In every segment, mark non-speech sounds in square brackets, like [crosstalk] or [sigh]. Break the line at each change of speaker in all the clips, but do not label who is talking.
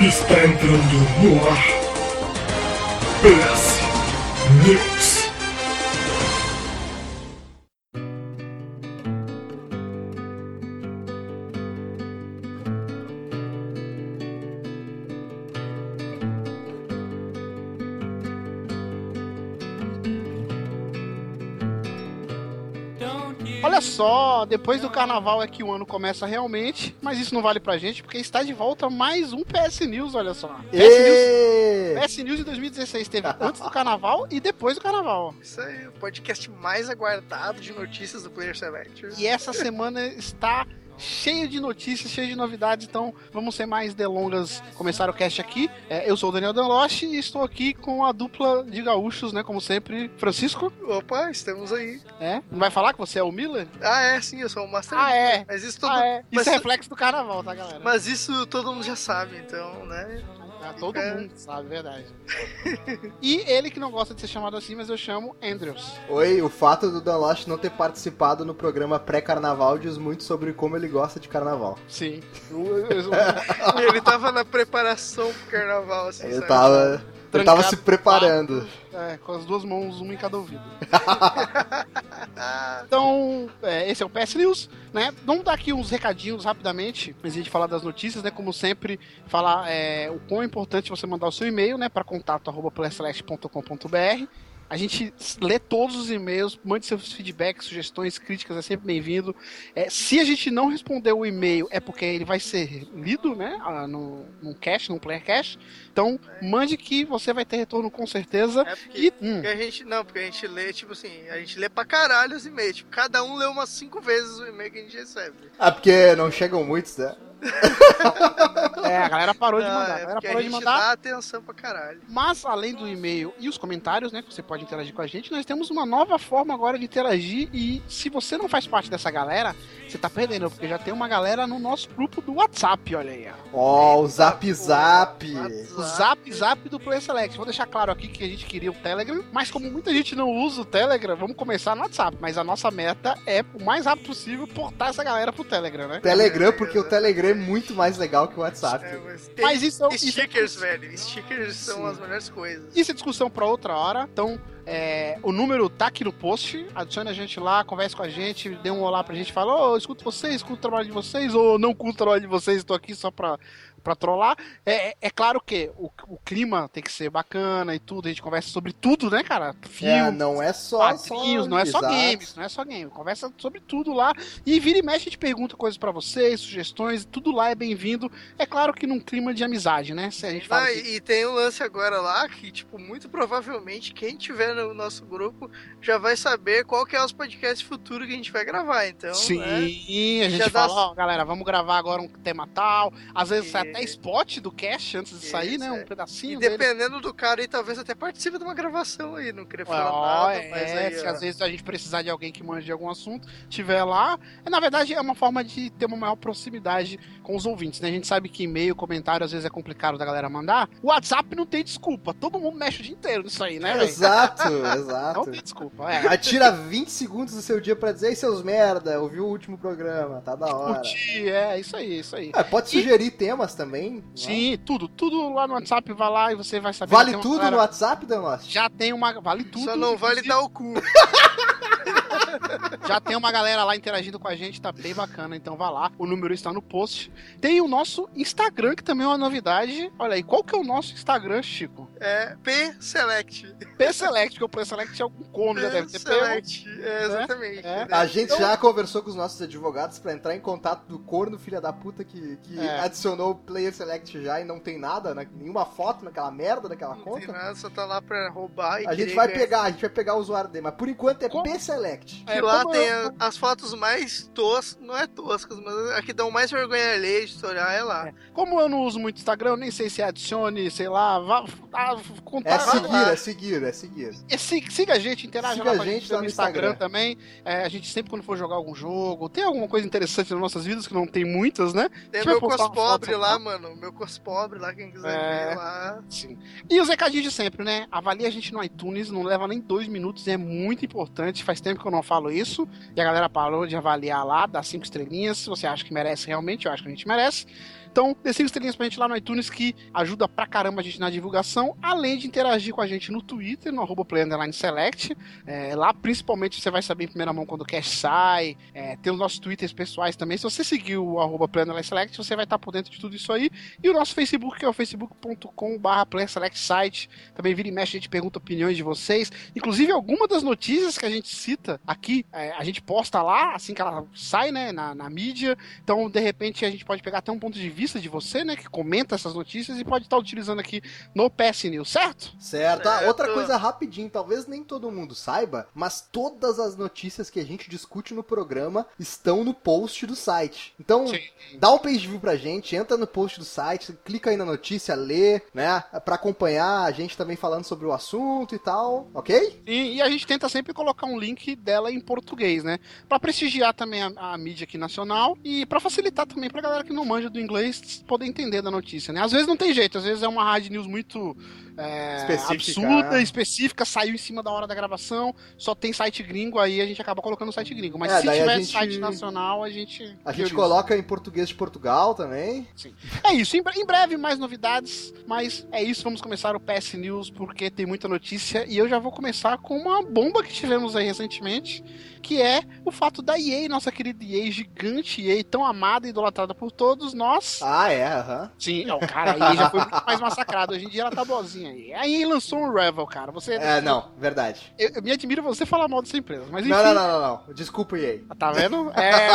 Está entrando no ar. PS News.
Olha só, depois do carnaval é que o ano começa realmente, mas isso não vale pra gente, porque está de volta mais um PS News, olha só. PS News,
Ê!
PS News em 2016 teve antes do carnaval e depois do carnaval.
Isso aí, o podcast mais aguardado de notícias do Player Selector.
E essa semana está cheio de notícias, cheio de novidades, então vamos sem mais delongas começar o cast aqui. É, eu sou o Daniel Danloche e estou aqui com a dupla de gaúchos, né, como sempre, Francisco,
Opa, estamos aí.
né? Não vai falar que você é o Miller?
Ah, é, sim, eu sou o Master.
Ah, é.
Mas isso todo
Ah, é. Isso
mas-
é reflexo do carnaval, tá, galera?
Mas isso todo mundo já sabe, então, né?
Ah, todo
É.
mundo sabe, verdade. e ele que não gosta de ser chamado assim, mas eu chamo Andrews.
Oi, o fato do Dan Lost não ter participado no programa pré-carnaval diz muito sobre como ele gosta de carnaval.
Sim. [laughs] Ah.
E ele tava na preparação pro carnaval, assim,
Ele
sabe?
tava, ele tava se preparando.
É, com as duas mãos, uma em cada ouvido.
Ah,
Então, é, esse é o PS News, né? Vamos dar aqui uns recadinhos rapidamente, antes de a gente falar das notícias, né? Como sempre, falar é, o quão é importante você mandar o seu e-mail, né? Para contato.com.br. A gente lê todos os e-mails, mande seus feedbacks, sugestões, críticas, é sempre bem-vindo. É, se a gente não responder o e-mail, é porque ele vai ser lido, né? ah, No, num cache, num player cache. Então, mande que você vai ter retorno com certeza.
é porque...
E, hum,
porque a gente, não, porque a gente lê, tipo assim, a gente lê pra caralho os e-mails. Tipo, cada um lê umas cinco vezes o e-mail que a gente recebe.
Ah, porque não chegam muitos, né?
é, a galera parou de
Não,
mandar. A
é
galera
porque a
parou de
gente
mandar.
dá atenção pra caralho.
Mas, além do e-mail e os comentários, né, que você pode interagir com a gente, nós temos uma nova forma agora de interagir. E se você não faz parte dessa galera, você tá perdendo, porque já tem uma galera no nosso grupo do WhatsApp, olha aí. ó.
Ó, o Zap Zap.
O zap zap do Play Select. Vou deixar claro aqui que a gente queria o Telegram, mas como muita gente não usa o Telegram, vamos começar no WhatsApp. Mas a nossa meta é, o mais rápido possível, portar essa galera pro Telegram, né?
Telegram, porque o Telegram é muito mais legal que o WhatsApp.
É, mas tem
Mas isso é o.
stickers, velho. Stickers são
Sim.
as melhores coisas.
Isso é discussão para outra hora. Então, é, o número tá aqui no post. Adicione a gente lá, converse com a gente, dê um olá pra gente, fala, ô, eu escuto vocês, escuto o trabalho de vocês, ou não curto o trabalho de vocês, tô aqui só pra, pra trollar. É, é- é claro que o, o clima tem que ser bacana e tudo, a gente conversa sobre tudo, né, cara?
É,
Filme,
não é só. só
quadrinhos, não é só
exato.
games, não é só game. Conversa sobre tudo lá. E vira e mexe, a gente pergunta coisas pra vocês, sugestões, tudo lá é bem-vindo. É claro que num clima de amizade, né? Se a gente fala
Ah,
de-
e e tem um lance agora lá que, tipo, muito provavelmente quem tiver no nosso grupo já vai saber qual que é os podcasts futuros que a gente vai gravar, então.
Sim,
né?
a gente
Já dá-
fala, ó, galera, vamos gravar agora um tema tal. Às vezes sai
É.
até spot do cast antes de sair,
Isso,
né? Um
é. E
pedacinho dele.
dependendo do cara aí, talvez até participe de uma gravação aí, não queria falar
Ó,
nada,
é,
mas aí,
se
ó.
às vezes a gente precisar de alguém que manje de algum assunto, tiver lá. É, Na verdade, é uma forma de ter uma maior proximidade com os ouvintes, né? A gente sabe que e-mail, comentário, às vezes é complicado da galera mandar. O WhatsApp não tem desculpa. Todo mundo mexe o dia inteiro nisso aí, né, velho? [laughs]
Exato,
Não
exato.
tem desculpa, é.
Atira 20 segundos do seu dia pra dizer, ei, seus merda, ouviu o último programa, tá da hora.
Curtir, é, isso aí, isso aí.
É, pode sugerir temas também. né?
Sim, tá tudo, tudo lá no WhatsApp, vai lá e você vai saber.
Vale
Tem uma
tudo
galera-
no WhatsApp, Dan Lost?
já tem uma. Vale tudo.
Só não vale dar o cu.
Já tem uma galera lá interagindo com a gente, tá bem bacana, então vá lá. O número está no post. Tem o nosso Instagram, que também é uma novidade. Olha aí, qual que é o nosso Instagram, Chico?
É P Select.
P-Select, que o P-Select é algum corno, já deve
P
ter pego.
Select. É, exatamente.
É.
né?
A gente já conversou com os nossos advogados pra entrar em contato do corno filha da puta que, que
É.
adicionou o Player Select já e não tem nada, né? nenhuma foto naquela merda daquela
Não tem
conta.
nada, só tá lá pra roubar e
A gente
querer
vai
ganhar.
pegar, a gente vai pegar o usuário dele, mas por enquanto é
Como?
P Select.
Que
É,
lá
como
tem
eu-
a- as fotos mais toscas, não é toscas, mas a que dão mais vergonha alheia de olhar é lá.
Como eu não uso muito Instagram, eu nem sei se adicione, sei lá, vá, ah, contar.
É
tá
vá lá.
seguir, é seguir, é seguir.
E si- siga a gente, interaja
Siga
lá com
a
a
gente
gente,
lá
no
no
Instagram,
Instagram.
também. É, a gente sempre quando for jogar algum jogo, tem alguma coisa interessante nas nossas vidas, que não tem muitas, né?
Tem
Deixa eu
meu
postar uma
cospobre
foto
lá, mano. Meu cospobre lá, quem quiser
É.
ver lá.
Sim. E os recadinhos de sempre, né? Avalia a gente no iTunes, não leva nem dois minutos, é muito importante. Faz tempo que eu não falo isso. E a galera parou de avaliar lá, dá cinco estrelinhas. Se você acha que merece realmente, eu acho que a gente merece. Então, dê cinco estrelinhas pra gente lá no iTunes, que ajuda pra caramba a gente na divulgação, além de interagir com a gente no Twitter, no arroba play underline select. É, lá, principalmente, você vai saber em primeira mão quando o cast sai. É, tem os nossos Twitters pessoais também. Se você seguir o arroba play underline select, você vai estar por dentro de tudo isso aí. E o nosso Facebook, que é o facebook.com.br site. Também vira e mexe, a gente pergunta opiniões de vocês. Inclusive, alguma das notícias que a gente cita aqui, é, a gente posta lá, assim que ela sai, né, na, na mídia. Então, de repente, a gente pode pegar até um ponto de vista de você, né, que comenta essas notícias e pode estar utilizando aqui no PS News, certo?
Certo. Ah, outra
Certo.
coisa rapidinho, talvez nem todo mundo saiba, mas todas as notícias que a gente discute no programa estão no post do site. Então, dá um page view pra gente, entra no post do site, clica aí na notícia, lê, né? Pra acompanhar a gente também falando sobre o assunto e tal, ok?
E, e a gente tenta sempre colocar um link dela em português, né? Pra prestigiar também a, a mídia aqui nacional e pra facilitar também pra galera que não manja do inglês poder entender da notícia, né? Às vezes não tem jeito, às vezes é uma rádio news muito é,
Específica,
absurda,
né?
específica, saiu em cima da hora da gravação, só tem site gringo, aí a gente acaba colocando site gringo. Mas
É,
se
daí a
tiver
gente-
site nacional, a gente.
A gente
prioriza.
coloca em português de Portugal também.
É isso, em, bre- em breve mais novidades, mas é isso, vamos começar o PS News porque tem muita notícia e eu já vou começar com uma bomba que tivemos aí recentemente, que é o fato da EA, nossa querida EA, gigante EA, tão amada e idolatrada por todos nós.
Ah, é, aham.
Sim, não, cara, a EA já foi muito mais massacrada, hoje em dia ela tá boazinha aí. A EA lançou um Revel, cara, você...
É, não, verdade.
Eu, eu me admiro você falar mal dessa empresa, mas enfim...
Não, não, não, não, não. Desculpa, EA.
Tá vendo? É,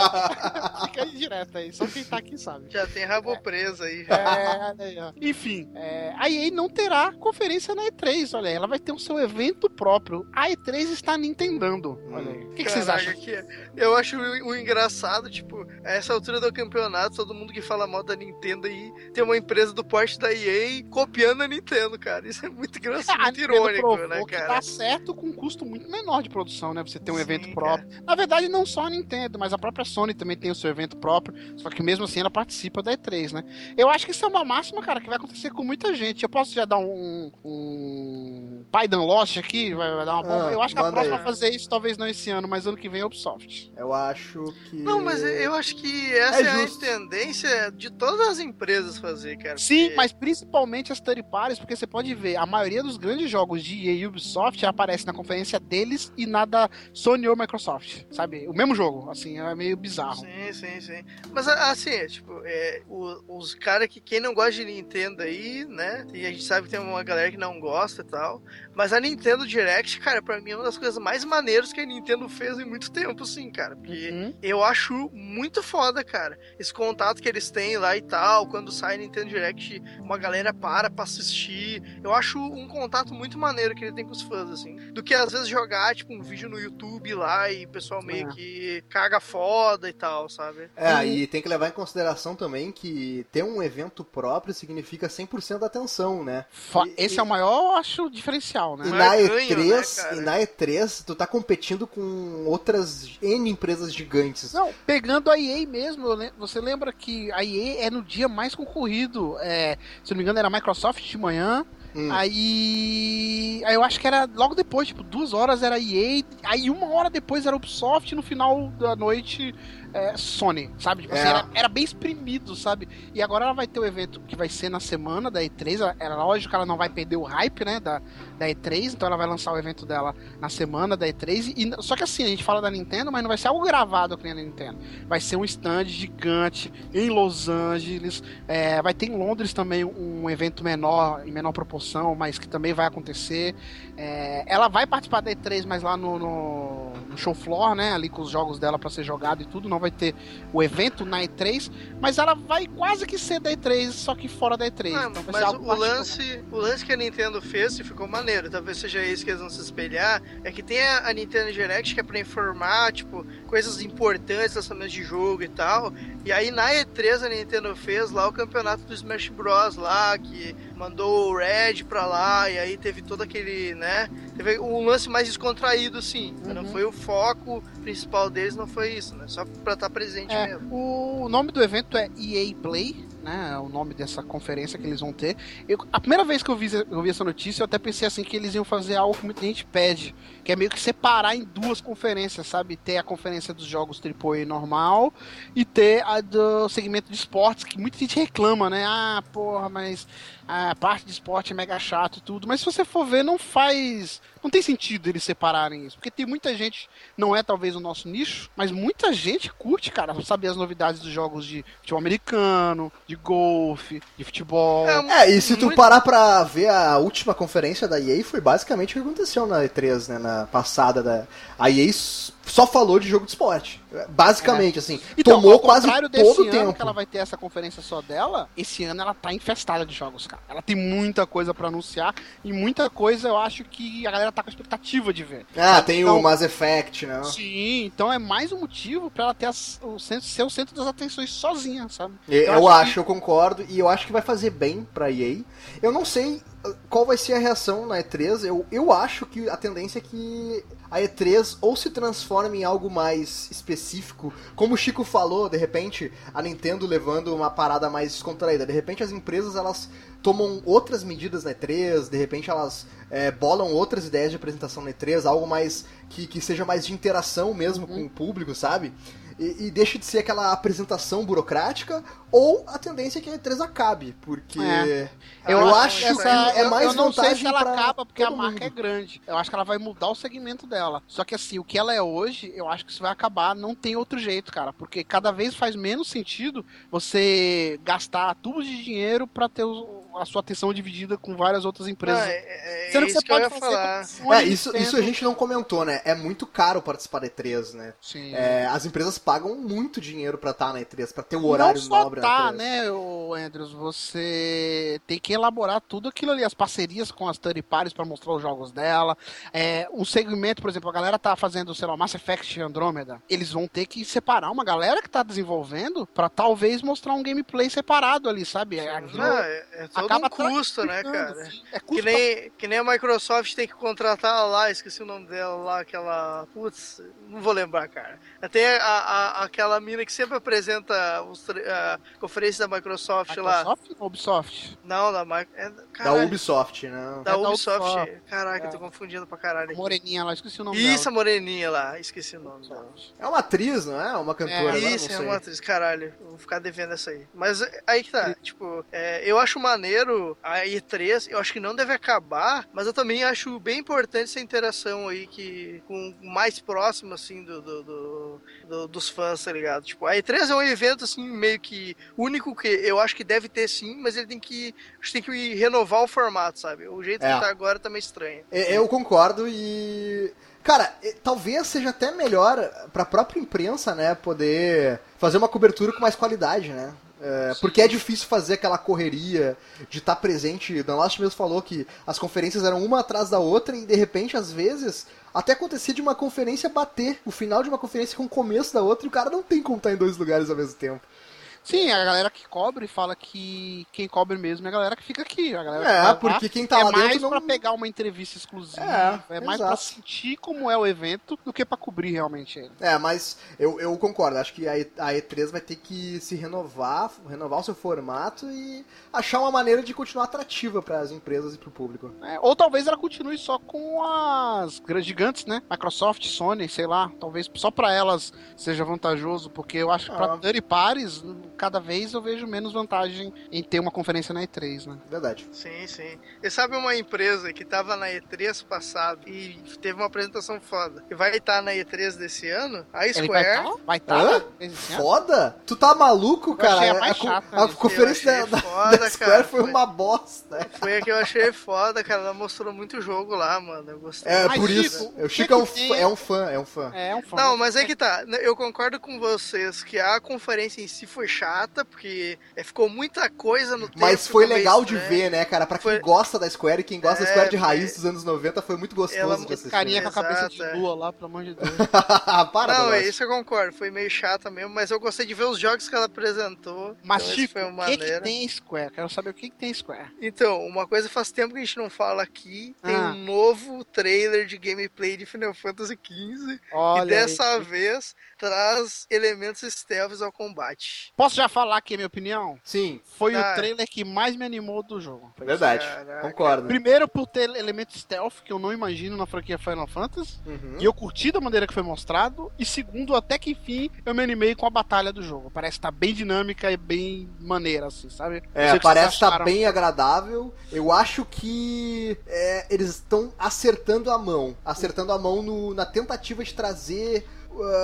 olha aí. [laughs] Fica aí direto aí, só quem tá aqui sabe.
Já tem rabo preso aí. Já.
É, olha aí, ó. Enfim, é, a EA não terá conferência na E3, olha aí. Ela vai ter o seu evento próprio. A E3 está nintendando. Olha aí. O que, que vocês
Caraca,
acham?
que- é- eu acho o, o engraçado, tipo, a essa altura do campeonato, todo mundo que fala mal da Nintendo aí tem uma empresa do porte da EA copiando a Nintendo, cara. Isso é muito
[laughs]
engraçado,
A
muito
Nintendo
irônico,
provou
né,
que
cara?
dá certo com um custo muito menor de produção, né? Você ter um
Sim,
evento próprio. Na verdade, não só a Nintendo, mas a própria Sony também tem o seu evento próprio. Só que mesmo assim ela participa da E3, né? Eu acho que isso é uma máxima, cara, que vai acontecer com muita gente. Eu posso já dar um. um... Pai Dan Lost aqui, vai, vai dar uma bomba.
Ah,
Eu acho que a
manda
próxima
aí.
a fazer isso, talvez não esse ano, mas ano que vem é a Ubisoft.
Eu acho que.
Não, mas eu acho que essa
É
é,
justo.
a tendência de todas as empresas fazer, cara.
Sim,
porque-
mas principalmente as third parties, porque você pode ver, a maioria dos grandes jogos de EA e Ubisoft aparece na conferência deles e na da Sony ou Microsoft, sabe? O mesmo jogo, assim, é meio bizarro.
Sim, sim, sim. Mas a- assim, é, tipo, é, o- os caras que quem não gosta de Nintendo aí, né? E a gente sabe que tem uma galera que não gosta e tal. Mas a Nintendo Direct, cara, pra mim é uma das coisas mais maneiras que a Nintendo fez em muito tempo, sim, cara. Porque
Uhum.
eu acho muito foda, cara. Esse contato que eles têm lá e tal, quando sai Nintendo Direct, uma galera para pra assistir. Eu acho um contato muito maneiro que ele tem com os fãs, assim. Do que às vezes jogar, tipo, um vídeo no YouTube lá e o pessoal meio
É.
que caga foda e tal, sabe?
Uhum.
É, e tem que levar em consideração também que ter um evento próprio significa 100% da atenção, né?
Fa-
E-
Esse é o maior, eu acho, diferencial,
E
né?
Mas
na,
ganha, né,
E3,
cara?
e na E3, tu tá competindo com outras N empresas gigantes.
Não, pegando a EA mesmo, eu lem- você lembra que a EA é no dia mais concorrido. é, se eu não me engano, era a Microsoft de manhã,
Hum.
Aí. Aí eu acho que era logo depois, tipo, duas horas era EA, aí uma hora depois era Ubisoft, e no final da noite é, Sony, sabe? Tipo assim,
É.
era, era bem exprimido, sabe? E agora ela vai ter o evento que vai ser na semana da E3, ela, ela, lógico que ela não vai perder o hype, né, da, da E3, então ela vai lançar o evento dela na semana da E3, e, e- só que assim, a gente fala da Nintendo, mas não vai ser algo gravado que nem a Nintendo, vai ser um stand gigante em Los Angeles, é, vai ter em Londres também um evento menor, em menor proporção, mas que também vai acontecer. É, ela vai participar da E3, mas lá no, no, no show floor, né? Ali com os jogos dela pra ser jogado e tudo. Não vai ter o evento na E3, mas ela vai quase que ser da E3, só que fora da E3.
Ah,
então vai ser
mas
algo
o
particular.
lance, o lance que a Nintendo fez e ficou maneiro, talvez seja isso que eles vão se espelhar, é que tem a, a Nintendo Direct que é pra informar, tipo, coisas importantes, lançamentos de jogo e tal. E aí na E3 a Nintendo fez lá o campeonato do Smash Bros lá, que mandou o Red pra lá, e aí teve todo aquele, né? Teve um lance mais descontraído, sim. Não
Uhum.
foi o foco principal deles, não foi isso, né? Só pra estar tá presente
É,
mesmo.
o nome do evento é EA Play, né? O nome dessa conferência que eles vão ter. Eu, a primeira vez que eu vi, eu vi essa notícia, eu até pensei assim que eles iam fazer algo que muita gente pede, que é meio que separar em duas conferências, sabe? Ter a conferência dos jogos AAA normal e ter a do segmento de esportes, que muita gente reclama, né? Ah, porra, mas a parte de esporte é mega chato e tudo. Mas se você for ver, não faz. Não tem sentido eles separarem isso. Porque tem muita gente, não é talvez o nosso nicho, mas muita gente curte, cara, saber as novidades dos jogos de futebol americano, de golfe, de futebol.
É, e se tu parar pra ver a última conferência da EA, foi basicamente o que aconteceu na E3, né? Na passada da. A EA só falou de jogo de esporte. Basicamente,
É.
assim.
Então,
tomou
ao
quase
contrário
todo o
ano
tempo.
que ela vai ter essa conferência só dela, esse ano ela tá infestada de jogos, cara. Ela tem muita coisa pra anunciar e muita coisa eu acho que a galera tá com expectativa de ver.
Ah, tem o
Então-
Mass Effect, né?
Sim, então é mais um motivo pra ela ter as- o centro, ser o centro das atenções sozinha, sabe?
Eu,
Eu
É, eu
acho
acho, eu concordo, e eu acho que vai fazer bem pra EA. Eu não sei uh, qual vai ser a reação na E3, eu, eu acho que a tendência é que a E3 ou se transforme em algo mais específico, como o Chico falou, de repente a Nintendo levando uma parada mais descontraída, de repente as empresas elas tomam outras medidas na E3, de repente elas é, bolam outras ideias de apresentação na E3, algo mais que, que seja mais de interação mesmo
Uhum.
com o público, sabe? E, e deixe de ser aquela apresentação burocrática, ou a tendência é que a E3 acabe, porque
É.
eu, acho
que
que
essa-
é mais
eu não sei
vantagem
se ela
pra
acaba porque a
todo
marca
mundo.
é grande. Eu acho que ela vai mudar o segmento dela. Só que assim, o que ela é hoje, eu acho que isso vai acabar, não tem outro jeito, cara, porque cada vez faz menos sentido você gastar tubos de dinheiro pra ter o- a sua atenção dividida com várias outras empresas.
Não, é, é
Sendo que
isso
você
que
pode
eu ia
fazer
falar.
com Sony,
É, isso, isso a
Nintendo.
gente não comentou, né? É muito caro participar da E3, né?
Sim.
É, as empresas pagam muito dinheiro pra estar na E3, pra ter o horário
não só
nobre
tá,
na E3.
né, o Andrews, você tem que elaborar tudo aquilo ali, as parcerias com as third parties pra mostrar os jogos dela, é, um segmento, por exemplo, a galera tá fazendo, sei lá, Mass Effect Andromeda, eles vão ter que separar uma galera que tá desenvolvendo pra talvez mostrar um gameplay separado ali, sabe? É, aquilo
Não, é, é todo
acaba
um custo, né,
triplicando,
cara?
assim. É
Que
custo
nem, que nem a Microsoft tem que contratar lá, esqueci o nome dela lá, aquela. Putz, não vou lembrar, cara. Até a, a- aquela mina que sempre apresenta os tre- a conferência da Microsoft,
pra
lá.
Microsoft ou Ubisoft?
Não, da Microsoft. É,
Da
caralho,
Ubisoft, né?
da
É da
Ubisoft.
Ubisoft.
Caraca,
É.
tô confundindo pra caralho.
A
aqui.
Moreninha lá, esqueci o nome
Isso,
dela.
a moreninha lá, esqueci o nome dela.
Ubisoft.
É uma atriz, não é? Uma cantora, agora eu não
Isso,
sei.
é uma atriz, caralho. Eu Vou ficar devendo essa aí. Mas é, aí que tá, tipo, é, eu acho maneiro a E3, eu acho que não deve acabar, mas eu também acho bem importante essa interação aí que com mais próximo, assim, do, do- do- do- dos fãs, tá ligado? Tipo, a E3 é um evento, assim, meio que único que eu acho que deve ter sim, mas ele tem que, a gente tem que renovar o formato, sabe? O jeito
É.
que tá agora tá meio estranho.
É, Eu concordo e. Cara, e- talvez seja até melhor pra própria imprensa, né? Poder fazer uma cobertura com mais qualidade, né? É, porque é difícil fazer aquela correria de estar presente. Dan Last mesmo falou que as conferências eram uma atrás da outra e de repente, às vezes, até acontecia de uma conferência bater o final de uma conferência com o começo da outra e o cara não tem como estar em dois lugares ao mesmo tempo.
Sim, a galera que cobre fala que quem cobre mesmo é a galera que fica aqui. A galera que vai
É,
lá,
porque quem tá
é
lá
mais
dentro não.
pra pegar uma entrevista exclusiva,
É,
é, mais
exato.
pra sentir como é o evento do que pra cobrir realmente ele.
É, mas eu, eu concordo. Acho que a E- a E3 vai ter que se renovar, renovar o seu formato e achar uma maneira de continuar atrativa para as empresas e para o público.
É, ou talvez ela continue só com as grandes gigantes, né? Microsoft, Sony, sei lá. Talvez só pra elas seja vantajoso, porque eu acho que pra
Ah.
Dirty Pares, cada vez eu vejo menos vantagem em ter uma conferência na E3, né?
Verdade.
Sim, sim. E sabe uma empresa que tava na E3 passado e teve uma apresentação foda e vai estar na E3 desse ano? A
Ele vai tá
Square.
estar? Vai
Hã?
estar?
Foda? Tu tá maluco, cara?
achei a mais
co-
chata
a
disso.
conferência
Eu
da,
achei
da-
foda,
[laughs] da Square
cara.
foi uma bosta.
Foi a que eu achei foda, cara. Ela mostrou muito jogo lá, mano. Eu gostei.
É,
Mas,
por
Chico,
isso.
o que
O Chico
que
é um,
tem?
fã, é um fã, é um fã.
É um fã.
Não, mas é que tá. Eu concordo com vocês que a conferência em si foi chata, porque é, ficou muita coisa no tempo.
Mas foi
ficou meio
legal de
estranho.
ver, né, cara? Pra quem
Foi-
gosta da Square e quem gosta da
É,
Square de
porque-
raiz dos anos 90, foi muito gostoso
Ela-
de
esse
Esse
assistir. né?
carinha com a cabeça
Exato, é.
de lua lá, pelo amor
[laughs]
de Deus.
[laughs] Para,
Não, é
Douglas.
isso eu concordo. Foi meio chata mesmo, mas eu gostei de ver os jogos que ela apresentou.
Mas,
então, isso
Chico,
foi
o
uma
que, que
maneira.
tem Square? Quero saber o que, que tem Square.
Então, uma coisa faz tempo que a gente não fala aqui. Tem
Ah.
um novo trailer de gameplay de Final Fantasy XV.
Olha
e
aí.
dessa vez traz elementos stealth ao combate.
Posso já falar aqui a minha opinião?
Sim,
Foi
Ah.
o trailer que mais me animou do jogo. tá
verdade.
Caraca.
Concordo.
Primeiro por ter elementos stealth que eu não imagino na franquia Final Fantasy.
Uhum.
E eu curti da maneira que foi mostrado. E segundo, até que enfim, eu me animei com a batalha do jogo. Parece que tá bem dinâmica e bem maneira, assim, sabe? Não sei
É,
o que vocês
parece estar
acharam.
bem agradável. Eu acho que é, eles estão acertando a mão. Acertando a mão no- na tentativa de trazer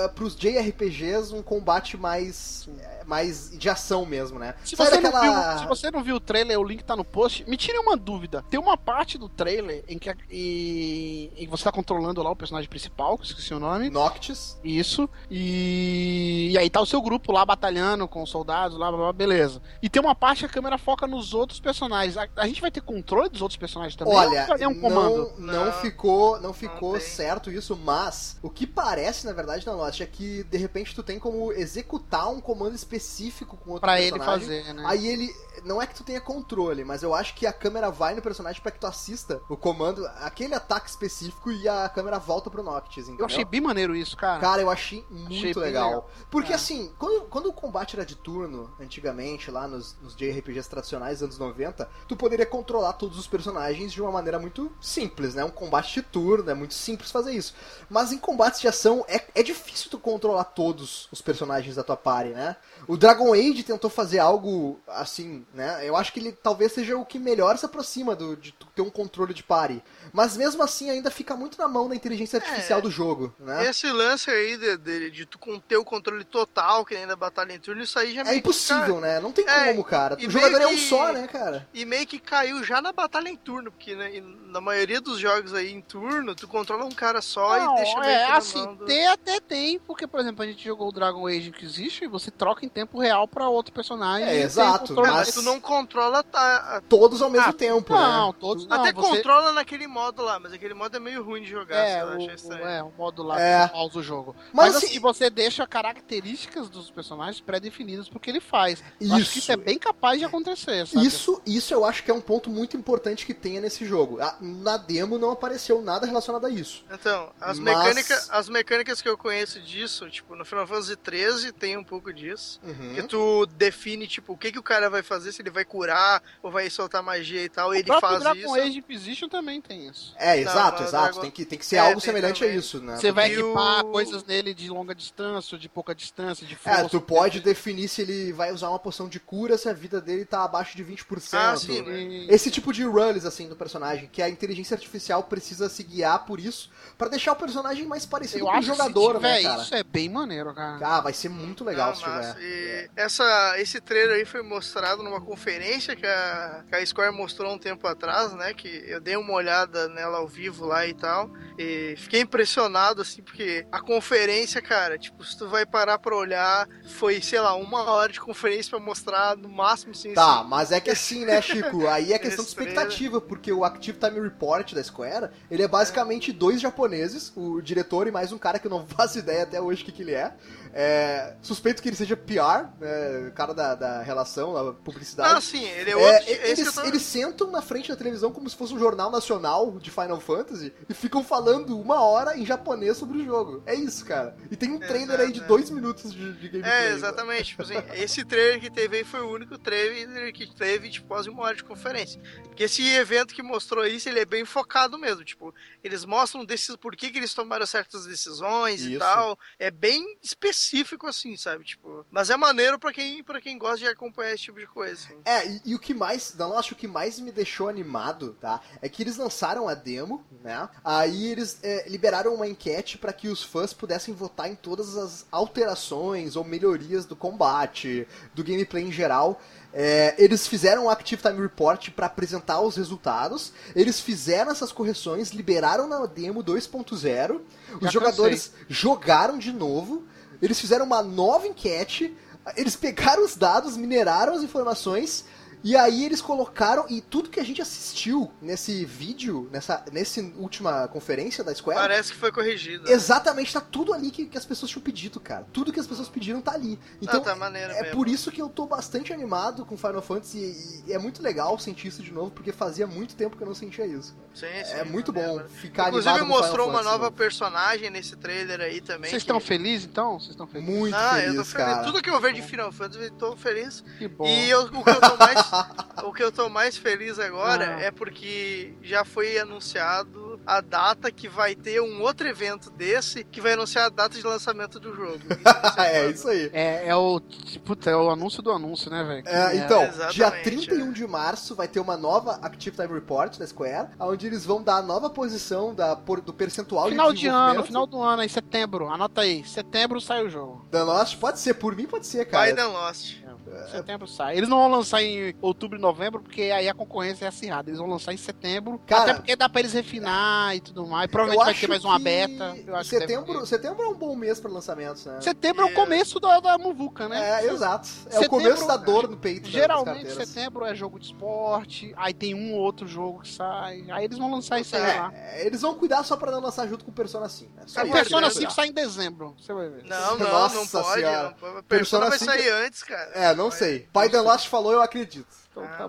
ah, para os JRPGs um combate mais, é, mais de ação mesmo, né?
Se
Sai
você,
daquela-
não viu, se você não viu o trailer, o link tá no post. Me tire uma dúvida. Tem uma parte do trailer em que, a- e- em que você tá controlando lá o personagem principal, que eu esqueci o nome.
Noctis.
Isso. E, e aí tá o seu grupo lá batalhando com os soldados, lá, blá, blá, beleza. E tem uma parte que a câmera foca nos outros personagens. A, a gente vai ter controle dos outros personagens também?
Olha,
Ou é um comando.
não, não
Não,
ficou, não ficou
tem.
certo isso, mas o que parece, na verdade, na loja é que de repente tu tem como executar um comando específico com outro
Pra ele
personagem.
fazer, né?
Aí ele. Não é que tu tenha controle, mas eu acho que a câmera vai no personagem pra que tu assista o comando, aquele ataque específico e a câmera volta pro Noctis, entendeu?
eu achei bem maneiro isso, cara.
Cara, eu achei muito
Achei bem
legal.
legal.
Porque
É.
assim, quando, quando o combate era de turno, antigamente, lá nos, nos JRPGs tradicionais dos anos 90, tu poderia controlar todos os personagens de uma maneira muito simples, né? Um combate de turno, é muito simples fazer isso. Mas em combates de ação, é, é difícil tu controlar todos os personagens da tua party, né? O Dragon Age tentou fazer algo assim, né? Eu acho que ele talvez seja o que melhor se aproxima do, de tu ter um controle de party. Mas mesmo assim, ainda fica muito na mão da
É.
inteligência artificial do jogo, né?
Esse lance aí de, de, de tu con- ter o controle total, que nem da batalha em turno, isso aí já meio
É
que cai-
impossível, né? Não tem
É,
como, cara.
e
O jogador é
meio
um
que-
só, né, cara?
E meio que caiu já na batalha em turno, porque né, e na maioria dos jogos aí em turno, tu controla um cara só
Não,
e deixa meio
é
que na
assim,
mão do...
tem até tem, porque, por exemplo, a gente jogou o Dragon Age Inquisition e você troca em tempo real pra outro personagem.
É,
e tem
exato,
o
Ah,
controle-
mas
mas-
tu não controla tá, a-
Todos ao mesmo
Ah,
tempo,
Não,
né?
todos não.
até
você...
controla naquele modo lá, mas aquele modo é meio ruim de jogar,
É,
eu achei
o,
estranho.
é, o modo lá
É.
que você pausa o jogo.
Mas,
Mas,
assim-
assim, você deixa características dos personagens pré-definidas pro que ele faz. Eu acho que
Isso.
isso é bem capaz de acontecer, sabe?
Isso, isso eu acho que é um ponto muito importante que tenha nesse jogo. Ah, Na demo não apareceu nada relacionado a isso.
Então, as,
Mas-
mecânica, as mecânicas que eu conheço disso, tipo, no Final Fantasy XIII tem um pouco disso. Que
Hum?
tu define, tipo, o que, que o cara vai fazer, se ele vai curar ou vai soltar magia e tal,
O
e ele
próprio
faz
Dragon
isso.
Age Inquisition também tem isso.
É, exato,
não,
exato.
Dragon-
Tem que, tem que ser
É,
algo
tem
semelhante a
também.
isso, né?
Você vai
porque É, o-
equipar coisas nele de longa distância, de pouca distância, de força.
É, tu
né?
pode definir se ele vai usar uma poção de cura se a vida dele tá abaixo de 20%.
Ah, sim,
E-
Esse tipo de runs, assim, do personagem, que a inteligência artificial precisa se guiar por isso, pra deixar o personagem mais parecido
Eu
com o
acho que
jogador,
se tiver
né, cara?
isso é bem maneiro, cara.
Ah, vai ser muito legal
Não,
se
massa.
tiver.
E essa, esse trailer aí foi mostrado numa conferência que a, que a Square mostrou um tempo atrás, né? Que eu dei uma olhada nela ao vivo lá e tal. E fiquei impressionado, assim, porque a conferência, cara, tipo, se tu vai parar pra olhar, foi, sei lá, uma hora de conferência pra mostrar no máximo, assim.
Tá, mas é que assim, né, Chico? Aí
[laughs]
é questão de
Esse
expectativa, porque o Active Time Report da Square, ele é basicamente dois japoneses, o diretor e mais um cara que eu não [laughs] faço ideia até hoje o que, que ele é. É, Suspeito que ele seja PR, né, cara da, da relação, da publicidade.
Não, sim, ele é
É,
outro. esse
eles,
que eu tô-
eles sentam na frente da televisão como se fosse um jornal nacional de Final Fantasy e ficam falando uma hora em japonês sobre o jogo. É isso, cara. E tem um trailer aí de
Exato, é.
dois minutos de, de gameplay.
É,
né?
exatamente. Tipo assim, esse trailer que teve aí foi o único trailer que teve, tipo, quase uma hora de conferência. Porque esse evento que mostrou isso, ele é bem focado mesmo. Tipo, eles mostram desses, por que, que eles tomaram certas decisões
Isso.
e tal. É bem específico, assim, sabe? Tipo, mas é maneiro pra quem, pra quem gosta de acompanhar esse tipo de coisa. assim.
É, e, e o que mais, não, acho que o que mais me deixou animado, tá? É que eles lançaram a demo, né? Aí eles é, liberaram uma enquete pra que os fãs pudessem votar em todas as alterações ou melhorias do combate, do gameplay em geral. É, eles fizeram o Active Time Report pra apresentar os resultados. Eles fizeram essas correções, liberaram na demo 2.0. Os
Já
jogadores jogaram de novo. Eles fizeram uma nova enquete. Eles pegaram os dados, mineraram as informações E aí eles colocaram, e tudo que a gente assistiu nesse vídeo, nessa, nessa última conferência da Square,
Parece né? que foi corrigido.
exatamente tá tudo ali que, que as pessoas tinham pedido, cara. Tudo que as pessoas pediram tá ali. Então,
ah, tá maneiro
é
mesmo.
por isso que eu tô bastante animado com Final Fantasy e, e é muito legal sentir isso de novo, porque fazia muito tempo que eu não sentia isso.
Sim, sim,
É muito
maneiro.
bom ficar
tá Inclusive
animado com Final
mostrou uma
Fantasy,
nova personagem nesse trailer aí também.
Vocês
que-
estão felizes então? Vocês estão
mano.
felizes?
Muito
Ah, eu
feliz,
tô feliz.
[laughs] cara.
Tudo que eu vejo de Final Fantasy, eu tô feliz.
Que bom.
E eu- o, que eu tô mais,
[laughs]
o que eu tô mais feliz agora
Ah.
é porque já foi anunciado a data que vai ter um outro evento desse que vai anunciar a data de lançamento do jogo.
[laughs]
tá
é, isso aí.
É, é o. Puta, é o anúncio do anúncio, né, velho?
É, então,
exatamente, é.
dia 31 de março vai ter uma nova Active Time Report da Square, onde eles vão dar a nova posição da, por- do percentual
Final
de
de ano,
desenvolvimento
final do ano, aí setembro. Anota aí. Setembro sai o jogo.
da nossa. Pode ser, por mim pode ser, cara.
Biden Lost.
Setembro sai. Eles não vão lançar em outubro e novembro, porque aí a concorrência é acirrada. Eles vão lançar em setembro.
Cara-
até porque dá pra eles refinar e tudo mais.
Eu
Provavelmente vai
acho
ter mais uma
que
beta. Eu acho que deve
setembro,
ter.
setembro é um bom mês pra lançamentos, né?
Setembro é o
É.
começo da, da Muvuca, né?
É, exato. É o
Setembro-
começo da dor no peito. das
Geralmente
carteiras.
setembro é jogo de esporte, aí tem um ou outro jogo que sai. Aí eles vão lançar isso aí lá.
É, eles vão cuidar só pra não lançar junto com o Persona 5. né? Só
É,
O
isso,
Persona
eles vão
5 assim sai em dezembro, você vai ver.
Não, não,
Nossa
não pode.
Senhora.
Não pode.
Persona
Persona vai
sempre-
sair antes, cara.
cuidar. É, não
Vai.
sei. Pai Dan Lost falou, eu acredito.
Então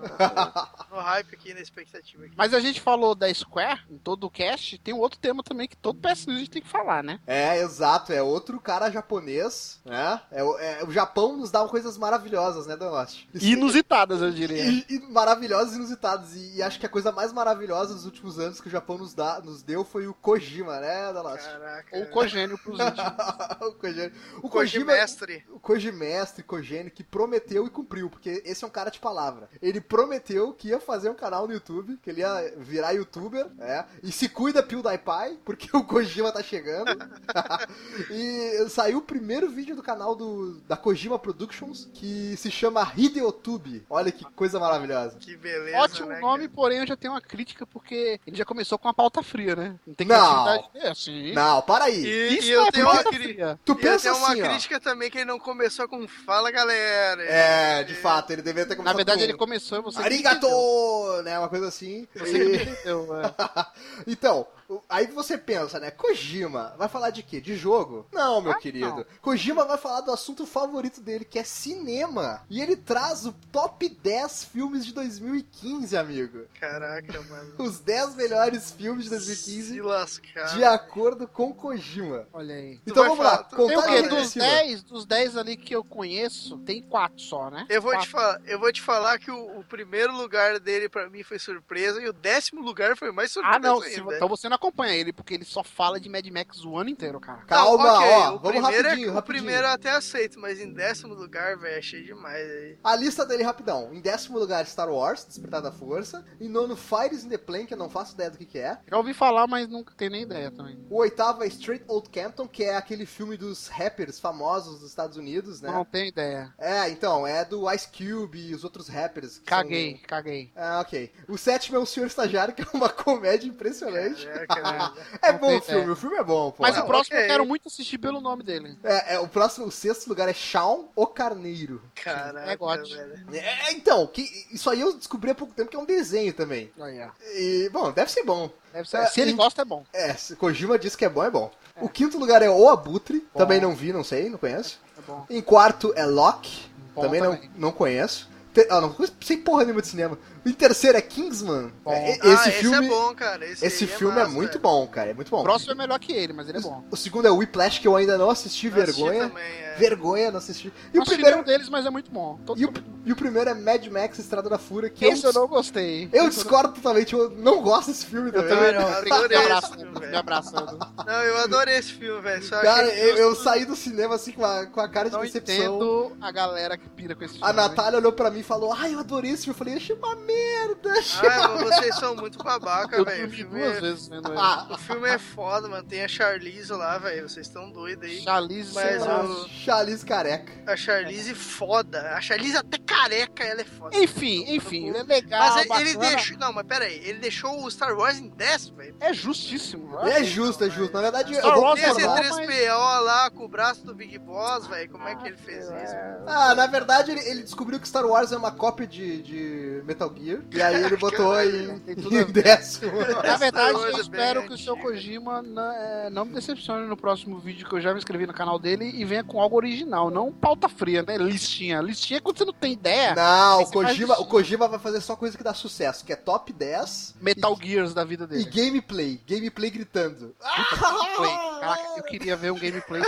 tá
[laughs]
bom.
No hype aqui, na expectativa. Aqui.
Mas a gente falou da Square em todo o cast, tem um outro tema também que todo PS a gente tem que falar, né?
É, exato. É outro cara japonês, né? É, o- é, o Japão nos dá coisas maravilhosas, né, Dan Lost? [laughs]
Inusitadas, eu diria.
E, e maravilhosas e inusitadas. E, e acho que a coisa mais maravilhosa dos últimos anos que o Japão nos, dá, nos deu foi o Kojima, né, Dan Lost?
Caraca.
Ou cogênio pros íntimos.
[laughs] o Kojima. O
Koji
Kojima,
Mestre.
o Kojimestre, Kojene, que prometeu e cumpriu, porque esse é um cara de palavra. Ele prometeu que ia fazer um canal no YouTube, que ele ia virar youtuber, é, e se cuida PewDiePie, porque [laughs] o Kojima tá chegando. [laughs] e saiu o primeiro vídeo do canal do, da Kojima Productions, que se chama Hideotube. Olha que coisa maravilhosa.
Que beleza.
Ótimo
né, cara?
nome, porém eu já tenho uma crítica porque ele já começou com a pauta fria, né? Não tem
Não.
criatividade. É, sim.
Não, para aí.
E,
Isso
e eu
é
tenho uma
pauta
crítica.
fria.
Tu
E eu
pensa
tenho uma
assim, ó.
crítica também que ele não começou com fala, galera.
É, de fato, ele deveria
Na
ter começado
verdade,
com
ele começou e você. que
Arigato!
entendeu.
Né, uma coisa assim.
Você que me entendeu, é.
[laughs] Então, o- aí você pensa, né? Kojima vai falar de quê? De jogo? Não, meu
Ah,
querido.
não.
Kojima vai falar do assunto favorito dele, que é cinema. E ele traz o top 10 filmes de 2015, amigo.
Caraca, mano.
Os 10 melhores filmes de 2015,
Se lascar.
de acordo com Kojima.
Olha aí.
Então
vai
vamos lá,
falar, tu-
Tem o quê?
contagem
Fala,
Dos
regressiva.
10, dos 10 ali que eu conheço, tem 4 só, né?
Eu vou, te
Quatro.
falar, eu vou te falar que o, o primeiro lugar dele pra mim foi surpresa e o décimo lugar foi mais surpresa.
Ah, não. se-
ainda.
então você não acompanha ele, porque ele só fala de Mad Max o ano inteiro, cara.
Calma,
ok,
ó,
o
vamos
primeiro é-
rapidinho,
O
rapidinho.
primeiro eu até aceito, mas em décimo lugar, velho, achei demais aí.
A lista dele rapidão. Em décimo lugar, Star Wars, Despertar da Força. Em nono, Fires in the Plane, que eu não faço ideia do que que é.
Já ouvi falar, mas nunca tenho nem ideia também.
O oitavo é Straight Old Campton, que é aquele filme dos rappers famosos dos Estados Unidos, né?
Não tenho ideia.
É, então, é do Ice Cube e os outros rappers. que
Caguei,
são-
caguei.
Ah, ok. O sétimo é O Senhor Estagiário, que é uma [laughs] comédia impressionante.
Caraca, né,
[laughs]
velho.
É
não
bom
tem
o filme,
ideia.
o filme é bom, pô.
Mas
Não,
o próximo
ok.
eu quero muito assistir pelo nome dele.
É, é, o próximo, o sexto lugar é Shawn o Carneiro.
Caraca,
É gótico.
velho.
É, então, que, isso aí eu descobri há pouco tempo que é um desenho também.
Aí, ó.
E, bom, deve ser bom.
Deve ser-
É,
se ele
e-
gosta, é bom.
É, se Kojima disse que é bom, é bom. O quinto lugar é O Abutre, também não vi, não sei, não conheço.
É bom.
Em quarto é Loki,
Bom
também,
também.
Não, não conheço. Te- ah, não conheço- sei porra nenhuma de cinema. Em terceiro é Kingsman.
Bom.
É, e-
Ah,
esse filme,
é bom, cara. Esse,
esse
aí
filme é,
massa,
muito
velho.
bom, cara, é muito bom.
O próximo é melhor que ele, mas ele é bom.
O segundo é Whiplash, que eu ainda não assisti,
Eu assisti
vergonha.
também, é.
Vergonha, não assisti. E
E
o primeiro
um deles, mas é muito bom. Todo...
e o, e o primeiro é Mad Max Estrada da Fúria, que
Esse
eu,
eu não gostei.
eu discordo totalmente, eu não gosto desse filme também.
também não.
Obrigado, me
[laughs]
adorei
abraça.
esse filme,
Me abraça. Edu.
Não, eu adorei esse filme, velho. só
Cara,
achei
eu, eu
justo-
saí do cinema assim com a, com a cara de
Não
decepção.
entendo a galera que pira com esse filme.
A Natália olhou pra mim e falou: Ai, eu adorei esse filme. Eu falei: Achei uma merda. achei
Ah, mas vocês são muito babaca,
Eu
velho. O
dormi
filme
duas
é-
vezes vendo ele.
uma-
O filme é foda, mano. Tem a Charlize lá, velho. Vocês estão doidos aí.
Charlize
Mas
sei lá.
eu-
Charlize careca.
A Charlize foda. A Charlize até careca, ela é foda.
Enfim, enfim,
né?
ele é legal,
Mas ele-
bacana.
ele deixou. Não, mas pera aí. Ele deixou o Star Wars em décimo, velho.
É justíssimo. né?
É justo, é justo. Na verdade, eu
Star
vou
Wars Ah, é
Esse
normal,
concordar.
três-
3PO lá com o braço do Big Boss, velho. Como é que ele fez isso?
Ah, na verdade, ele, ele descobriu que Star Wars é uma cópia de, de Metal Gear. E aí
[laughs]
ele botou em,
tem tudo a
em
ver.
décimo.
Na verdade, eu
coisa
espero
bem
que o seu
antiga.
Kojima não, é, não me decepcione no próximo vídeo que eu já me inscrevi no canal dele e venha com algo original, não pauta fria, né? Listinha. Listinha é quando você não tem ideia.
Não, o
Esse faz
Kojima,
isso.
o Kojima vai fazer só coisa que dá sucesso, que é top 10
Metal Gears da vida
e
dele.
gameplay. Gameplay gritando. Então,
Foi.
[laughs]
Caraca, eu queria ver um gameplay.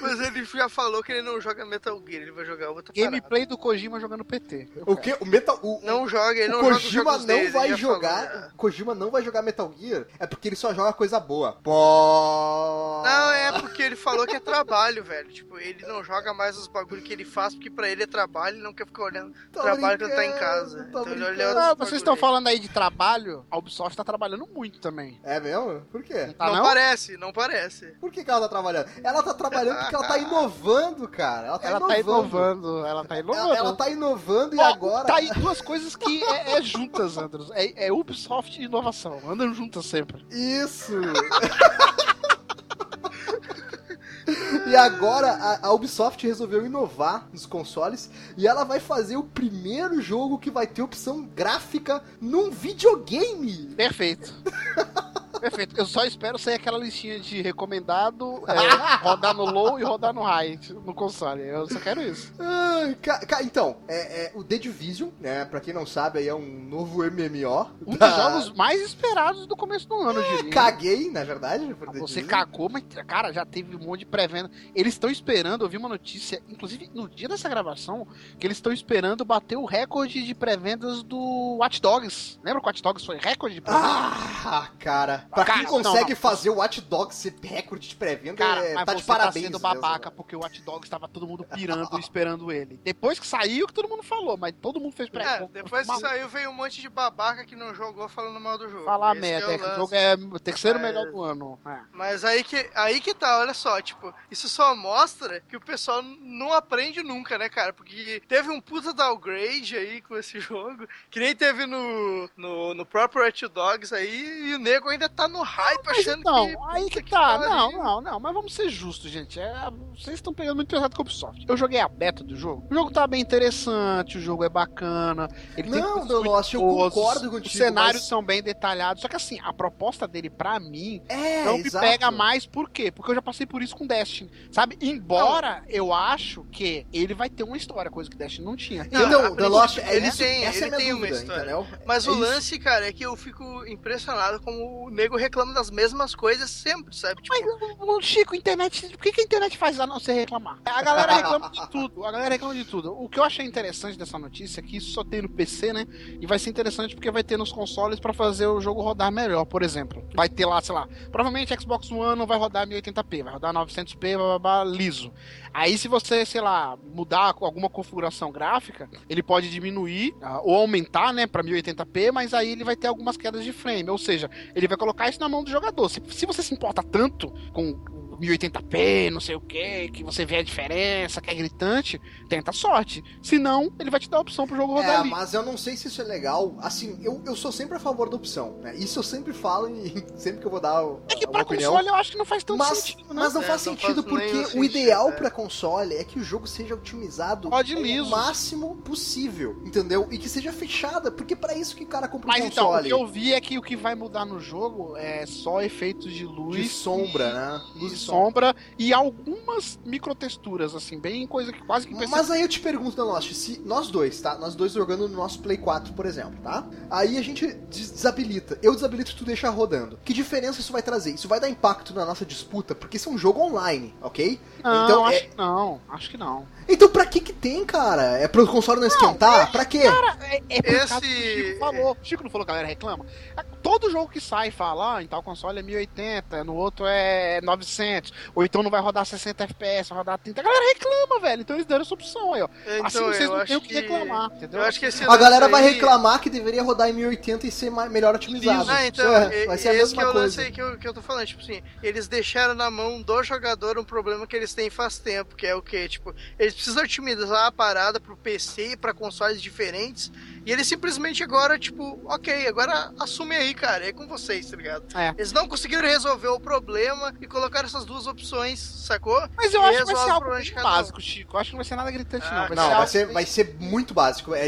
Mas ele já falou que ele não joga Metal Gear, ele vai jogar outra parada.
gameplay do Kojima jogando PT.
O que? O Metal. O,
Não joga, ele não
o
joga
Kojima
os jogos
não
dele, ele
vai
já falou,
jogar.
né?
o Kojima não vai jogar Metal Gear é porque ele só joga coisa boa. Pô.
Não, é porque ele falou que é trabalho, velho. Tipo, ele não joga mais os bagulho que ele faz, porque pra ele é trabalho, ele não quer ficar olhando
Tô
trabalho quando tá em
brincando,
casa.
tô
Então ele
brincando.
olhou-
Ah,
Não,
vocês
bagulho
estão
aí.
falando aí de trabalho, a Ubisoft tá trabalhando muito também.
É mesmo? Por quê?
Tá
não,
não?
parece, não parece.
Por que, que ela tá trabalhando? Ela tá trabalhando porque ela tá inovando, cara. Ela tá
Ela tá
inovando.
inovando, ela tá inovando.
Ela, ela tá inovando e
Ó,
agora.
Tá aí duas coisas que é, é juntas, Andros. É, é Ubisoft e inovação. Andam juntas sempre. [laughs]
Isso! e agora a, a Ubisoft resolveu inovar nos consoles e ela vai fazer o primeiro jogo que vai ter opção gráfica num videogame.
Perfeito. Perfeito. Eu só espero sair aquela listinha de recomendado, é, rodar no low e rodar no high no console. Eu só quero isso.
Ai, ca- ca- então, é, é, o The Division, né? Pra quem não sabe, aí é um novo MMO.
Um
da-
dos jogos mais esperados do começo do ano, eu diria.
Caguei, na verdade, por The
Ah, Você
Division.
cagou, mas, cara, já teve um monte de pré-venda. Eles estão esperando, eu vi uma notícia, inclusive no dia dessa gravação, que eles estão esperando bater o recorde de pré-vendas do Watch Dogs. Lembra que o Watch Dogs foi recorde de pré-venda?
Ah, cara. Pra
Cara,
quem
não,
consegue
não.
fazer o Watch Dogs ser recorde de pré-venda,
Cara,
é,
mas
tá
você
de parabéns.
tá sendo
mesmo.
babaca porque o Watch Dogs tava todo mundo pirando, [laughs] esperando ele. Depois que saiu, que todo mundo falou, mas todo mundo fez pré
É, depois que saiu, veio um monte de babaca que não jogou falando mal do jogo.
Falar
Esse
merda,
é
é
o
que o
lance.
jogo é o terceiro
Mas-
melhor do ano. É.
Mas aí que, aí que tá, olha só, tipo, isso só mostra que o pessoal não aprende nunca, né, cara? Porque teve um puta downgrade aí com esse [laughs] jogo, que nem teve no, no, no próprio Hot Dogs aí, e o nego ainda tá no hype
Mas
achando
então,
que.
aí que
que
tá.
pariu.
Não, não, não. Mas vamos ser justos, gente. É, vocês estão pegando muito pesado com a Ubisoft. Eu joguei a beta do jogo. O jogo tá bem interessante, o jogo é bacana. Ele tem
Não,
coisas
não,
muito
Lost, eu
boas,
concordo
Os
contigo.
cenários
mas-
são bem detalhados. Só que assim, a proposta dele, pra mim,
É,
não me
exato.
pega mais, por quê? Porque eu já passei por isso com Destiny, sabe? Embora eu acho que ele vai ter uma história, coisa que Destiny não [laughs] tinha.
Não, não,
a
The Lost,
princípio,
é
ele
isso,
tem-
essa é a
ele
minha
tem uma
dúvida,
história.
entendeu?
Mas
É
o
isso.
lance, cara, é que eu fico impressionado como o nego reclama das mesmas coisas sempre, sabe? Tipo,
Ô, Chico, internet, o que, que a internet faz a não ser reclamar? A galera [laughs] reclama de tudo, a galera reclama de tudo. O que eu achei interessante dessa notícia é que isso só tem no PC, né? E vai ser interessante porque vai ter nos consoles pra fazer o jogo rodar melhor, por exemplo. Vai ter lá, sei lá, provavelmente Xbox One não vai rodar 1080p, vai rodar 900p, blá, blá, blá, liso. Aí se você, sei lá, mudar alguma configuração gráfica, ele pode diminuir ah, ou aumentar, né, pra 1080p, mas aí ele vai ter algumas quedas de frame, ou seja, ele vai colocar isso na mão do jogador. Se, se você se importa tanto com 1080p, não sei o que, que você vê a diferença, que é gritante, tenta a sorte. Se não, ele vai te dar a opção pro jogo rodar
É,
ali.
mas eu não sei se isso é legal. Assim, eu, eu sou sempre a favor da opção. né? Isso eu sempre falo e [laughs] sempre que eu vou dar o-
É que
a-
pra
uma opinião.
console eu acho que não faz tanto
Mas,
sentido, né?
mas não
É,
faz
não
Então sentido
faz
porque
nenhum
o
sentido,
ideal
é.
pra console é que o jogo seja otimizado
Pode
ao
liso.
máximo possível, entendeu? E que seja fechada, porque pra isso que o cara compra um
Mas então, o
console.
que eu vi é que o que vai mudar no jogo é só efeitos de luz.
De sombra,
e-
né?
Luz e sombra e algumas microtexturas, assim, bem coisa que quase que
Mas aí eu te pergunto, Danosh, se nós dois, tá? Nós dois jogando no nosso Play 4, por exemplo, tá? Aí a gente des- desabilita. Eu desabilito e tu deixa rodando. Que diferença isso vai trazer? Isso vai dar impacto na nossa disputa, porque isso é um jogo online, ok?
assim, Não,
então,
acho
é-
que não, acho que não.
Então pra que que tem, cara? É pro console não esquentar? Pra quê?
É, é por
Esse-
causa que o Chico falou. O é, Chico não falou que a galera reclama? É, Todo jogo que sai fala, ah, em tal console é 1080, no outro é 900, ou então não vai rodar 60 FPS, vai rodar 30. A galera reclama, velho. Então eles deram essa opção aí, ó.
então
assim vocês
eu
não têm
acho
o que reclamar, entendeu?
Eu acho que esse
A
lance
galera vai
aí-
reclamar que deveria rodar em 1080 e ser mais, melhor otimizado.
Ah, então,
Ué,
e-
vai ser a
esse que é
mesma
o lance
coisa.
aí que eu, que eu tô falando, tipo assim, eles deixaram na mão do jogador um problema que eles têm faz tempo, que é o quê? Tipo, eles precisam otimizar a parada pro PC e pra consoles diferentes, E ele simplesmente agora, tipo, ok, agora assume aí, cara, é com vocês, tá ligado?
É.
Eles não conseguiram resolver o problema e colocaram essas duas opções, sacou?
Mas eu
E
acho que vai ser
resolve o
algo
problema de
bem
cada um.
básico, Chico. Eu acho que não vai ser nada gritante,
Ah,
não. Vai
Não,
ser
vai
algo...
ser, vai ser muito básico. É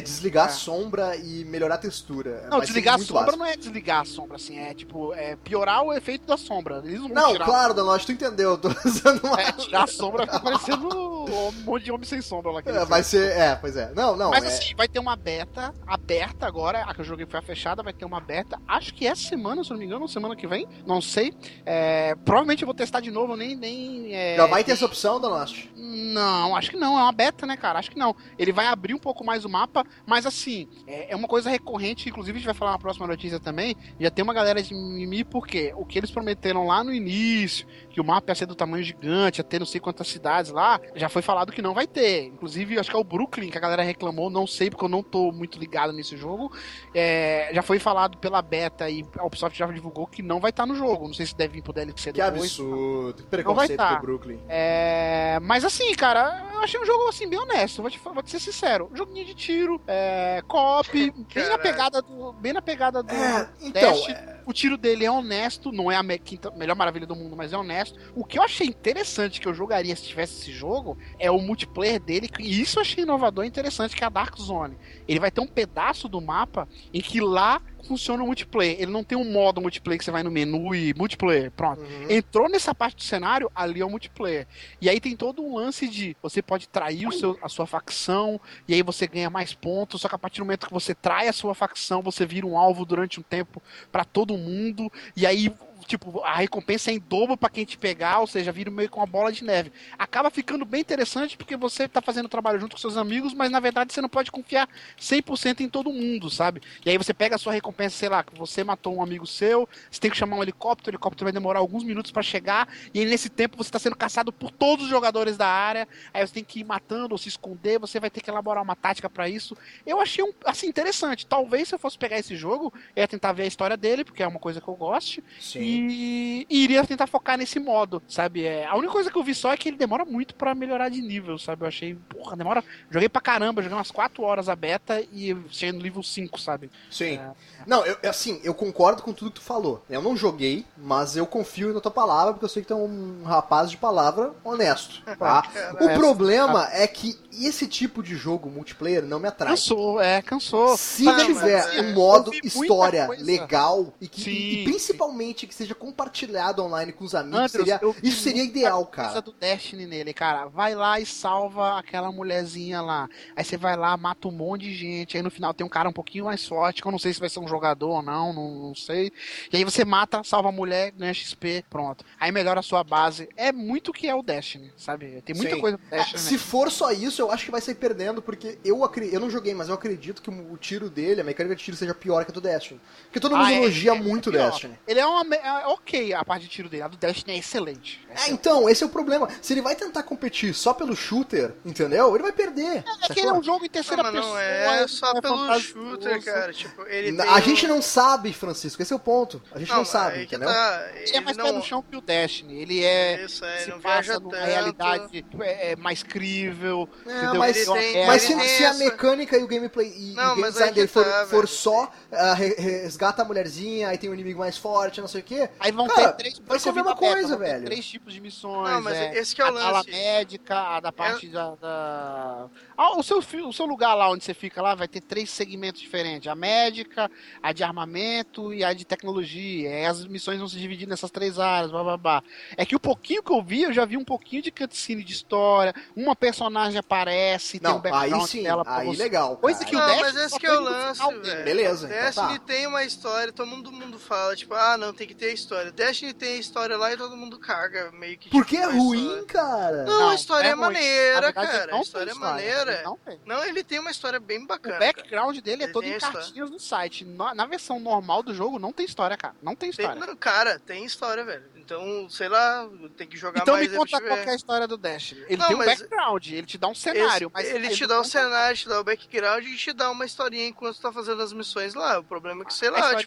É.
desligar a sombra e melhorar a textura.
Não,
Vai ser
desligar a
muito
sombra
básico.
não é desligar a sombra, assim. É tipo, é piorar o efeito da sombra. Eles não vão
Não,
tirar.
claro, Danote, tu entendeu. [laughs] Eu tô usando uma...
É, tirar a sombra fica parecendo um monte de homem sem sombra lá. que eles
É, Vai ser. É, pois é. Não, não.
Mas
é-
assim, vai ter uma beta aberta agora. A que eu joguei foi a fechada, vai ter uma beta. Acho que essa semana, se eu não me engano, ou semana que vem. Não sei. É, provavelmente eu vou testar de novo, nem. nem é,
Já vai ter essa opção, Danote?
Não, acho que não. É uma beta, né, cara? Acho que não. Ele vai abrir um pouco mais o mapa, mas assim, é é uma coisa recorrente. Inclusive, a gente vai falar na próxima notícia também. Já tem uma galera de mimimi, porque o que eles prometeram lá no início, que o mapa ia ser do tamanho gigante, ia ter não sei quantas cidades lá, já foi falado que não vai ter. Inclusive, acho que é o Brooklyn que a galera reclamou, não sei, porque eu não tô muito ligado nesse jogo. É, já foi falado pela beta e a Ubisoft já divulgou que não vai estar no jogo. Não sei se deve vir pro DLC
Que
depois.
absurdo. Que
Não vai
preconceito
tá.
do Brooklyn.
É, mas assim, cara, eu achei um jogo assim bem honesto, vou te, fa- vou te ser sincero. Joguinho de tiro, é, co-op, bem na
Caralho.
pegada do. Bem na pegada do.
É, então.
Dash. O tiro dele é honesto, não é a me- quinta- melhor maravilha do mundo, mas é honesto. O que eu achei interessante que eu jogaria se tivesse esse jogo é o multiplayer dele, que- e isso eu achei inovador e interessante, que é a Dark Zone. Ele vai ter um pedaço do mapa em que lá funciona o multiplayer. Ele não tem um modo multiplayer que você vai no menu e multiplayer, pronto.
Uhum.
Entrou nessa parte do cenário, ali é o multiplayer. E aí tem todo um lance de você pode trair o seu, a sua facção, e aí você ganha mais pontos, só que a partir do momento que você trai a sua facção, você vira um alvo durante um tempo pra todo mundo, e aí, tipo, a recompensa é em dobro pra quem te pegar, ou seja, vira meio com uma bola de neve. Acaba ficando bem interessante porque você tá fazendo trabalho junto com seus amigos, mas na verdade você não pode confiar 100% em todo mundo, sabe? E aí você pega a sua recompensa, sei lá, que você matou um amigo seu, você tem que chamar um helicóptero, o helicóptero vai demorar alguns minutos pra chegar, e aí nesse tempo você tá sendo caçado por todos os jogadores da área, aí você tem que ir matando ou se esconder, você vai ter que elaborar uma tática pra isso. Eu achei um, assim interessante. Talvez se eu fosse pegar esse jogo, eu ia é tentar ver a história dele, porque é uma coisa que eu gosto,
Sim.
e, e iria tentar focar nesse modo, sabe? É, a única coisa que eu vi só é que ele demora muito pra melhorar de nível, sabe? Eu achei, porra, demora. Joguei pra caramba, joguei umas 4 horas a beta e cheguei no nível 5, sabe?
Sim.
É.
Não, eu, eu, assim, eu concordo com tudo que tu falou. Eu não joguei, mas eu confio na tua palavra, porque eu sei que tu é um rapaz de palavra honesto,
É,
tá? O problema é que esse tipo de jogo multiplayer não me atrai.
Cansou, é, cansou.
Se
Tá,
tiver
mas é-
um modo
eu vi muita
história
coisa.
legal e, que,
Sim,
e- e principalmente que seja compartilhado online com os amigos,
Andrews,
seria-
eu vi
isso seria
muita
ideal,
coisa
cara.
do Destiny nele, cara. Vai lá e salva aquela mulherzinha lá. Aí você vai lá, mata um monte de gente. Aí no final tem um cara um pouquinho mais forte, que eu não sei se vai ser um jogador ou não, não, não sei. E aí você mata, salva a mulher, ganha XP, pronto. Aí melhora a sua base. É muito que é o Destiny, sabe? Tem muita
Sim.
coisa do
É,
Destiny. né?
se for só isso, eu acho que vai sair perdendo, porque eu acre- eu não joguei, mas eu acredito que o tiro dele, a mecânica de tiro, seja pior que a do Destiny. Porque todo mundo
Ah, é,
elogia
é, é
muito o
pior.
Destiny.
Ele é, uma, me- é ok a parte de tiro dele. A do Destiny é excelente.
É, então, esse é o problema. Se ele vai tentar competir só pelo shooter, entendeu? Ele vai perder.
É que ele é um jogo em terceira
Não, mas
pessoa.
não é, só pelo
fantasioso.
shooter, cara. Tipo, ele
Na-
tem
A
um-
gente não sabe, Francisco, esse é o ponto. A gente não,
mas
sabe,
aí que
entendeu?
Tá,
Ele é
ele
mais pé
não...
no chão que o Destiny. Ele é.
Isso, é,
se
não
passa
viaja
numa
tanto.
realidade é, é, mais crível.
É,
entendeu?
mas-
Tem uma
Ele
guerra.
Mas se,
ele tem
se a
essa-
mecânica e o gameplay e,
Não,
e o game
mas aí
design
que
dele for,
tá,
for
velho.
só ah, re- resgata a mulherzinha, aí tem um inimigo mais forte, não sei o quê.
aí vão
Cara,
ter três.
vai ser a
eu vi
mesma
na beta,
coisa,
vão ter
velho.
Três tipos de missões.
Não, mas
é,
esse que é o
a da ala
lance.
médica, a da parte da. da- Ah, o, seu, fi- o seu lugar lá onde você fica lá vai ter três segmentos diferentes: a médica, a de armamento e a de tecnologia. É, as missões vão se dividir nessas três áreas, blá blá blá. É que o pouquinho que eu vi, eu já vi um pouquinho de cutscene de história. Uma personagem aparece,
Não,
tem um
aí
background
sim,
dela pra
aí
você.
legal.
Coisa
cara.
que o
Não,
Destiny
mas esse
só
que é o
tem no
lance,
final dele.
velho.
Beleza, então
Destiny
tá.
tem uma história, todo mundo, mundo fala, tipo, ah, não, tem que ter história. Destiny tem a história lá e todo mundo caga, meio que.
Porque é
tipo, a história.
ruim, cara.
Não, a história é,
ruim. Na
maneira,
verdade,
cara.
não
A
tem
história é
ele
maneira.
não tem.
Não, ele tem uma história bem
O
bacana. cara.
background dele é
Ele
todo
tem
em
história.
cartinhas no site. Na, na versão normal do jogo não tem história, cara. Não tem
Tem,
história.
não, cara, tem história, velho. Então, sei lá, tem que jogar
então
mais
me conta
aí
qual
pra te ver.
que é a história do Dash. Ele
Não,
tem um
mas-
background, ele te dá um cenário.
Esse-
mas
ele te
não
dá o
conta-
cenário, te dá o background e te dá uma historinha enquanto tá fazendo as missões lá. O problema é que, sei
a
lá,
historinha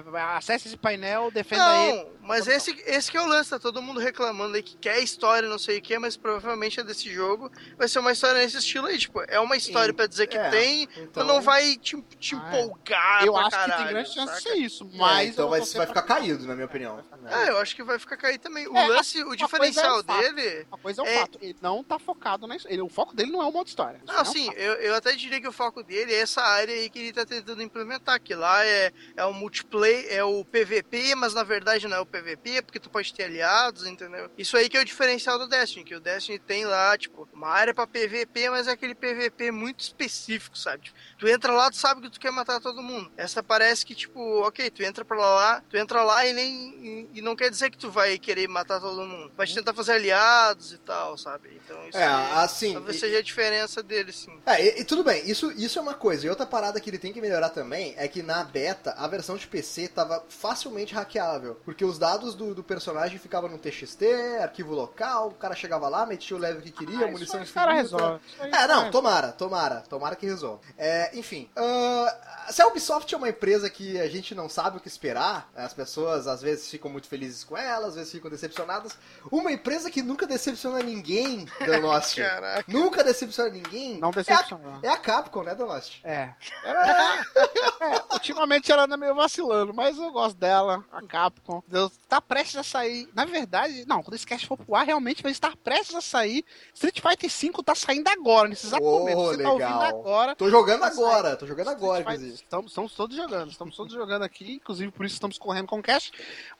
tipo.
é, acesse esse painel, defenda
aí.
Então, mas esse, esse que é o lance, tá todo mundo reclamando aí que quer história, não sei o que, mas provavelmente a desse jogo vai ser uma história nesse estilo aí, tipo, é uma história
Sim.
pra dizer que
É.
tem,
Então,
mas não vai te, te
Ah, é.
empolgar
eu
pra
acho
caralho,
que tem grande chance de
saca? É,
ser isso,
Mas
mas.
então
eu
vai,
vou torcer
vai
pra-
ficar caído, na minha opinião. É,
Ah, eu acho que vai ficar cair também. O
É,
lance, o diferencial
fato.
dele.
Uma coisa é um
É.
fato, ele não tá focado na história. Ele- O foco dele não é o modo história. Isso é
Não,
um
sim,
fato.
eu, eu até diria que o foco dele é essa área aí que ele tá tentando implementar, que lá é, é o multiplayer, é o PVP, mas na verdade não é o PVP, porque tu pode ter aliados, entendeu? Isso aí que é o diferencial do Destiny, que o Destiny tem lá, tipo, uma área pra PVP, mas é aquele PVP muito específico, sabe? Tipo, tu entra lá, tu sabe que tu quer matar todo mundo. Essa parece que, tipo, ok, tu entra pra lá, tu entra lá e nem. E, e não quer dizer que tu vai querer matar todo mundo. Vai tentar fazer aliados e tal, sabe? Então isso
É,
aí-
assim.
Talvez
e-
seja a diferença dele, sim.
É, e, e tudo bem, isso, isso é uma coisa. E outra parada que ele tem que melhorar também é que na beta, a versão de PC tava facilmente hackeável. Porque os dados do, do personagem ficavam no TXT, arquivo local, o cara chegava lá, metia o level que queria,
Ah, isso
munição
aí os caras
infinita.
resolvem. Isso aí
É,
os
não,
caras
tomara, tomara, tomara que resolva. É, enfim, ah, se a Ubisoft é uma empresa que a gente não sabe o que esperar, as pessoas às vezes ficam muito felizes com ela, às vezes ficam decepcionadas. Uma empresa que nunca decepciona ninguém, Dan Lost.
[laughs]
Caraca.
nunca decepciona ninguém.
Não
é a,
decepcionar.
é a Capcom, né, Dan Lost?
É. [laughs] Era- é, Ultimamente ela anda meio vacilando, mas eu gosto dela, a Capcom. Deus, tá prestes a sair. Na verdade, não, quando esse cast for pro ar, realmente vai estar prestes a sair. Street Fighter V tá saindo agora, nesse exato
Oh,
momento. Você tá
legal.
ouvindo agora.
Tô jogando
Nossa,
agora, tô jogando agora,
Street Fighter-
inclusive.
Estamos, estamos todos jogando, estamos todos jogando aqui, inclusive por isso estamos correndo com o cast.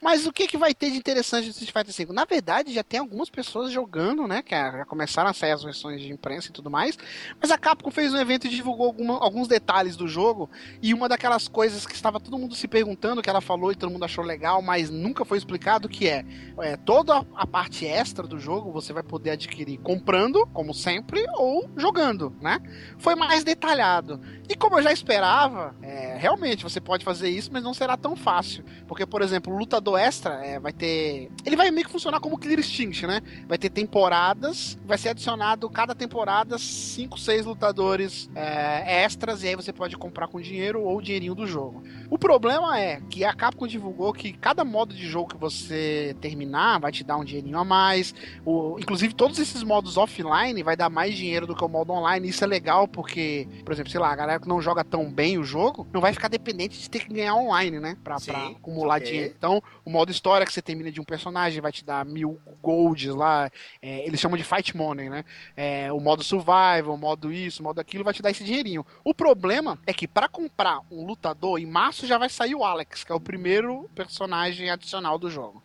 Mas o que, que vai ter de interessante no Street Fighter V? Na verdade, já tem algumas pessoas jogando, né? Que já começaram a sair as versões de imprensa e tudo mais. Mas a Capcom fez um evento e divulgou alguma- alguns detalhes do jogo. E uma daquelas coisas que estava todo mundo se perguntando, que ela falou e todo mundo achou legal, mas nunca foi explicado, que é, é toda a parte extra do jogo você vai poder adquirir comprando, como sempre, ou jogando, né? Foi mais detalhado. E como eu já esperava, é, realmente você pode fazer isso, mas não será tão fácil. Porque, por exemplo, o lutador extra é, vai ter. Ele vai meio que funcionar como Clear Extinct, né? Vai ter temporadas, vai ser adicionado cada temporada 5, 6 lutadores é, extras, e aí você pode comprar com dinheiro ou dinheirinho do jogo. O problema é que a Capcom divulgou que cada modo de jogo que você terminar vai te dar um dinheirinho a mais. O- inclusive, todos esses modos offline vai dar mais dinheiro do que o modo online. Isso é legal porque, por exemplo, sei lá, a galera que não joga tão bem o jogo não vai ficar dependente de ter que ganhar online, né? Pra,
Sim,
pra acumular
ok.
dinheiro. Então, o modo história que você termina de um personagem vai te dar mil golds lá. é, eles chamam de fight money, né? É, o modo survival, o modo isso, o modo aquilo, vai te dar esse dinheirinho. O problema é que pra comprar um lutador, em março já vai sair o Alex, que é o primeiro personagem adicional do jogo.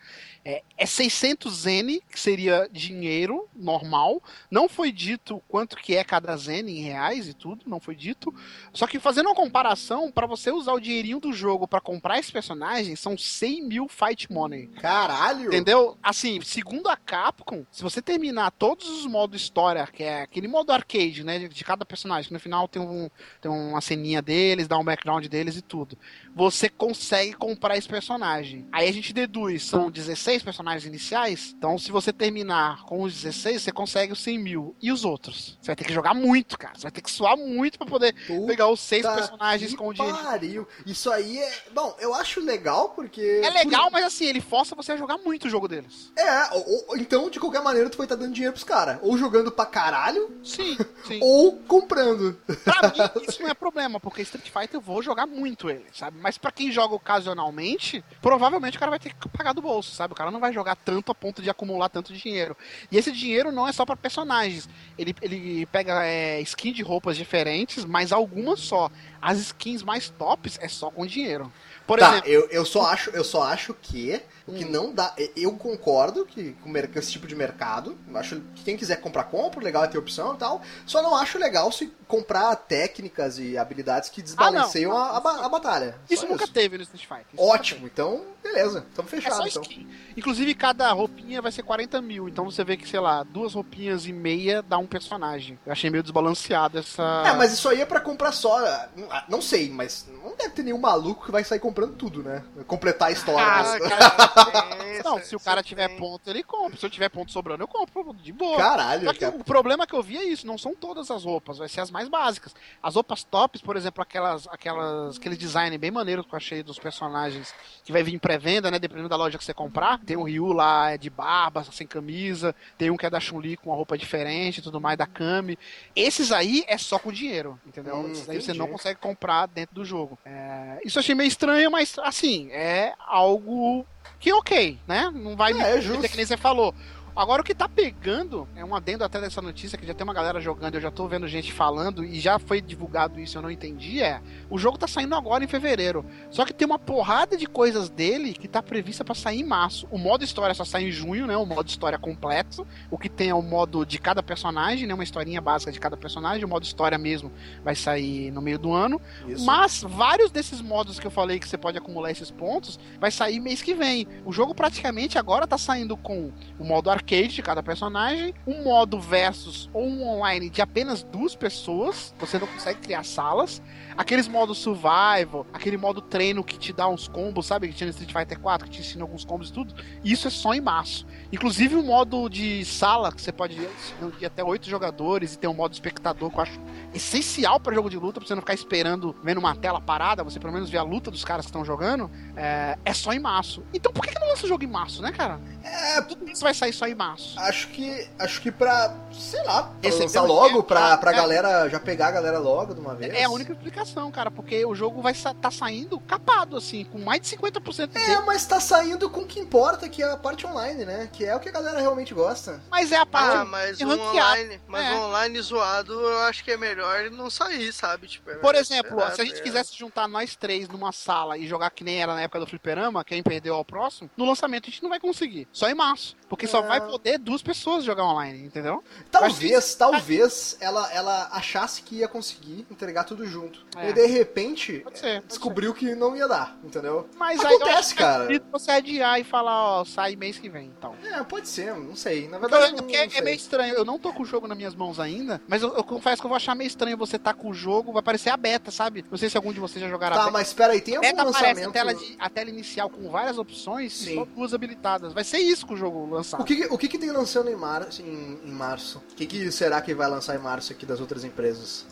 É, é 600N, que seria dinheiro normal. Não foi dito quanto que é cada Zen em reais e tudo, não foi dito. Só que fazendo uma comparação, pra você usar o dinheirinho do jogo pra comprar esse personagem, são 100 mil fight money.
Caralho!
Entendeu? Assim, segundo a Capcom, se você terminar todos os modos história, que é aquele modo arcade, né? De, de cada personagem, que no final tem, um, tem uma ceninha deles, dá um background deles e tudo. Você consegue comprar esse personagem. Aí a gente deduz, são 16 personagens iniciais. Então, se você terminar com os 16, você consegue os 100 mil. E os outros? Você vai ter que jogar muito, cara. Você vai ter que suar muito pra poder
Puta
pegar os seis
Tá,
personagens
que
com o dinheiro.
Pariu. Isso aí é. Bom, eu acho legal porque.
É legal, mas assim, ele força você a jogar muito o jogo deles.
É, ou- ou- então de qualquer maneira tu vai estar dando dinheiro pros caras. Ou jogando pra caralho,
Sim, sim.
ou comprando.
Pra mim, isso não é problema, porque Street Fighter eu vou jogar muito ele, sabe? Mas pra quem joga ocasionalmente, provavelmente o cara vai ter que pagar do bolso, sabe? O cara não vai jogar tanto a ponto de acumular tanto dinheiro. E esse dinheiro não é só pra personagens. Ele, ele pega é, skin de roupas diferentes, mas algumas só. As skins mais tops é só com dinheiro. Por
tá,
exemplo, Hum.
eu, eu só acho, eu só acho que o que não dá. e- Eu concordo que com mer- com esse tipo de mercado. eu acho que quem quiser comprar, compra, o legal é ter opção e tal. Só não acho legal se comprar técnicas e habilidades que desbalanceiam
Ah, não,
a, a ba- a batalha.
isso
Só
nunca é teve no Street Fighter. Isso nunca
Ótimo, então, beleza. Estamos
É só
fechados, então.
skin. Inclusive, cada roupinha vai ser 40 mil. Então você vê que, sei lá, duas roupinhas e meia dá um personagem. Eu achei meio desbalanceado essa.
É, mas isso aí é pra comprar só. ah, Não sei, mas não deve ter nenhum maluco que vai sair comprando tudo, né? Completar a história.
Ah,
mas-
cara,
Tem
Não,
essa-
se o
essa
é
cara tiver
tem.
ponto, ele compra. Se eu tiver ponto sobrando, eu compro. De boa. Só
[laughs] Caralho,
que
cara.
o problema que eu vi é isso, não são todas as roupas, vai ser as mais básicas. As roupas tops, por exemplo, aquelas, aquelas, aquele design bem maneiro que eu achei dos personagens que vai vir em pré-venda, né? Dependendo da loja que você comprar. Tem um Ryu lá é de barba, sem camisa, tem um que é da Chun-Li com uma roupa diferente e tudo mais, da Kami. Esses aí é só com dinheiro, entendeu?
Hum,
Esses aí você
entendi.
não consegue comprar dentro do jogo. É, Isso eu achei meio estranho, mas assim, é algo que ok, né? Não vai me
É, é
até
justo.
que nem você falou. Agora o que tá pegando, é um adendo até dessa notícia, que já tem uma galera jogando, eu já tô vendo gente falando, e já foi divulgado isso, eu não entendi, é. O jogo tá saindo agora em fevereiro. Só que tem uma porrada de coisas dele que tá prevista pra sair em março. O modo história só sai em junho, né? O modo história completo. O que tem é o modo de cada personagem, né? Uma historinha básica de cada personagem. O modo história mesmo vai sair no meio do ano.
Isso.
Mas vários desses modos que eu falei que você pode acumular esses pontos vai sair mês que vem. O jogo praticamente agora tá saindo com o modo arcade de cada personagem, um modo versus ou um online de apenas duas pessoas. Você não consegue criar salas. Aqueles modos survival, aquele modo treino que te dá uns combos, sabe? Que tinha no Street Fighter 4, que te ensina alguns combos e tudo. Isso é só em março. Inclusive o modo de sala, que você pode ir se não, ir até oito jogadores e tem um modo espectador que eu acho essencial para jogo de luta, pra você não ficar esperando vendo uma tela parada, você pelo menos ver a luta dos caras que estão jogando, é, é só em março. Então por que, que não lança o jogo em março, né, cara?
É,
Tudo isso vai sair só em março.
acho que. Acho que pra. Sei lá, pra
Esse
lançar
pelo
logo,
tempo,
pra, pra
é.
galera. Já pegar a galera logo de uma vez.
É a única explicação, cara, porque o jogo vai estar tá saindo capado, assim, com mais de 50% dele.
É, mas tá saindo com o que importa, que é a parte online, né? Que é o que a galera realmente gosta.
Mas é a parte.
Ah, mas
e
um
ranqueado,
online, mas
é.
um online zoado, eu acho que é melhor não sair, sabe? Tipo, é
Por
melhor
exemplo,
esperar,
se a gente
né?
quisesse juntar nós três numa sala e jogar que nem era na época do fliperama, quem perdeu ao próximo, no lançamento a gente não vai conseguir. Só em março. Porque só
É.
vai poder duas pessoas jogar online, entendeu?
Talvez, talvez ela, ela achasse que ia conseguir entregar tudo junto.
É.
E de repente,
Pode ser. pode ser.
descobriu que não ia dar, entendeu?
Mas aí eu acho
Acontece,
que é
cara.
bonito você adiar e falar, ó, sai mês que vem, então.
É, pode ser, não sei. Na verdade,
Então,
não,
porque é,
não sei.
meio estranho, eu não tô com o jogo nas minhas mãos ainda, mas eu, eu confesso que eu vou achar meio estranho você tá com o jogo, vai parecer a beta, sabe? Não sei se algum de vocês já jogaram
Tá,
a beta.
mas peraí, tem
A
algum
beta é aparece
lançamento...
a tela, de- a tela inicial com várias opções e
Sim.
só duas habilitadas. Vai ser isso que o jogo lançar.
O que, que- o que, que tem lançando em março? Em, em março? O que, que será que vai lançar em março aqui das outras empresas?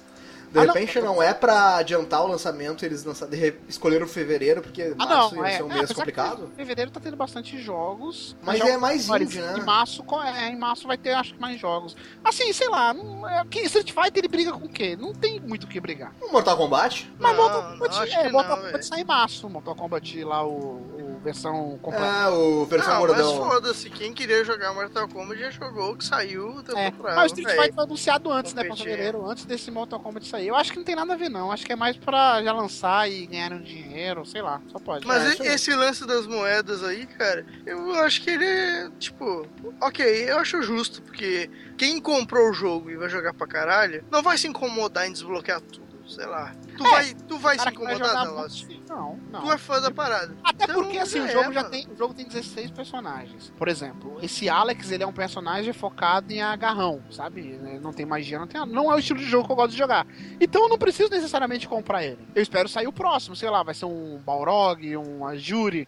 De
Ah, não.
repente não. é pra adiantar o lançamento, eles lança- de re- escolheram fevereiro, porque
Ah,
março
não,
ia
é.
ser um
É,
mês
apesar
complicado.
que fevereiro tá tendo bastante jogos.
Mas
jogos
é mais
menores.
indie, né?
Em março, qual é? Em março vai ter, acho que, mais jogos. Assim, sei lá, não, é, que Street Fighter ele briga com o quê? Não tem muito o que brigar.
Um Mortal Kombat?
Mas
Não,
Mortal
é. não,
Kombat,
acho
é,
que
Mortal
não,
Kombat sai em março, Mortal Kombat lá, o, o
É,
versão completa.
Ah, o versão
Não, mas
gordão.
foda-se, quem queria jogar Mortal Kombat já jogou o que saiu um, da
É.
temporada,
Mas o Street
véi.
Fighter foi anunciado antes, né, pra
Competir.
fevereiro, antes desse Mortal Kombat sair. Eu acho que não tem nada a ver, não. Acho que é mais pra já lançar e ganhar um dinheiro, sei lá, só pode.
Mas
É, isso
e-
aí.
esse lance das moedas aí, cara, eu acho que ele é, tipo, ok, eu acho justo, porque quem comprou o jogo e vai jogar pra caralho, não vai se incomodar em desbloquear tudo, sei lá. Tu
É,
vai, tu vai se
Cara que vai
incomodar,
jogar
não,
muito,
Lázaro.
não,
Tu
não.
é fã da parada.
Até
Então,
porque, assim, o
já
jogo
é,
já
mano.
tem, o jogo tem 16 personagens. Por exemplo, esse Alex, ele é um personagem focado em agarrão, sabe? Né, Não tem magia, não tem nada. Não é o estilo de jogo que eu gosto de jogar. Então eu não preciso necessariamente comprar ele. Eu espero sair o próximo, sei lá, vai ser um Balrog, um Ajuri.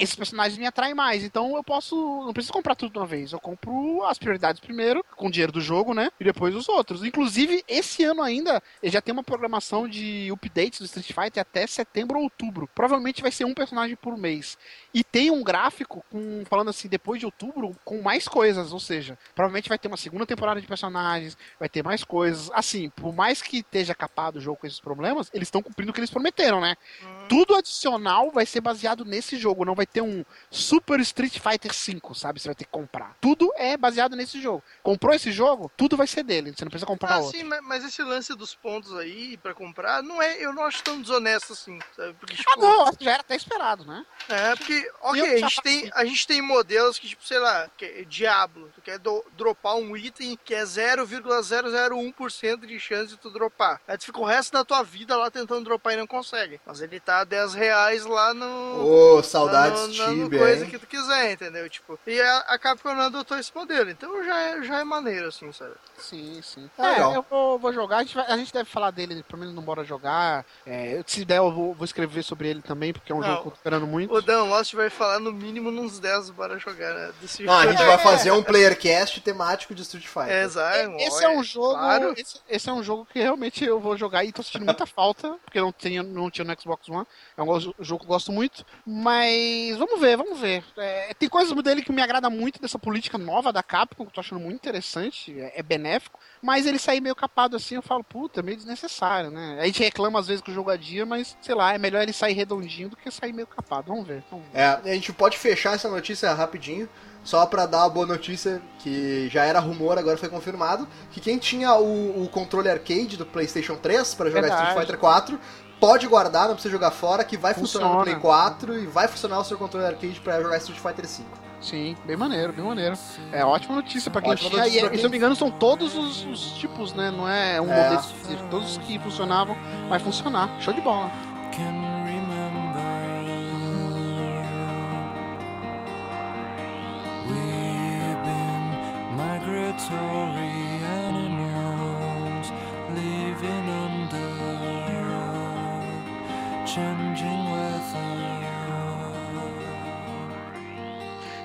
Esses personagens me atraem mais, então eu posso. Não preciso comprar tudo de uma vez. Eu compro as prioridades primeiro, com o dinheiro do jogo, né? E depois os outros. Inclusive, esse ano ainda, ele já tem uma programação de updates do Street Fighter até setembro ou outubro. Provavelmente vai ser um personagem por mês. E tem um gráfico com, falando assim, depois de outubro, com mais coisas. Ou seja, provavelmente vai ter uma segunda temporada de personagens, vai ter mais coisas. Assim, por mais que esteja capado o jogo com esses problemas, eles estão cumprindo o que eles prometeram, né?
Uhum.
Tudo adicional vai ser baseado nesse jogo. Não vai ter um Super Street Fighter V, sabe? Você vai ter que comprar. Tudo é baseado nesse jogo. Comprou esse jogo, tudo vai ser dele. Você não precisa comprar
Ah,
outro.
sim, ma- mas esse lance dos pontos aí pra comprar, não é, eu não acho tão desonesto assim, sabe? Porque, tipo,
Ah, não, acho que já era até esperado, né?
É, porque, ok,
Eu assim.
a
já
gente,
falei.
tem, a gente tem modelos que, tipo, sei lá, que é Diablo, tu quer do- dropar um item que é 0,001% de chance de tu dropar. Aí tu fica o resto da tua vida lá tentando dropar e não consegue. Mas ele tá a 10 reais lá no.
Ô,
lá
saudades,
no- na- no
Tibia,
coisa
hein?
que tu quiser, entendeu? Tipo, e a, a Capcom não adotou esse modelo, então já é, já é maneiro, assim, sabe?
Sim, sim.
Ah,
é,
legal.
eu vou, vou jogar, a gente, vai- a gente deve falar dele, pelo menos não bora jogar. É, eu- se der, eu vou, vou escrever sobre ele também, porque é um
Não.
jogo que eu tô esperando muito.
O Ô, Dan, o Lost vai falar no mínimo uns 10 para jogar né, desse
Não, a gente
É.
[laughs]
vai então. fazer um playercast temático de Street Fighter.
É, Zai,
Esse é um jogo.
claro.
Esse, esse é um jogo que realmente eu vou jogar e tô sentindo muita falta, porque não tinha, não tinha no Xbox One. É um go- jogo que eu gosto muito. Mas vamos ver, vamos ver. É, tem coisas dele que me agrada muito dessa política nova da Capcom, que eu tô achando muito interessante, é, é benéfico. Mas ele sair meio capado assim, eu falo, puta, é meio desnecessário, né? A gente reclama às vezes que o jogo adia, mas sei lá, é melhor ele sair redondinho do que sair meio capado. Vamos ver. Vamos ver.
É, a gente pode fechar essa notícia rapidinho, só pra dar a boa notícia, que já era rumor, agora foi confirmado, que quem tinha o, o controle arcade do PlayStation 3 pra jogar
Verdade.
Street Fighter 4, pode guardar, não precisa jogar fora, que vai funcionar no
Funciona.
Play 4 e vai funcionar o seu controle arcade pra jogar Street Fighter 5.
Sim, bem maneiro, bem maneiro. É ótima notícia pra quem
Ótima
tinha. E,
notícia pra
e, se eu não me engano, são todos os, os tipos, né? Não é um
É.
modelo específico. Todos os que funcionavam vai funcionar. Show de bola.
can remember you. We've been migratory animals living under changing weather.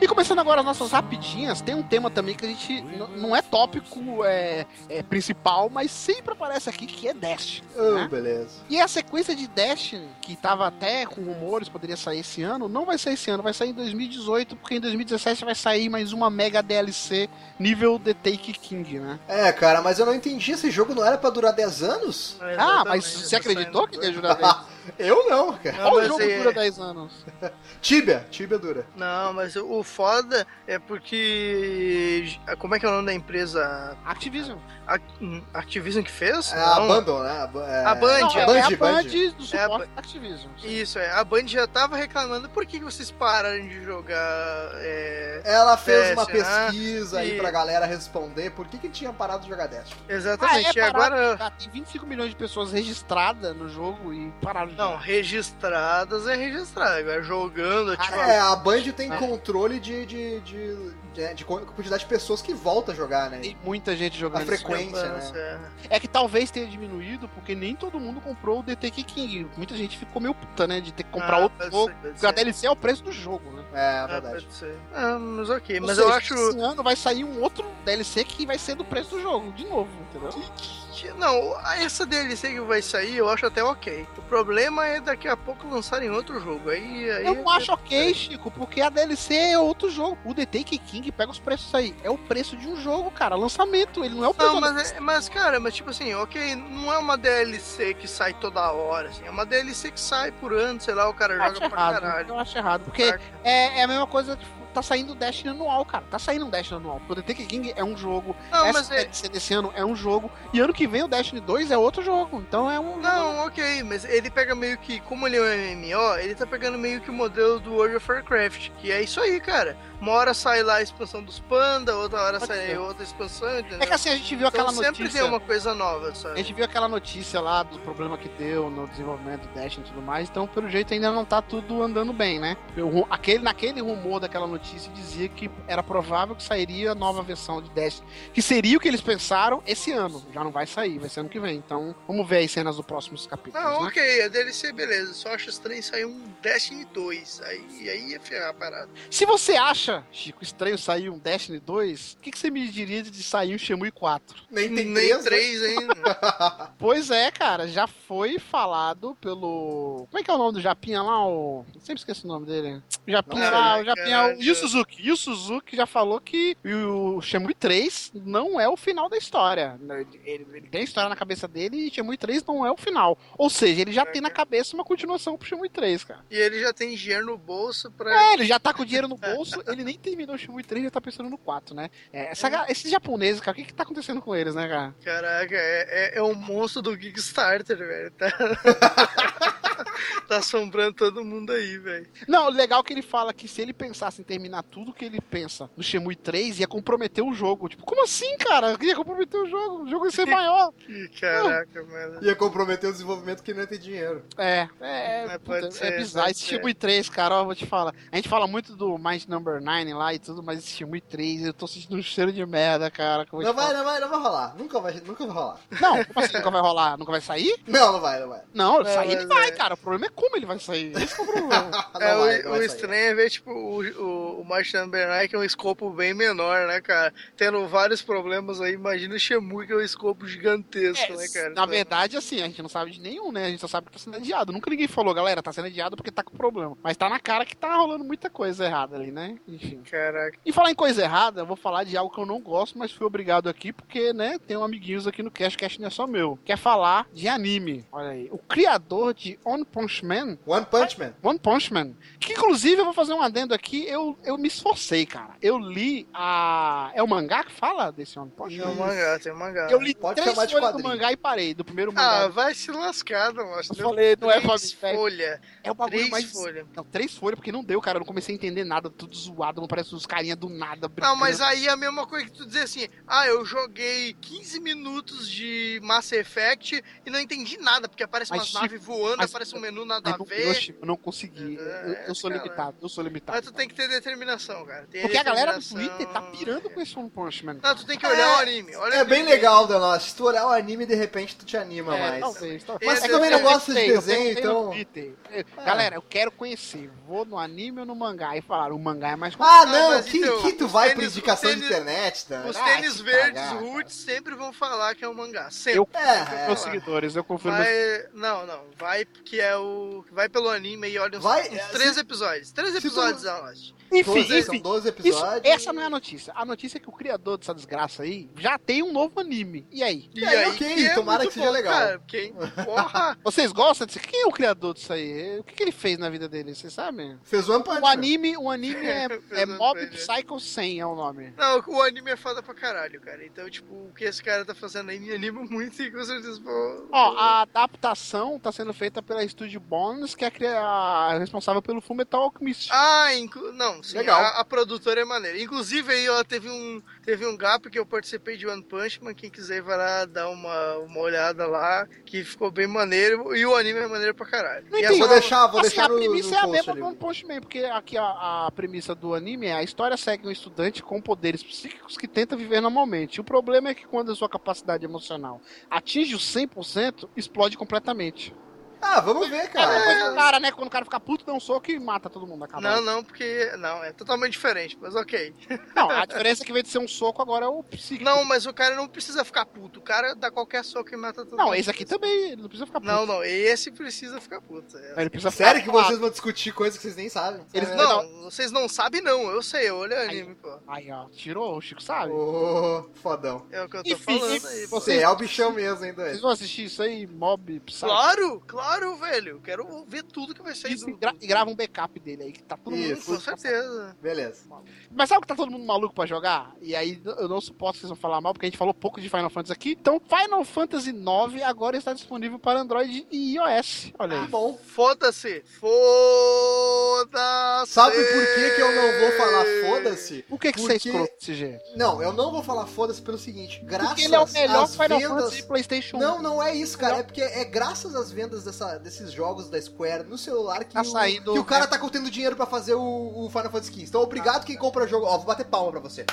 E começando agora as nossas rapidinhas, tem um tema também que a gente n- não é tópico é, é, principal, mas sempre aparece aqui que é Destiny.
Oh,
né?
beleza.
E a sequência de Destiny, que tava até com rumores, poderia sair esse ano, não vai sair esse ano, vai sair em 2018, porque em 2017 vai sair mais uma mega DLC nível The Take King, né?
É, cara, mas eu não entendi, esse jogo não era pra durar 10 anos?
é.
Ah, mas você acreditou que ia durar 10 anos?
Ah, [laughs] eu não, cara.
Não,
Qual
mas
jogo
é-
dura 10 anos?
Tibia, Tibia dura.
Não, mas o o foda é porque. Como é que é o nome da empresa?
Activision.
Ac- Activision que fez?
É a
Não.
Abandon, né? A, ba- é-
A Band,
Não,
é
é,
Band,
a Band,
Band.
do
É a
suporte da Activision.
Isso, é. A Band já tava reclamando. Por que que vocês pararam de jogar? é,
Ela fez
Teste,
uma
né?
pesquisa aí
E-
pra galera responder por que, que tinha parado de jogar Destiny.
Exatamente.
Ah, é
e agora.
Ah, tem 25 milhões de pessoas registradas no jogo e pararam de
Não,
jogar.
registradas é registrada. Agora jogando, tipo, ativamente.
É, a Band tem
Ah.
controle de, de, de, de- de quantidade de pessoas que volta a jogar, né?
Tem muita gente jogando.
A
esse jogo.
frequência. né?
É que talvez tenha diminuído, porque nem todo mundo comprou o DT King. Muita gente ficou meio puta, né? De ter que
Ah,
comprar outro jogo. Porque a DLC é o preço do jogo, né?
É,
É
verdade.
pode ser. Ah, mas ok,
Ou
mas
seja,
eu acho.
Esse ano vai sair um outro DLC que vai ser do preço do jogo, de novo, entendeu?
que- Não, essa DLC que vai sair eu acho até ok. O problema é daqui a pouco lançarem outro jogo. Aí, aí é.
Eu não acho ok, Chico, porque a DLC é outro jogo. O The Take King pega os preços aí. É o preço de um jogo, cara. Lançamento, ele não é o preço
Não,
da-
mas, é- mas cara, mas tipo assim, ok, não é uma DLC que sai toda hora, assim, é uma DLC que sai por ano, sei lá, o cara
Eu
joga
acho
pra
Tá errado.
caralho. Tá
Eu acho errado, porque
saca?
é, é a mesma coisa, tipo, tá saindo Destiny anual, cara. Tá saindo um Destiny anual. O The Take King é um jogo,
Não,
essa
mas é.
DLC desse ano é um jogo, e ano que vem o Destiny 2 é outro jogo. Então é um.
Não, ok, mas ele pega meio que, como ele é um MMO, ele tá pegando meio que o modelo do World of Warcraft, que é isso aí, cara. Uma hora sai lá a expansão dos panda, outra hora
Pode
sai
ser.
outra expansão, entendeu?
É que assim, a gente viu aquela
então sempre
notícia.
tem uma coisa nova,
A
sabe?
gente viu aquela notícia lá do problema que deu no desenvolvimento do Destiny e tudo mais, então pelo jeito ainda não tá tudo andando bem, né? Eu, ru- aquele, naquele rumor daquela notícia dizia que era provável que sairia a nova versão de Destiny, que seria o que eles pensaram esse ano. Já não vai sair, vai ser ano que vem. Então vamos ver as cenas dos próximos capítulos,
Não,
né?
ok, é a DLC beleza, só acho estranho sair um Destiny 2, aí, aí ia ferrar a parada.
Se você acha, Chico, estranho sair um Destiny 2, o que, que você me diria de sair um Shemui 4?
Nem tem
Nem
três, né?
3 [laughs] ainda.
Pois é, cara, já foi falado pelo... Como é que é o nome do Japinha lá? O... eu Sempre esqueço o nome dele. O Japinha
Não
lá,
sei,
o Japinha...
cara,
o Yu Suzuki. Yu Suzuki já falou que o Shemui 3 não é o final da história. Ele, ele tem a história na cabeça dele e Shemui 3 não é o final. Ou seja, ele já tem na cabeça uma continuação pro Shemui 3, cara.
e ele já tem dinheiro no bolso pra.
É, ele já tá com o dinheiro no bolso, ele nem terminou o Shimui 3 já tá pensando no 4, né? É, essa ga- esses japoneses, cara, o que que tá acontecendo com eles, né, cara?
Caraca, é, é, é um monstro do Kickstarter, velho. [laughs] Tá... tá assombrando todo mundo aí, velho.
Não, o legal é que ele fala que se ele pensasse em terminar tudo que ele pensa no Shemui 3, ia comprometer o jogo. Tipo, como assim, cara? Eu queria comprometer o jogo, o jogo ia
[laughs]
ser maior.
Que Caraca, mano.
Ia é comprometer o desenvolvimento que não ia ter dinheiro.
É, é, é,
É, pode
puta,
ser,
é bizarro.
pode
Esse
ser.
Shemui 3, cara, ó, vou te falar. A gente fala muito do Mind Number 9 lá e tudo, mas esse Shemui 3, eu tô sentindo um cheiro de merda, cara. que eu vou te
Não vai,
falar.
não vai, não vai rolar. Nunca vai, nunca vai rolar. [laughs]
não, como assim nunca vai rolar? Nunca vai sair?
Não, não vai, não vai.
Não,
Não,
sair ele
mas
vai,
é.
cara. O problema é como ele vai sair. Esse que é o problema.
É,
[laughs] [laughs] Não vai,
o, o
não vai sair.
estranho é ver, tipo, o, o, o Martin Bernard é um escopo bem menor, né, cara? Tendo vários problemas aí, imagina o Shemui, que é um escopo gigantesco, né, cara?
É, Na verdade, assim, a gente não sabe de nenhum, né? A gente só sabe que tá sendo adiado. Nunca ninguém falou, galera, tá sendo adiado porque tá com problema. Mas tá na cara que tá rolando muita coisa errada ali, né? Enfim.
Caraca.
E falar em coisa errada, eu vou falar de algo que eu não gosto, mas fui obrigado aqui, porque, né, tem um amiguinhos aqui no cast, o cast não é só meu. Quer falar de anime. Olha aí. O criador de One Punch Man,
One Punch Man.
One Punch Man, que inclusive eu vou fazer um adendo aqui, eu, eu me esforcei, cara. Eu li a... É o mangá que fala desse One Punch
Tem um
Man?
mangá, tem um mangá.
Eu li
Pode
três
chamar de
folhas do
quadrinho.
mangá e parei, do primeiro
Ah,
mangá.
vai se lascar, não, acho.
eu falei, não é pra
Três
mim, velho.
folha,
É o bagulho
três
mais...
folha.
Não, três folhas, porque não deu, cara. Eu não comecei a entender nada, tudo zoado, não parece os carinha do nada.
Não,
brincando.
mas aí é a mesma coisa que tu dizer assim, ah, eu joguei 15 minutos de Mass Effect e não entendi nada, porque aparece
Mas,
umas
Chico,
naves voando,
mas-
aparece um menu
Eu
nada a
não,
ver.
eu, che- eu não consegui. Eu, eu sou
É, cara.
limitado, eu sou limitado.
Mas tu tem que ter determinação, cara. Tem
Porque a galera do
determinação.
Twitter tá pirando com esse One Punch Man.
Não,
cara.
tu tem que olhar o anime. Olha o
É
anime
bem
dele.
legal, Danosh. Se tu olhar o anime, de repente tu te anima
É,
mais.
talvez, talvez.
Mas
É que
também
eu
não
gosta de
perguntei, eu
desenho,
perguntei no
um
então-
Twitter.
É.
Eu- Galera, eu quero conhecer. Vou no anime ou no mangá? E falaram, o mangá é mais.
Ah,
Ah,
não,
mas
que,
então,
que tu
os
vai por
tênis-
indicação
os
de
tênis-
internet, Danosh?
Os
Ah,
tênis
que
verdes
cagada.
roots sempre vão falar que é um mangá. Sempre.
Eu
É,
meus
é.
seguidores, eu confirmo. assim.
Vai, não, não. Vai que é o. Vai pelo anime e olha os,
Vai- é,
os três episódios. Três
tu-
episódios, Alast.
Enfim,
Todos eles
enfim.
são
Isso,
12 episódios.
essa não é a notícia. A notícia é que o criador dessa desgraça aí já tem um novo anime. E aí?
E
É, ok, tomara
muito
que seja legal.
Cara, porque, hein,
[laughs]
porra,
Vocês gostam disso? Quem é o criador disso aí? O que, que ele fez na vida dele? Vocês sabem?
Fez One Punch
é O
Man.
anime, o anime [laughs] é, é Mob Psycho 100 é o nome.
não, o anime é foda pra caralho, cara. Então, tipo, o que esse cara tá fazendo aí me anima muito e com certeza vou.
Ó, a adaptação tá sendo feita pela Studio Bones, que é a cria- a responsável pelo Fullmetal Alchemist.
Ah, inclu- não, sim,
Legal.
A, a produtora é maneira. Inclusive aí, ó, teve um, teve um gap que eu participei de One Punch Man, quem quiser vai lá dar uma, uma olhada lá, que ficou bem maneiro, e o anime é maneiro pra caralho.
Não
E
entendi.
Vou
agora-
deixar, vou
Assim,
deixar
a
no, no
premissa é a
post
mesma
ali.
do One Punch Man, porque aqui a, a premissa do anime é a história segue um estudante com poderes psíquicos que tenta viver normalmente. O problema é que quando a sua capacidade emocional atinge os 100%, explode completamente.
Ah, vamos ver,
É.
cara.
É, Depois o cara, né, quando o cara fica puto, dá um soco e mata todo mundo. Acaba.
Não, não, porque. Não, é totalmente diferente, mas ok.
Não, a diferença é que em vez de ser um soco, agora é o psíquico.
Não, mas o cara não precisa ficar puto. O cara dá qualquer soco e mata todo
Não,
mundo.
esse aqui também, ele não precisa ficar puto.
Não, não, esse precisa ficar puto. é.
Ele precisa ficar
Sério que
calado.
vocês vão discutir coisas que vocês nem sabem?
Eles
É.
Não, vocês não sabem, não. Eu sei, olha o anime, pô.
Aí, ó, tirou, o Chico sabe.
Ô, fodão.
É o que eu tô
Enfim,
falando aí. pô.
vocês,
Você é o bichão mesmo, hein,
vocês
doido?
vão assistir isso aí, Mob, Psycho?
Claro, claro, velho. Quero ver tudo que vai sair
Isso,
é
do.
e, gra e grava um backup dele aí, que tá todo mundo...
Isso.
Com certeza.
Beleza.
Mas sabe que tá todo mundo maluco pra jogar? E aí n- eu não suposto que vocês vão falar mal, porque a gente falou pouco de Final Fantasy aqui. Então, Final Fantasy IX agora está disponível para Android e iOS. Olha aí.
Tá Bom,
Foda-se. Foda-se.
sabe por que, que eu não vou falar foda-se?
O que que
Porque-
você é escroto desse jeito?
Não, eu não vou falar foda-se pelo seguinte. Graças
Porque ele é o melhor
às
Final
vendas...
Fantasy de Playstation 1.
Não, não é isso, cara.
Não.
É porque é graças às vendas dessa- desses jogos da Square no celular que,
Tá
o,
saindo-
que o cara tá contendo dinheiro pra fazer o, o Final Fantasy XV. Então, obrigado quem compra jogo. Ó, vou bater palma pra você.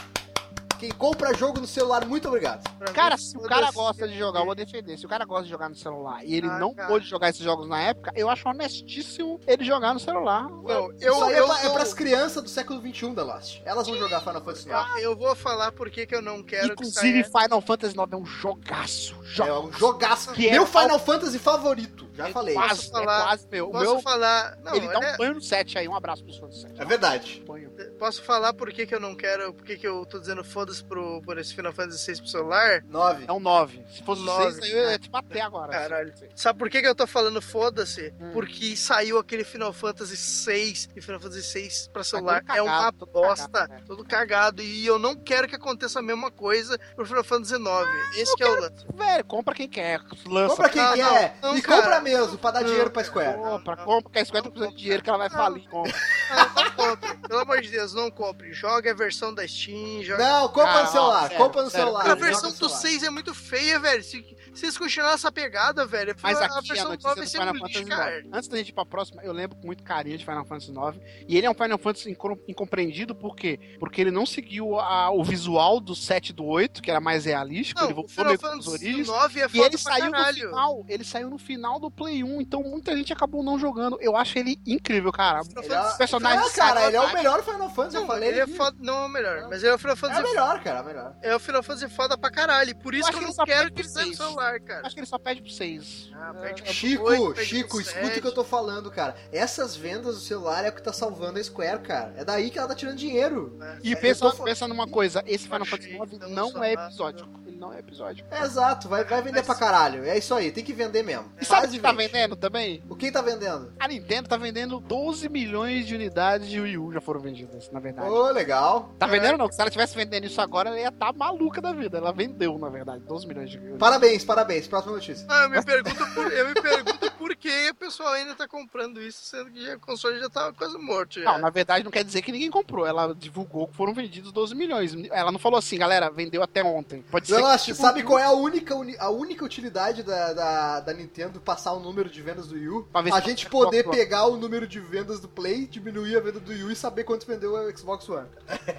Quem compra jogo no celular, muito obrigado.
Pra mim,
Cara, se o cara
foda-se.
gosta de jogar, eu vou defender. Se o cara gosta de jogar no celular e ele
Ah,
não
cara.
pôde jogar esses jogos na época, eu acho honestíssimo ele jogar no celular.
Não,
Eu,
eu,
isso aí é,
eu,
pra, é
eu,
pras crianças do século XXI da Lost. Elas vão jogar Final Fantasy IX.
Ah, eu vou falar por que que eu não quero
Inclusive,
que saia.
Final Fantasy IX é um jogaço.
É um jogaço.
Que é
Meu
qual-
Final Fantasy favorito. Já
É
falei.
Quase, é
falar-
quase meu. O
Posso
meu,
falar. Não, é-
ele dá
olha-
um banho no 7 aí. Um abraço pros fãs do 7.
É verdade.
Banho.
Posso falar por que, que eu não quero, por que, que eu tô dizendo foda-se pro, por esse Final Fantasy VI pro celular?
Nove.
É um 9. Se fosse
Nove, é.
6, eu ia te bater agora.
Caralho. Sabe por que, que eu tô falando foda-se?
Hum.
Porque saiu aquele Final Fantasy VI e Final Fantasy VI pra celular.
todo
é uma
Tá cagado, todo
bosta,
cagado, né?
todo cagado. E eu não quero que aconteça a mesma coisa pro Final Fantasy IX. Esse que é o lance.
Velho, compra quem quer. Lança.
Compra quem
Não, não,
quer.
não,
e
cara.
compra mesmo, pra dar dinheiro pra Square.
Compra, compra, que é 50% de dinheiro que ela vai falir. Compra.
Não, não compre. Pelo amor de Deus, não compre. Joga a versão da Steam, joga.
Não, compra
Ah,
no celular.
sério,
compra no
sério.
celular.
a
joga no
versão do
celular.
6 é muito feia, velho. Se- Se eles continuarem essa pegada, velho,
Mas
a- a
aqui a
versão
notícia
nova
do
vai ser
Final
um
Fantasy
lixo,
IX.
cara.
Antes da gente ir pra próxima, eu lembro com muito carinho de Final Fantasy IX. E ele é um Final Fantasy incom- incompreendido, por quê? Porque ele não seguiu a- o visual do 7 e do 8, que era mais realístico, Tipo, ele
Não, o
voltou
Final
meio com as
Fantasy
origens.
IX é
E
foda
ele
pra
saiu no
caralho.
final, ele saiu no final do Play 1, então muita gente acabou não jogando. Eu acho ele incrível, cara.
Final
Ele é-
Fantasy-
personagem
Ah, cara,
sai-
ele é o melhor Final Fantasy, eu
Não,
falei.
ele é
aqui.
foda, não é o melhor, mas ele é o Final
É o
Fantasy
melhor, cara, é o melhor.
É o Final Fantasy foda pra caralho. Por isso
acho
que eu
que
não
ele só
quero
perde pro
que eles entrem no
seis.
celular, cara.
Acho que ele só pede pra vocês.
Ah, perde pro
Chico,
oito, perde
Chico,
um
pro
escuta o
sete.
que eu tô falando, cara. Essas vendas do celular é o que tá salvando a Square, cara. É daí que ela tá tirando dinheiro.
E
né? É,
Eu
pensa,
tô fa-
pensa numa coisa, esse Final
Achei
Fantasy IX
que não
não é
sonava.
episódico. Ele não é episódico.
É exato, vai, vai vender pra caralho. É isso aí, tem que vender mesmo.
E sabe o
Faz
que
e
tá
vende.
vendendo também?
O quem tá vendendo?
A Nintendo tá vendendo 12 milhões de unidades de Wii U já foram vendidas, na
Ô,
verdade.
legal.
Tá vendendo não, se ela estivesse vendendo isso agora, ela ia estar maluca da vida. Ela vendeu, na verdade, 12 milhões de unidades.
Parabéns, parabéns. Próxima notícia.
Ah, eu me pergunto por, eu me pergunto por que o pessoal ainda tá comprando isso, sendo que já- o console já tá quase morto. Já.
Não, na verdade não quer dizer que ninguém comprou. Ela divulgou que foram vendidos 12 milhões. Ela não falou assim, galera, vendeu até ontem. Pode ser.
Zelash,
que
sabe
divulgue
qual é a única, uni- a única utilidade da, da, da Nintendo passar o número de vendas do Wii U?
Pra ver
A
se- tá
gente poder
Xbox One.
pegar o número de vendas do Play, diminuir a venda do Wii U e saber quanto vendeu o Xbox One.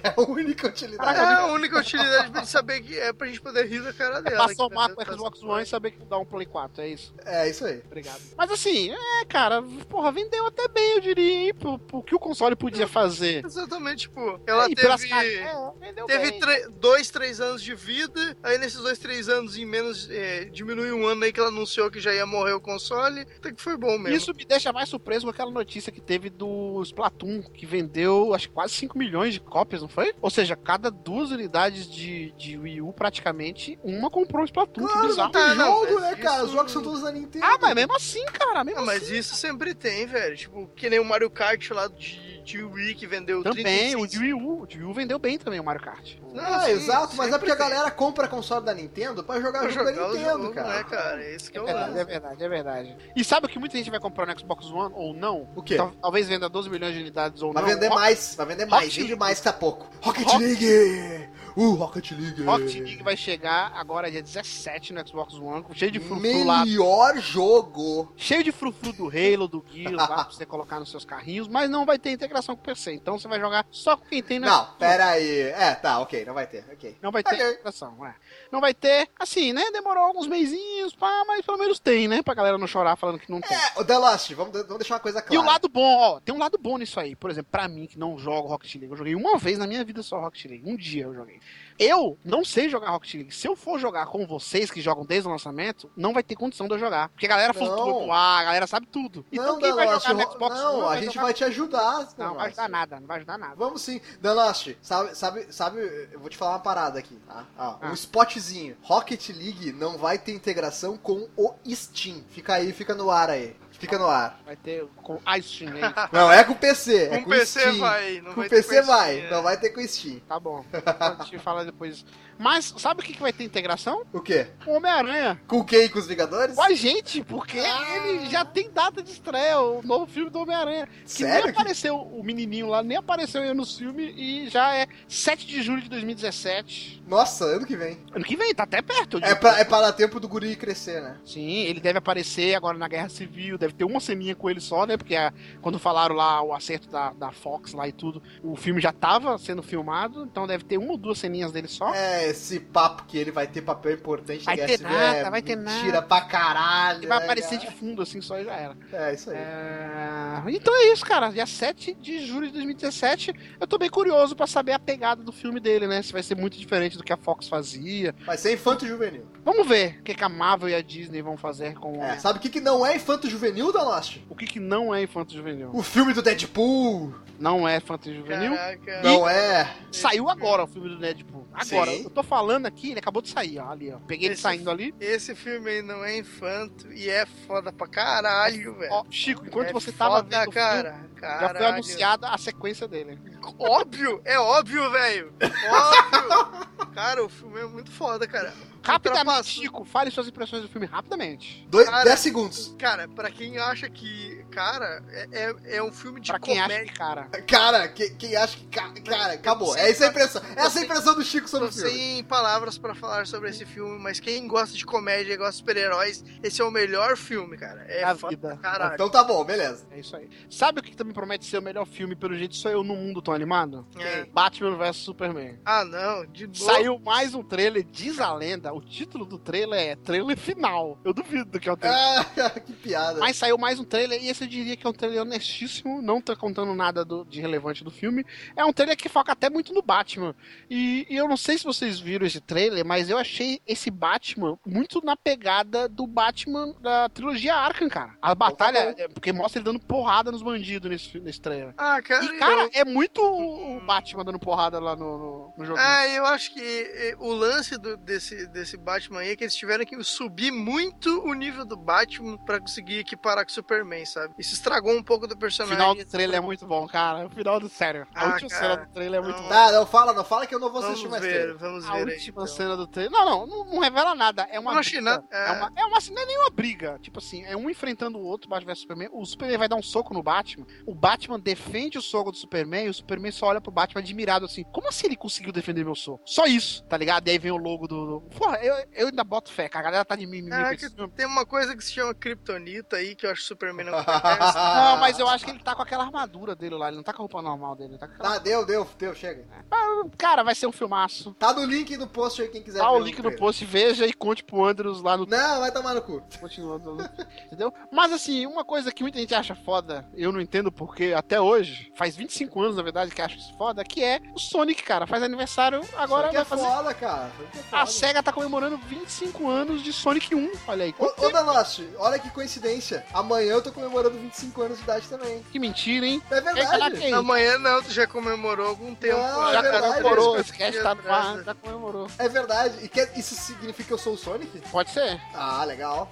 É a única utilidade.
É a única utilidade pra gente saber que é pra gente poder rir da cara dela.
Passou É o mapa
entendeu? Tá
com o Xbox One e saber que dá um Play 4, é isso.
É isso aí.
Obrigado. Mas assim, é, cara, porra, vendeu até bem, eu diria, hein, pro, pro que o console podia fazer.
Exatamente, tipo, ela
E pelas car-
teve.
é, vendeu
Teve
bem.
tre- dois, três anos de vida, aí nesses dois, três anos em menos. É, diminui um ano aí que ela anunciou que já ia morrer o console. Até que foi bom mesmo.
Isso me deixa mais surpreso com aquela notícia que teve do Splatoon, que vendeu acho que quase 5 milhões de cópias, não foi? Ou seja, cada duas unidades de, de Wii U, praticamente, uma comprou o Splatoon. que
Claro, não
bizarro.
tá-
tem
Ah, não,
jogo,
mas
né, cara? Os
isso-
jogos são todos da Nintendo.
Ah, mas mesmo assim, cara, mesmo
Ah,
assim.
mas isso sempre tem, velho. Tipo, que nem o Mario Kart lá de, de Wii que vendeu
Também, o de
36.
Wii U. O de Wii U vendeu bem também o Mario Kart.
Não,
Ah,
sim,
exato, mas é porque a
sempre
galera compra console da Nintendo pra jogar
Pra
jogo da
jogar o
Nintendo,
jogo,
cara.
né, cara? Esse que é
É
o
verdade, é
lance.
verdade, é verdade. E sabe o que muita gente vai comprar no Xbox One ou não?
O quê?
Tal- Talvez venda 12 milhões de unidades ou
Vai
Então, não.
vender
Rock-
mais, vai vender mais,
Rocket
vende
League.
mais que tá pouco. Rocket
Rock-
League! Uh, Rocket League!
Rocket League vai chegar agora dia 17 no Xbox One, com- cheio de frufru lá.
Melhor jogo!
Cheio de frufru do Halo, do Gears lá pra você colocar nos seus carrinhos, mas não vai ter integração com o PC. Então você vai jogar só com quem tem no
Não,
Xbox One.
pera aí. É, tá, ok, não vai ter, ok.
Não vai ter
Ok.
integração, é. Não vai ter, assim, né? Demorou alguns meizinhos, pá, mas pelo menos tem, né? Pra galera não chorar falando que não tem.
É, o The Last, vamos, vamos deixar uma coisa
E
clara.
o lado bom, ó, tem um lado bom nisso aí. Por exemplo, pra mim que não jogo Rocket League, eu joguei uma vez na minha vida só Rocket League. Um dia eu joguei. Eu não sei jogar Rocket League. Se eu for jogar com vocês que jogam desde o lançamento, não vai ter condição de eu jogar. Porque a galera
Não.
flutua, a galera sabe tudo. Então
não,
quem
The
vai
Last,
jogar no
ro-
Xbox
não,
One
a gente
jogar-
vai te ajudar. The
Não, não vai
Last.
ajudar nada, não vai ajudar nada.
Vamos sim. Danost, sabe, sabe, sabe, eu vou te falar uma parada aqui, tá? Ó,
Ah.
Um spotzinho. Rocket League não vai ter integração com o Steam. Fica aí, fica no ar aí. Fica no ar.
Vai ter com Ice Team, é isso.
Não, é com o PC. É
Com
com,
o PC
Steam.
vai. Não
com
vai
o
ter
PC
coisa
vai,
assim, é.
não vai ter com o Steam.
Tá [laughs] bom, pode te falar depois. Mas sabe o que, que vai ter integração?
O quê?
Com Homem-Aranha.
Com quem? Com os Vingadores?
com a gente, porque
Ah.
ele já tem data de estreia, o novo filme do Homem-Aranha. Que
Sério?
nem apareceu o menininho lá, nem apareceu eu no filme e já é 7 de julho de 2017.
Nossa, ano que vem.
Ano que vem, tá até perto. eu
É
digo.
pra, é pra dar tempo do guri crescer, né?
Sim, ele deve aparecer agora na Guerra Civil, deve ter uma ceninha com ele só, né? Porque a- quando falaram lá o acerto da, da Fox lá e tudo, o filme já tava sendo filmado, então deve ter uma ou duas ceninhas dele só.
É, esse papo que ele vai ter papel importante
Vai
na
ter
Guerra Civil é
nada, vai ter nada.
Mentira pra caralho.
Ele vai
né,
aparecer
cara?
de fundo, assim, só e já era.
É, isso aí.
É, Então é isso, cara. Dia 7 de julho de 2017. Eu tô bem curioso pra saber a pegada do filme dele, né? Se vai ser muito diferente do que a Fox fazia.
Vai ser infanto juvenil.
Vamos ver o que, que a Marvel e a Disney vão fazer com
É, sabe o que, que não é infanto juvenil, Danost?
o que, que não é infanto juvenil.
O filme do Deadpool
Não é infanto juvenil.
Caraca.
não é.
Saiu agora o filme do Deadpool. Agora,
Sim.
eu tô falando aqui, ele acabou de sair, ó, ali, ó. Peguei ele
Esse-
saindo ali.
Esse filme aí não é infanto e é foda pra caralho, velho.
Ó, Chico, enquanto
É
você tava
foda,
vendo o filme,
cara.
já
Caralho.
foi anunciada a sequência dele.
Óbvio, é óbvio, velho. Óbvio. cara, o filme é muito foda, cara.
Rapidamente,
ultrapassa.
Chico, fale suas impressões do filme rapidamente.
Dois,
Cara.
10 segundos.
Cara, pra quem acha que. Cara, é, é, é um filme de
Pra quem acha
comédia.
que, cara.
Cara, que- quem acha que. ca- Cara, acabou. É essa a impressão. Essa é a impressão do Chico sobre
Tô
o filme.
sem palavras pra falar sobre esse filme, mas quem gosta de comédia e gosta de super-heróis, esse é o melhor filme, cara. É
Da
foda
vida.
pra caralho.
Então tá bom, beleza.
É isso aí. Sabe o que também promete ser o melhor filme, pelo jeito, sou eu no mundo tão animado?
É.
Batman vs Superman.
Ah, não, de novo.
Saiu mais um trailer, diz a lenda. O título do trailer é Trailer Final. Eu duvido do que é o trailer.
Ah, [laughs] que piada.
Mas saiu mais um trailer e esse eu diria que é um trailer honestíssimo, não tá contando nada do- de relevante do filme. É um trailer que foca até muito no Batman. E, e eu não sei se vocês viram esse trailer, mas eu achei esse Batman muito na pegada do Batman da trilogia Arkham, cara. A batalha, é, porque mostra ele dando porrada nos bandidos nesse, fi- nesse trailer.
Ah, cara,
E, cara,
eu-
é muito o o Batman dando porrada lá no, no, no jogo.
Ah, eu acho que eh, o lance do- desse, desse Batman aí é que eles tiveram que subir muito o nível do Batman pra conseguir equiparar com o Superman, sabe? Isso estragou um pouco do
O
personagem.
final do trailer é muito bom, cara. O final do sério. A
Ah,
última
cara.
cena do trailer é muito
Não.
boa.
Tá, não fala, não fala que eu não vou
Vamos
assistir mais
ver,
trailer.
vamos
A
ver aí.
última
então.
cena do trailer. Não, não, não, não revela nada. É uma.
Não achei
briga.
nada, é.
É uma, é uma assim, não é nenhuma briga. Tipo assim, é um enfrentando o outro, Batman vs Superman. O Superman vai dar um soco no Batman. O Batman defende o soco do Superman e o Superman só olha pro Batman admirado assim. Como assim ele conseguiu defender meu soco? Só isso, tá ligado? E aí vem o logo do. do- Porra, eu, eu ainda boto fé, cara. A galera tá de mimimi com esse
Caraca,
filme.
tem uma coisa que se chama Kryptonita aí que eu acho que o Superman
[laughs]
não conhece.
Não, mas eu acho que ele tá com aquela armadura dele lá. Ele não tá com a roupa normal dele. Ele tá com aquela...
[laughs] Tá, deu, deu, deu, chega.
É. Cara, vai ser um filmaço.
Tá no link do post aí, quem quiser
Tá o
ver um
link no
trailer.
post, veja e conte pro Andrews lá no
Não, vai tomar no cu.
continuando. entendeu? Mas assim, uma coisa que muita gente acha foda, eu não entendo porque até hoje, faz 25 anos na verdade que acho isso foda, que é o Sonic, cara. Faz aniversário agora,
Isso aqui
vai
é
fazer.
foda, cara. Isso aqui é
A
foda.
SEGA tá comemorando 25 anos de Sonic 1. Olha aí.
Ô, ô Danosti, olha que coincidência. Amanhã eu tô comemorando 25 anos de idade também.
Que mentira, hein?
É
Quer falar que
verdade.
é isso?
Amanhã não, tu já comemorou algum tempo. Ah,
Não,
já
Já
é verdade.
comemorou,
três,
esse cast
quatro
tá
dias
no ar,
atrás, né?
já comemorou.
É verdade. E quer- isso significa que eu sou o Sonic?
Pode ser.
Ah, legal.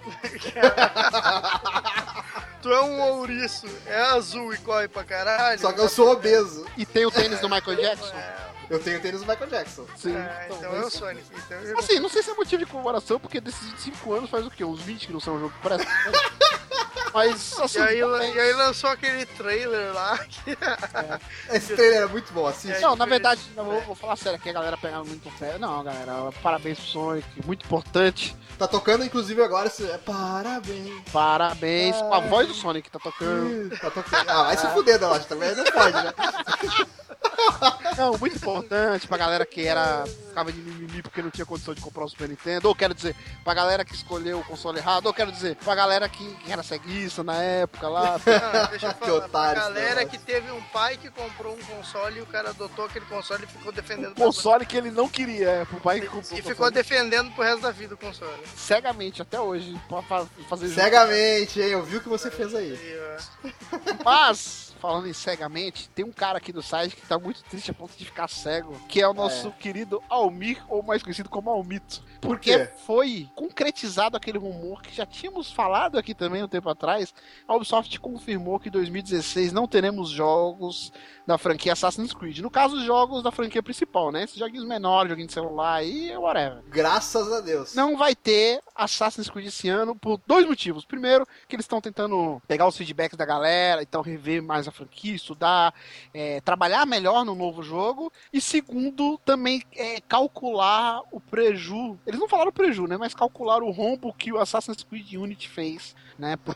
Tu é um ouriço, é azul e corre pra caralho.
Só É que tá eu sou obeso.
E tem o tênis do Michael Jackson?
Eu tenho o tênis do Michael Jackson.
Sim.
Ah, então é o Sonic. Então eu...
Assim, não sei se é motivo de comemoração, porque desses 25 anos faz o quê? Uns 20 que não são jogo que parece. Mas, assim,
[laughs] E aí, la-
também-
e aí lançou aquele trailer lá. [laughs] que-
Esse trailer é muito bom, assiste.
Não, na verdade, eu vou, vou falar sério aqui, a galera pegar muito sério. Não, galera, parabéns pro Sonic, muito importante.
Tá tocando, inclusive, agora. esse- é, Parabéns.
Parabéns
Ah.
com a voz do Sonic que tá tocando.
Tá tocando. Ah, vai se fuder, Danosti. Também não pode, né? [laughs]
Não, muito importante pra galera que era ficava de mimimi porque não tinha condição de comprar o Super Nintendo. Ou quero dizer, pra galera que escolheu o console errado. Ou quero dizer, pra galera que, que era ceguista na época
[laughs]
lá.
[laughs]
Ah, deixa eu
Que
falar.
otário
pra
esse
galera
negócio.
que teve um pai que comprou um console e o cara adotou aquele console e ficou
Um
defendendo.
O console que ele não queria, é, pro pai que
pro resto-
comprou
E
o
ficou
console.
defendendo pro resto da vida o console.
cegamente até hoje pra fa- fazer jogo.
Cegamente, hein? Eu vi o que você fez aí.
E, ah, ó,
Mas, falando em cegamente, tem um cara aqui do site que tá muito triste a ponto de ficar cego, que é o nosso querido Almir, ou mais conhecido como Almito. Porque
quê?
foi concretizado aquele rumor que já tínhamos falado aqui também um tempo atrás. A Ubisoft confirmou que em 2016 não teremos jogos da franquia Assassin's Creed. No caso, os jogos da franquia principal, né? Esses joguinhos menores, joguinho de celular e whatever
Graças a Deus.
não vai ter Assassin's Creed esse ano por dois motivos. Primeiro, que eles estão tentando pegar os feedbacks da galera, então rever mais a franquia, estudar, é, trabalhar melhor no novo jogo. E segundo, também é, calcular o preju. Eles não falaram preju, né? Mas calcular o rombo que o Assassin's Creed Unity fez, né?
[laughs]
Por,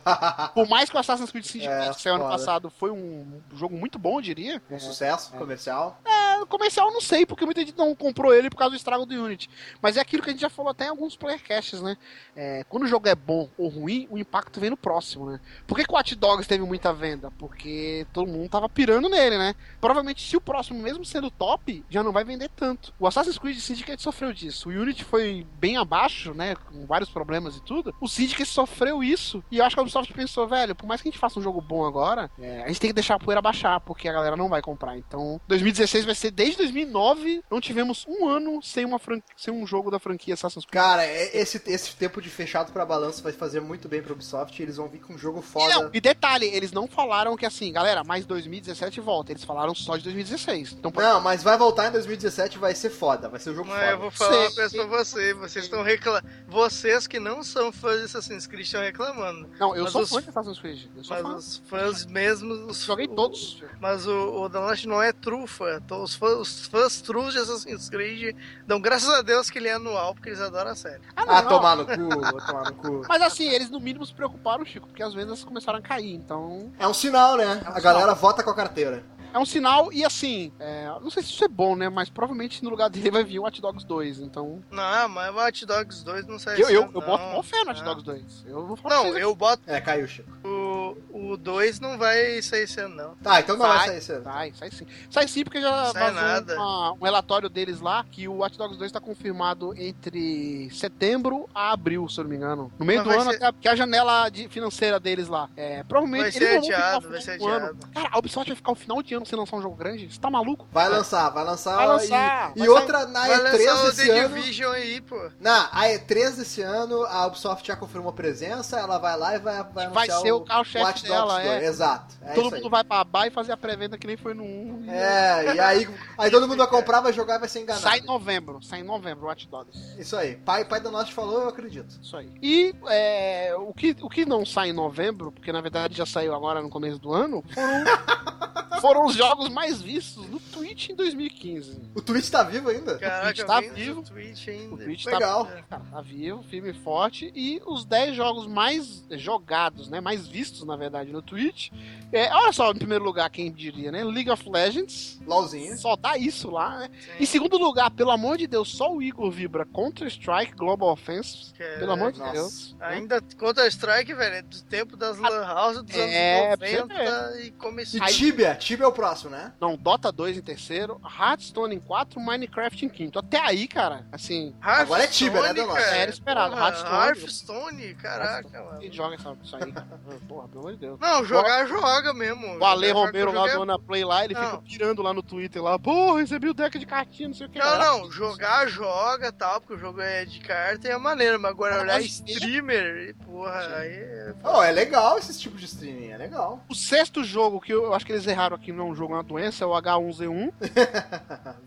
por mais que o Assassin's Creed Syndicate
É,
que saiu ano
foda.
passado foi um jogo muito bom, eu diria. É,
Um sucesso comercial.
No comercial eu não sei, porque muita gente não comprou ele por causa do estrago do Unity. Mas é aquilo que a gente já falou até em alguns playercasts, né? É, quando o jogo é bom ou ruim, o impacto vem no próximo, né? Por que, que o Watch Dogs teve muita venda? Porque todo mundo tava pirando nele, né? Provavelmente se o próximo, mesmo sendo top, já não vai vender tanto. O Assassin's Creed Syndicate sofreu disso. O Unity foi bem abaixo, né? Com vários problemas e tudo. O Syndicate sofreu isso. E eu acho que a Ubisoft pensou, velho, por mais que a gente faça um jogo bom agora, é, a gente tem que deixar a poeira baixar, porque a galera não vai comprar. Então, 2016 vai ser se- desde 2009 não tivemos um ano sem, uma fran- sem um jogo da franquia Assassin's Creed.
Cara, é- esse, esse tempo de fechado pra balanço vai fazer muito bem pro Ubisoft. Eles vão vir com um jogo
E, não,
foda.
e detalhe, eles não falaram que assim, galera, mais 2017 volta. Eles falaram só de 2016. Então,
Não, mas vai voltar em 2017 vai ser foda. Vai ser um jogo
Mas
foda.
eu vou falar uma
Sim.
coisa pra você. Vocês estão reclamando. Vocês que não são fãs de Assassin's Creed estão reclamando.
não, eu
mas
sou
os-
fã de Assassin's Creed. Eu sou
Mas
fã.
os fãs mesmos. Os,
Joguei todos.
Mas o, o Donald não é trufa. Então os fãs, os fãs trus de Assassin's Creed dão graças a Deus que ele é anual, porque eles adoram a série.
Ah, tomar no cu, vou tomar no cu.
Mas assim, eles no mínimo se preocuparam, Chico, porque as vendas começaram a cair. Então,
É um sinal, né?
um
A galera vota com a carteira.
é um sinal. E assim, é, não sei se isso é bom, né? Mas provavelmente no lugar dele vai vir o Hot Dogs 2. Então,
Não, mas o Hot Dogs 2 não sai
eu, eu,
esse ano,
eu boto
não.
mó fé no Hot
Ah.
Dogs 2. Eu vou falar pra
Não,
vocês
eu boto.
É, caiu, Chico.
O, o 2 não vai sair esse ano, não.
Tá, então não
Vai.
vai sair esse ano.
Sai, sai sim. Sai sim porque já
Sai
vazou
nada.
uma- um relatório deles lá que o Watch Dogs 2 tá confirmado entre setembro a abril, se eu não me engano. No meio
Mas
do
vai
ano,
ser-
até a- que é a janela de- financeira deles lá. É, provavelmente
Vai
eles
ser
não vão ficar
adiado,
o
vai ser
final do ano.
adiado.
Cara, a Ubisoft vai ficar o final de ano sem lançar um jogo grande? Você tá maluco?
Vai lançar, vai lançar.
Vai
e-
lançar,
E,
vai
outra
Ah, é
na
Vai lançar
E3
o
esse
The
ano.
Division aí, pô.
Na a E3 desse ano, a Ubisoft já confirmou presença, ela vai lá e vai, vai
Vai
anunciar
ser o carro-chefe
Watch Dogs
dela,
2.
é.
Exato. É
Todo
isso aí.
mundo vai babar e fazer a pré-venda que nem foi no 1.
É, e aí, aí todo mundo vai comprar, vai jogar e vai ser enganado.
Sai em novembro, sai em novembro, Watch Dogs.
Isso aí. Pai, pai da Nossa falou, eu acredito.
Isso aí. E é, o, que, o que não sai em novembro, porque na verdade já saiu agora no começo do ano,
[laughs]
foram, foram os jogos mais vistos no Twitch em 2015.
O Twitch tá vivo ainda?
Caraca,
tá
vem
vivo.
no Twitch
O
ainda. É,
Twitch tá,
Legal.
cara, tá vivo, firme e forte, e os 10 jogos mais jogados, né, mais vistos na verdade no Twitch. É, olha só, em primeiro lugar, quem diria, né? League of Legends,
LOLzinho.
só dá isso lá, né?
Sim.
Em segundo lugar, pelo amor de Deus, só o Igor vibra Counter-Strike Global Offense.
Cara,
Pelo amor de
É, nossa.
Deus. né?
Ainda Counter-Strike, velho, é do tempo das Lan House dos
Ah, É,
anos
pra
90 e
E
começou.
Tibia, Tibia é o próximo, né?
Não, Dota 2 em terceiro, Hearthstone em quarto, Minecraft em quinto. Até aí, cara, assim,
Agora é Tibia, né, Delano?
cara.
Era esperado,
Porra,
Hearthstone.
Hearthstone, caraca,
quem
mano.
joga essa,
[laughs]
isso aí, cara? Porra, pelo amor de Deus.
Não, jogar, joga mesmo.
O Ale
Jogar,
Romero lá
jogar é
do Ana Play lá, ele
Não.
fica pirando lá no Twitter lá, pô, recebi o deck de cartinha, não sei o que.
Não, não, jogar, joga tal, porque o jogo é de carta e é maneiro, mas agora
Ah, Mas
olhar
nós-
streamer, e, porra, aí é.
Oh, é legal esse tipo de streaming, é legal. [laughs]
O sexto jogo que eu, eu acho que eles erraram aqui, não é um jogo, é uma doença, é o H1Z1.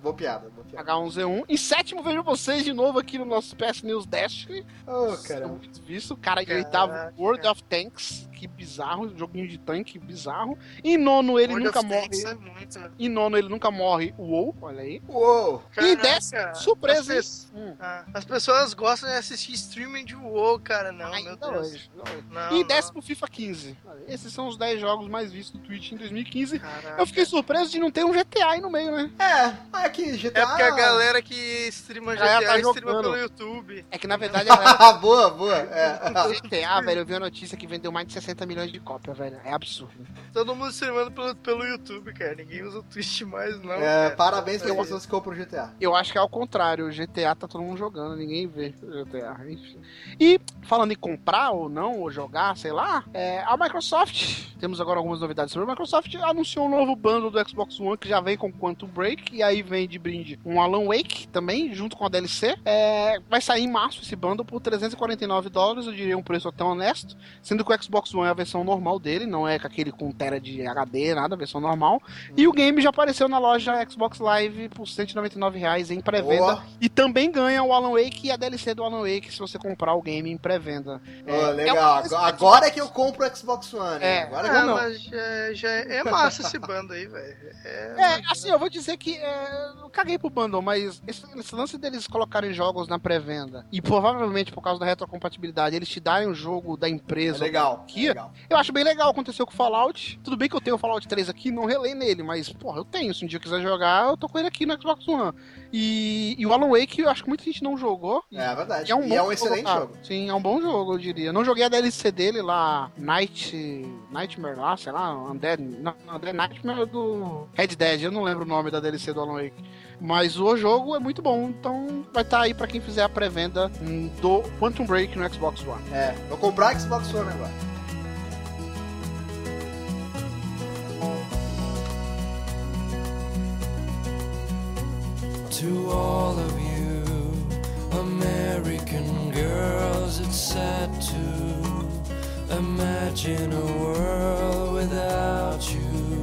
boa piada, boa piada.
H1Z1. Em sétimo, vejo vocês de novo aqui no nosso PS News Dash.
Oh, caramba.
Muito visto. Cara, em
Caraca.
oitavo, World of Tanks. Que bizarro, joguinho de tanque bizarro. Em nono, ele
World
nunca
of
morre.
Tanks é muito.
Em nono, ele nunca morre. Uou, olha aí.
Uou!
E em
Caraca,
décimo, surpresa. hein?
as, pe-
Hum.
ah, as pessoas gostam de assistir streaming de WoW, cara, não, meu
Ainda
Deus.
hoje. ainda hoje.
Não,
E em
não,
décimo, FIFA 15. Olha, Esses são os 10 jogos mais vistos do Twitch em 2015.
caraca.
Eu fiquei surpreso de não ter um GTA aí no meio, né?
É, mas aqui, GTA.
É porque a
[laughs]
galera que streama
A galera
GTA
tá
streama
jogando.
pelo YouTube.
É que na verdade a galera.
Ah, boa, boa.
[laughs]
É.
GTA, velho, eu vi a notícia que vendeu mais de 60 milhões de cópias, velho. É absurdo.
Todo mundo streamando pelo, pelo YouTube, cara. Ninguém usa o Twitch mais, não.
É,
cara.
parabéns para
Eu-
as pessoas que compram GTA.
Eu acho que é ao contrário, o GTA tá todo mundo jogando, ninguém vê o GTA. enfim. E falando em comprar ou não, ou jogar, sei lá, é, a Microsoft, temos agora algumas novidades sobre a Microsoft, anunciou um novo bundle do Xbox One que já vem com Quantum Break, e aí vem de brinde um Alan Wake também, junto com a DLC. É, vai sair em março esse bundle por 349 dólares, eu diria um preço até honesto, sendo que o Xbox One é a versão normal dele, não é com aquele com tera de HD, nada, a versão normal. E o game já apareceu na loja Xbox Live por R$ 199 reais em pré-venda.
Boa.
E também ganha o Alan Wake e a DLC do Alan Wake se você comprar o game em pré-venda.
Ô,
É,
legal.
é uma-
Agora- Agora é que eu compro o Xbox One.
É.
né? Agora que
Ah,
eu não.
mas já, já é massa esse bando aí, velho.
É, assim, eu vou dizer que é, eu caguei pro bundle, mas esse, esse lance deles colocarem jogos na pré-venda e provavelmente por causa da retrocompatibilidade eles te darem o jogo da
É
empresa.
legal.
Aqui,
é legal.
Eu acho bem legal, aconteceu com o Fallout. Tudo bem que eu tenho o Fallout 3 aqui, não relei nele, mas, porra, eu tenho. Se um dia eu quiser jogar, eu tô com ele aqui no Xbox One. E, e o Alan Wake, eu acho que muita gente não jogou. E-
É verdade.
e é um,
e
bom
é um excelente
cara.
jogo.
Sim, é um bom jogo, eu diria. Não joguei a DLC dele lá, Night, Nightmare lá, sei lá, Undead, não, Undead Nightmare do Red Dead, eu não lembro o nome da DLC do Alan Wake. Mas o jogo é muito bom, então vai estar aí pra quem fizer a pré-venda hum, do Quantum Break no Xbox One.
É. Vou comprar o Xbox One agora.
Thank to all of you, American girls. It's sad to imagine a world without you,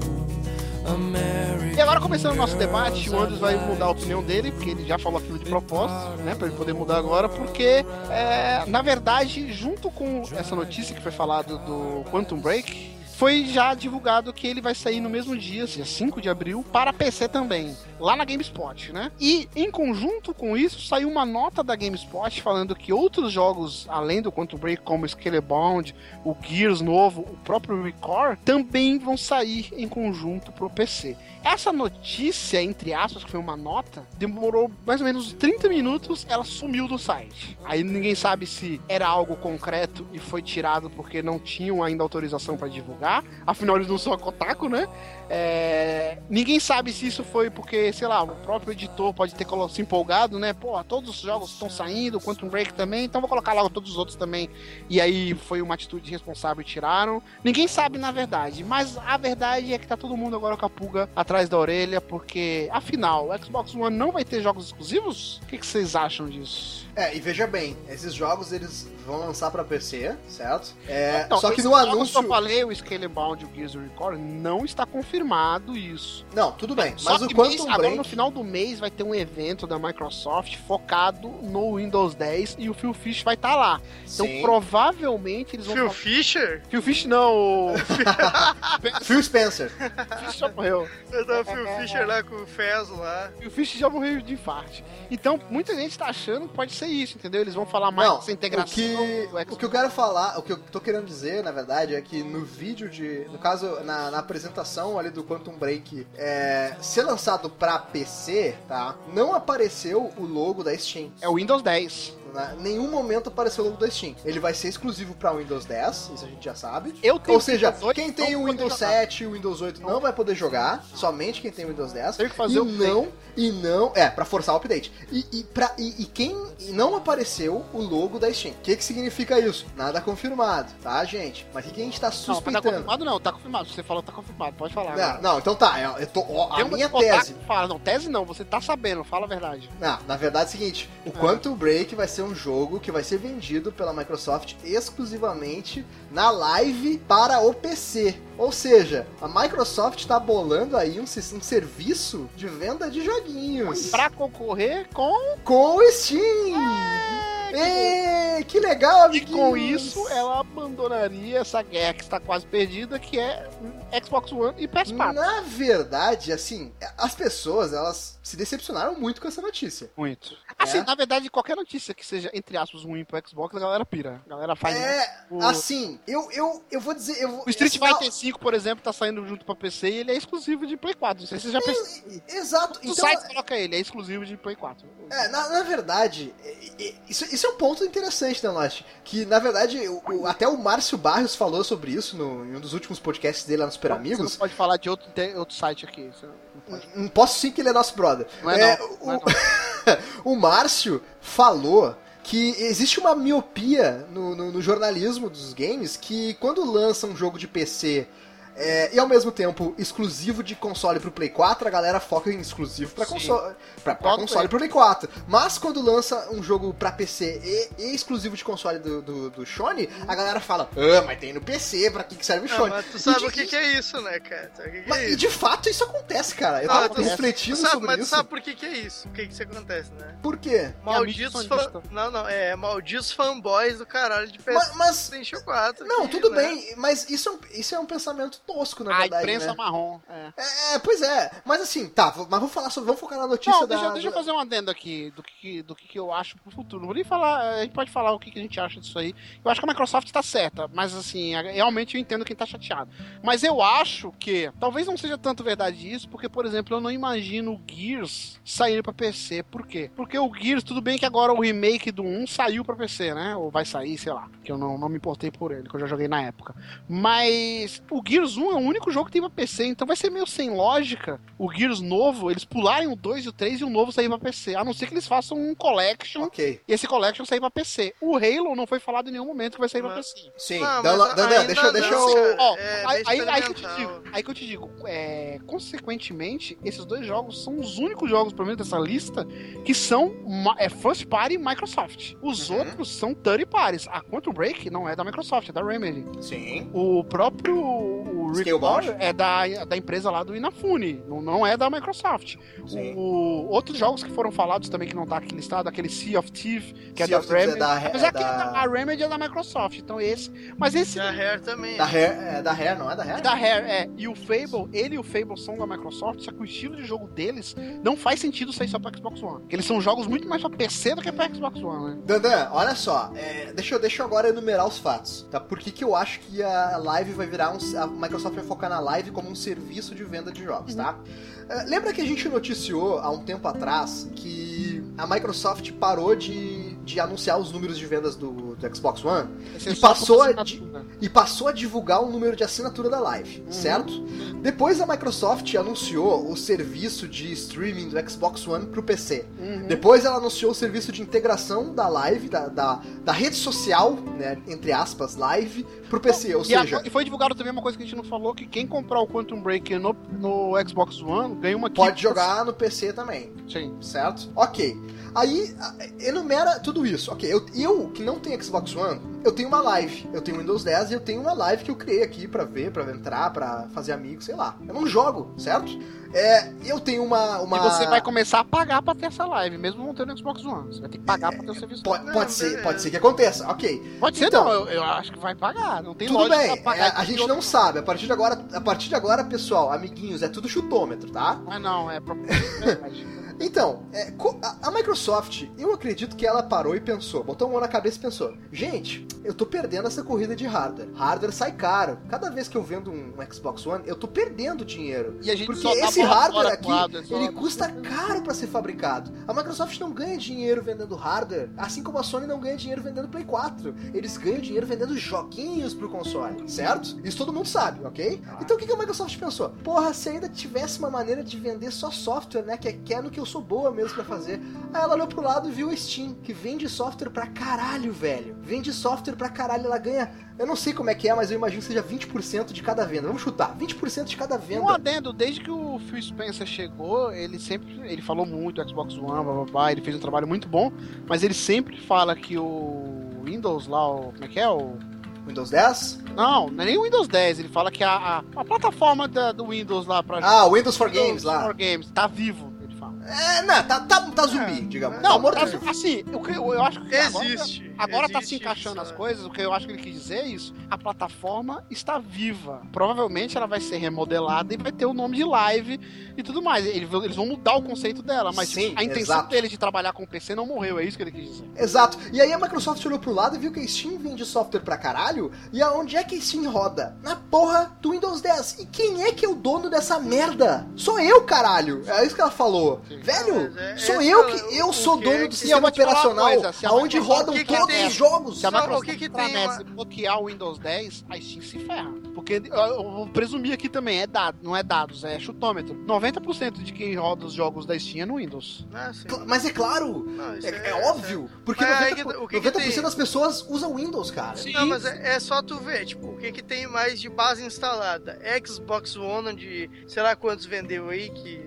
American.
E agora começando o nosso debate, o Andres vai mudar a opinião dele, porque ele já falou aquilo de propósito, né? Pra ele poder mudar agora, porque é, na verdade, junto com essa notícia que foi falada do Quantum Break. Foi já divulgado que ele vai sair no mesmo dia, dia 5 de abril, para PC também, lá na GameSpot, né? E em conjunto com isso, saiu uma nota da GameSpot falando que outros jogos, além do Quantum Break, como Scalebound, o Gears novo, o próprio Record, também vão sair em conjunto pro PC. Essa notícia, entre aspas, que foi uma nota, demorou mais ou menos 30 minutos, ela sumiu do site. Aí ninguém sabe se era algo concreto e foi tirado porque não tinham ainda autorização para divulgar. Afinal, eles não são a Kotaku, né? É, Ninguém sabe se isso foi porque, sei lá, o próprio editor pode ter colo- se empolgado, né? Pô, todos os jogos estão saindo, Quantum Break também, então vou colocar logo todos os outros também. E aí foi uma atitude irresponsável e tiraram. Ninguém sabe na verdade, mas a verdade é que tá todo mundo agora com a pulga atrás da orelha, porque afinal, o Xbox One não vai ter jogos exclusivos? O que que vocês acham disso?
É, e veja bem, esses jogos eles vão lançar pra PC, certo? É,
Então,
só que
esses
no
jogos
anúncio.
eu falei, o Scalebound e o Gears of Record não está confirmado isso.
Não, tudo bem,
Só
mas o
que mês-
Quantum
agora no
Break.
final do mês vai ter um evento da Microsoft focado no Windows 10 e o Phil Fish vai estar lá. Então
Sim.
provavelmente eles vão
Phil
falar-
Fisher?
Phil Fish não, o [laughs] Phil
Phil Spencer.
Fish já morreu.
Eu tava Phil
é,
Fisher lá com o Fez lá.
O Phil Fish já morreu de infarto. Então muita gente tá achando que pode ser isso, entendeu? Eles vão falar mais dessa integração
O
do Xbox.
que, o que eu quero falar, o que eu tô querendo dizer, na verdade, é que no vídeo de. No caso, na, na apresentação ali do Quantum Break é, ser lançado pra PC, tá? Não apareceu o logo da Steam.
É o Windows 10.
Né? Em nenhum momento apareceu o logo da Steam. Ele vai ser exclusivo pra Windows 10, isso a gente já sabe.
Eu tenho
Ou seja,
Windows 8,
quem tem
não
o
vou
Windows
jogar.
7 e o Windows 8 não vai poder jogar, somente quem tem o Windows 10.
Tem que fazer
e
o update.
não, e não, é, pra forçar o update. E, e, pra, e, e quem e não apareceu o logo da Steam. O que que significa isso? Nada confirmado, tá, gente? Mas o que que a gente tá
Não, mas tá
suspeitando?
confirmado não, tá confirmado. Você falou que tá confirmado, pode falar.
Não, não, então tá, eu, eu tô, ó, a
Tem uma
minha
que botar-
tese.
Fala, não, tese não, você tá sabendo, fala a verdade.
Não, na verdade é o seguinte, o
Ah.
Quantum Break vai ser um jogo que vai ser vendido pela Microsoft exclusivamente na live para o PC. Ou seja, a Microsoft está bolando aí um, sis- um serviço de venda de joguinhos
Pra concorrer com
com o Steam. Ê, que legal,
É, E com
amiguinhos.
isso, ela abandonaria essa guerra que está quase perdida, que é Xbox One e PS4.
Na verdade, assim, as pessoas, elas se decepcionaram muito com essa notícia.
Muito. Assim,
É.
na verdade, qualquer notícia que seja, entre aspas, ruim pro Xbox, a galera pira. A galera faz.
É,
o-
assim, eu, eu, eu vou dizer... Eu vou, assim,
O Street
vai
Fighter 5, por exemplo, tá saindo junto pra PC e ele é exclusivo de Play 4. Não sei se você já percebeu.
Exato.
O
Então,
site coloca ele, é exclusivo de Play 4.
É, na, na verdade, e- e- isso, isso é um ponto interessante, né, Lost? Que, na verdade, o- o- até o Márcio Barrios falou sobre isso no, em um dos últimos podcasts dele lá no Super
Você
Amigos.
não pode um falar de outro, de outro site aqui. Você não pode.
Não posso sim que ele é nosso brother.
Não é,
É,
não.
o-
não é não.
o Márcio falou que existe uma miopia no, no- no jornalismo dos games que quando lança um jogo de PC é, e ao mesmo tempo exclusivo de console pro Play 4, a galera foca em exclusivo pra
Sim.
console, pra, pra
Concordo
console
com
pro Play 4. Mas quando lança um jogo pra PC e, e exclusivo de console do, do, do Sony, a galera fala, ah, mas tem no PC, pra que que serve o
Ah,
Sony?
mas tu
E
sabe
de-
o que, que é isso, né, cara? Sabe o que, que
Mas-
é
e
isso?
de fato isso acontece, cara. Eu
Ah,
tava
tu- Tu
refletindo
sabe,
sobre
mas tu
isso.
sabe por que, que é isso? O que, que isso acontece, né?
Por quê?
Malditos
amigos são
fan-
digital.
Não, não, é malditos fanboys do caralho de PS4
Mas- mas
PlayStation 4.
Não,
aqui,
tudo
né?
bem, mas isso é, um, isso é um pensamento tosco, na
A
verdade.
Ah, imprensa
né?
marrom. É.
É, pois é. Mas assim, tá, vou- mas vou falar sobre. Vamos focar na notícia
Não,
da.
deixa, deixa eu fazer um adendo aqui do que, do que que eu acho pro futuro. Não vou nem falar, a gente pode falar o que, que a gente acha disso aí. Eu acho que a Microsoft tá certa, mas assim, a- realmente eu entendo quem tá chateado. Mas eu acho que talvez não seja tanto verdade isso, porque, por exemplo, eu não imagino o Gears saindo pra PC. Por quê? Porque o Gears, tudo bem que agora o remake do 1 saiu pra PC, né? Ou vai sair, sei lá, que eu não, não me importei por ele, que eu já joguei na época. Mas o Gears Gears 1 é o único jogo que tem pra PC, então vai ser meio sem lógica o Gears novo, eles pularem o 2 e o 3 e o novo sair pra PC. A não ser que eles façam um collection
Ok.
e esse collection sair pra PC. O Halo não foi falado em nenhum momento que vai sair pra
Mas-
PC.
Sim,
Não,
Dan-
mas
Dan- Dan,
ainda
deixa, deixa
não,
eu.
cara.
Ó,
é
aí,
bem
aí- aí que eu te
experimental.
digo, aí que eu te digo, é, consequentemente, esses dois jogos são os únicos jogos, pelo menos dessa lista, que são ma- é, first party Microsoft. Os
Uhum.
outros são third parties. A Quantum Break não é da Microsoft, é da Remedy.
Sim.
O próprio o
Scalebound?
Record é da, da empresa lá do Inafune, não, não é da Microsoft.
Sim.
O, outros jogos que foram falados também que não tá aqui listado, aquele Sea of Thieves, que é
Sea
da
of Thieves
Remedy.
é da, é
Mas
da,
é que a Remedy é da Microsoft, então esse. Mas esse
Da Rare também.
da Rare, é da Rare, não é da Rare?
da Rare, é. E o Fable, ele e o Fable são da Microsoft, só que o estilo de jogo deles não faz sentido sair só pra Xbox One. Porque eles são jogos muito mais pra PC do que pra Xbox One, né?
Dandan, olha só, é, deixa, eu, deixa eu agora enumerar os fatos, tá? Por que, que eu acho que a live vai virar um. A Microsoft vai focar na live como um serviço de venda de jogos, tá? É, lembra que a gente noticiou há um tempo atrás que a Microsoft parou de, de anunciar os números de vendas do, do Xbox One?
Vocês
E
é só
passou
compram
a
essa assinatura.
e passou a divulgar o número de assinatura da Live, certo? Depois a Microsoft anunciou o serviço de streaming do Xbox One pro PC.
Uhum.
Depois ela anunciou o serviço de integração da Live, da, da, da rede social, né, entre aspas, Live, pro PC, ou
Então, E, a-
seja...
e foi divulgado também uma coisa que a gente não falou, que quem comprar o Quantum Break no, no Xbox One ganha uma
Pode
kit-
jogar no PC também,
Sim.
certo? Ok. Aí a- enumera tudo isso. Ok, eu, eu que não tenho Xbox One, eu tenho uma live. Eu tenho Windows 10 e eu tenho uma live que eu criei aqui pra ver, pra entrar, pra fazer amigos, sei lá. Eu não jogo, certo? É, eu tenho uma. uma...
E você vai começar a pagar pra ter essa live, mesmo não tendo Xbox One. Você vai ter que pagar pra ter o serviço.
É, Pode,
Não,
pode ser,
é.
beleza.
pode ser que aconteça. Ok.
Pode ser,
Então-
não. Eu, eu acho que vai pagar. Não tem
Tudo
lógica
bem,
pagar
é, a
de
gente
outro-
não sabe. A partir de agora, a partir de agora, pessoal, amiguinhos, é tudo chutômetro, tá?
Ah, não, é.
[laughs]
pro- é verdade.
Então, é, co- a, a Microsoft, eu acredito que ela parou e pensou, botou a mão na cabeça e pensou: gente, eu tô perdendo essa corrida de hardware. Hardware sai caro. Cada vez que eu vendo um, um Xbox One, eu tô perdendo dinheiro.
E a gente
Porque
só dá
esse
bola
hardware
fora
aqui,
pro lado, é só-
ele custa caro pra ser fabricado. A Microsoft não ganha dinheiro vendendo hardware, assim como a Sony não ganha dinheiro vendendo Play 4. Eles ganham dinheiro vendendo joguinhos pro console, certo? Isso todo mundo sabe, ok?
Ah.
Então o que que a Microsoft pensou? Porra, se ainda tivesse uma maneira de vender só software, né? Que é, que é no que eu sou boa mesmo pra fazer. Aí ela olhou pro lado e viu a Steam, que vende software pra caralho, velho. Vende software pra caralho, ela ganha... Eu não sei como é que é, mas eu imagino que seja 20% de cada venda. Vamos chutar, 20% de cada
Um
venda.
adendo, desde que o Phil Spencer chegou, ele sempre ele falou muito do Xbox One, blá, blá, blá, ele fez um trabalho muito bom, mas ele sempre fala que o Windows lá, o, como é que é? O,
Windows 10?
não, não é nem o Windows 10, ele fala que a, a, a plataforma da- do Windows lá pra
Ah, Windows for Games
Windows
lá.
for Games, tá vivo, ele fala.
É, não, tá, tá, tá
É.
zumbi, digamos.
Não,
tá morto
tá-
vivo.
assim, eu, cre- eu acho que agora-
Existe.
Agora tá se
existe
encaixando
isso,
as
né?
coisas, o que eu acho que ele quis dizer é isso. A plataforma está viva. Provavelmente ela vai ser remodelada e vai ter o nome de live e tudo mais. Ele- Eles vão mudar o conceito dela, mas
Sim,
a intenção
exato.
dele de trabalhar com o PC não morreu, é isso que ele quis dizer.
Exato. E aí a Microsoft olhou pro lado e viu que a Steam vende software pra caralho. E aonde é que a Steam roda? Na porra do Windows 10. E quem é que é o dono dessa merda? Sou eu, caralho. É isso que ela falou.
Sim.
Velho,
Mas é-
sou
essa-
eu que eu
o-
sou
o que
dono
é
do
que-
E eu
sistema
vou te falar uma
operacional,
coisa, se a
aonde
Microsoft-
rodam
tá O que que
todos
tem?
os jogos.
Se a
Só
Microsoft
o que que tem
tramesse
uma-
bloquear o Windows 10, a Steam se ferra. Porque eu, eu vou presumir aqui também, é dado, não é dados, é chutômetro. 90% de quem roda os jogos da Steam é no Windows.
Ah, sim.
Cla- Mas é claro,
Não, isso
é, é óbvio, porque
Mas aí
90%,
que- tá, o que que
90%
tem?
das pessoas usam Windows, cara.
Sim.
Não, mas é, é só tu ver, tipo, o que que tem mais de base instalada? Xbox One, de sei lá quantos vendeu aí, que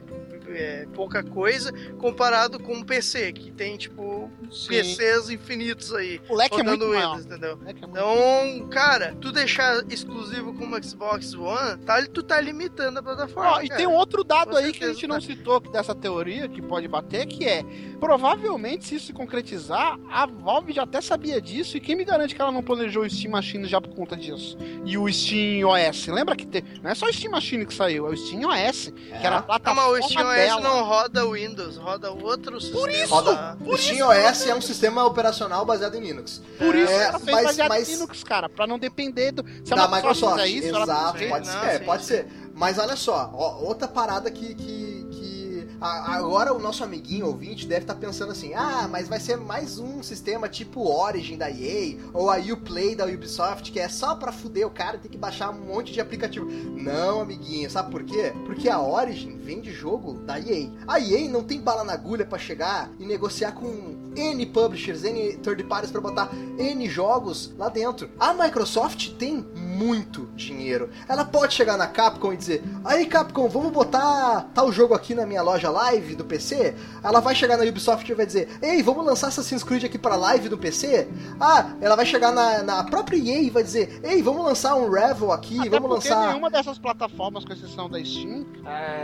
é pouca coisa, comparado com o PC, que tem, tipo, PCs infinitos aí.
O leque é
rodando
muito maior.
Windows, entendeu?
O leque é muito
Então, cara, tu deixar exclusivo como Xbox One, tá, tu tá limitando a plataforma.
Ó, e
cara.
tem um outro dado
Com
aí que a
certeza,
gente
né?
não citou dessa teoria que pode bater, que é provavelmente se isso se concretizar, a Valve já até sabia disso e quem me garante que ela não planejou o Steam Machine já por conta disso? E o Steam OS, lembra que te... não é só o Steam Machine que saiu, é o Steam OS,
É.
que era a
Ah, mas
plataforma
o SteamOS
dela.
não roda Windows, roda outro sistema. Por isso!
Roda, o SteamOS é um sistema operacional baseado em Linux.
Por isso
É,
que ela fez
mas-
baseado
mas-
em Linux, cara, pra não depender do... Se
da
a
Microsoft.
fizer é isso, ela
Exato,
consegue.
pode,
Não,
ser, é,
sim,
pode
sim.
ser. Mas olha só, ó, outra parada que, que, que a- agora o nosso amiguinho ouvinte deve estar pensando assim: ah, mas vai ser mais um sistema tipo Origin da EA ou a Uplay da Ubisoft que é só pra fuder o cara e tem que baixar um monte de aplicativo. Não, amiguinho, sabe por quê? Porque a Origin vende jogo da EA. A EA não tem bala na agulha pra chegar e negociar com N publishers, N third parties pra botar N jogos lá dentro. A Microsoft tem muito dinheiro. Ela pode chegar na Capcom e dizer: Aí, Capcom, vamos botar tal jogo aqui na minha loja live do PC? Ela vai chegar na Ubisoft e vai dizer: Ei, vamos lançar Assassin's Creed aqui pra live do PC? Ah, ela vai chegar na, na própria EA e vai dizer: Ei, vamos lançar um Revel aqui,
Até
vamos
porque
lançar. É.
nenhuma dessas plataformas, com exceção da Steam,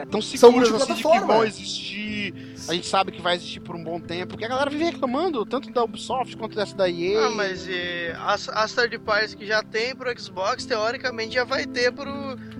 estão
São
seguras assim, de que
multiplataforma. é.
vão existir. A gente sabe que vai existir por um bom tempo. Porque a galera vive reclamando, tanto da Ubisoft quanto dessa da EA.
Ah, mas e, as, as third parties que já tem pro Xbox, teoricamente já vai ter pro,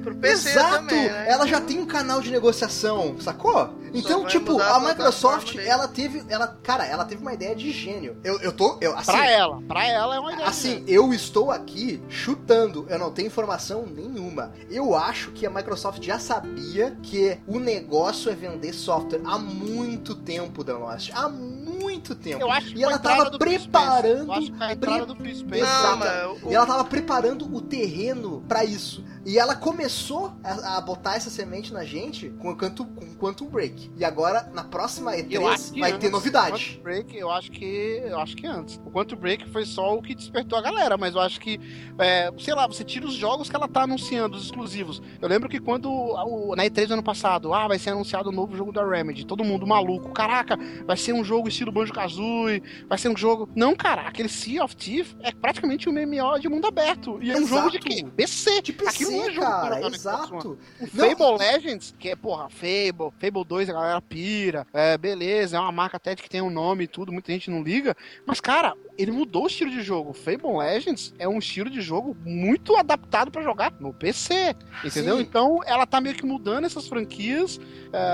pro PC
Exato!
também, né?
Ela já tem um canal de negociação, sacou? Então,
vai
tipo,
mudar a
a Microsoft,
plataforma dele.
ela teve. Ela, cara, ela teve uma ideia de gênio. Eu, eu tô. Eu, assim,
Pra ela. Pra ela é uma ideia.
assim, eu estou aqui chutando. Eu não tenho informação nenhuma. Eu acho que a Microsoft já sabia que o negócio é vender software há muito tempo, Dan Lost. Há muito tempo.
Eu acho que
e
com a
ela
entrada
tava
do Phil Spencer,
preparando- Ah,
Eu acho que com a entrada do Phil Spencer-
Exato.
mas o-
E ela tava preparando o terreno pra isso. E ela começou a, a botar essa semente na gente com o Quantum, com o Quantum Break. E agora, na próxima
Eu acho
E3,
que
vai
antes.
ter novidade.
O Quantum Break, eu acho que eu acho que antes. O Quantum Break foi só o que despertou a galera, mas eu acho que é, sei lá, você tira os jogos que ela tá anunciando, os exclusivos. Eu lembro que quando a- o, na E3 do ano passado, ah, vai ser anunciado o novo jogo da Remedy, todo mundo maluco, caraca, vai ser um jogo estilo Banjo-Kazooie, vai ser um jogo... Não, cara, aquele Sea of Thieves é praticamente um MMO de mundo aberto, e é um
Exato.
jogo de quê? PC.
De
Aquilo não é
PC,
jogo pra
Tipo assim, cara,
jogar no Xbox
exato.
O
Não,
Fable Legends, que é, porra, Fable, Fable 2, a galera pira, é, beleza, é uma marca até que tem um nome e tudo, muita gente não liga, mas, cara, ele mudou o estilo de jogo. O Fable Legends é um estilo de jogo muito adaptado pra jogar no PC, entendeu?
Sim.
Então, ela tá meio que mudando essas franquias.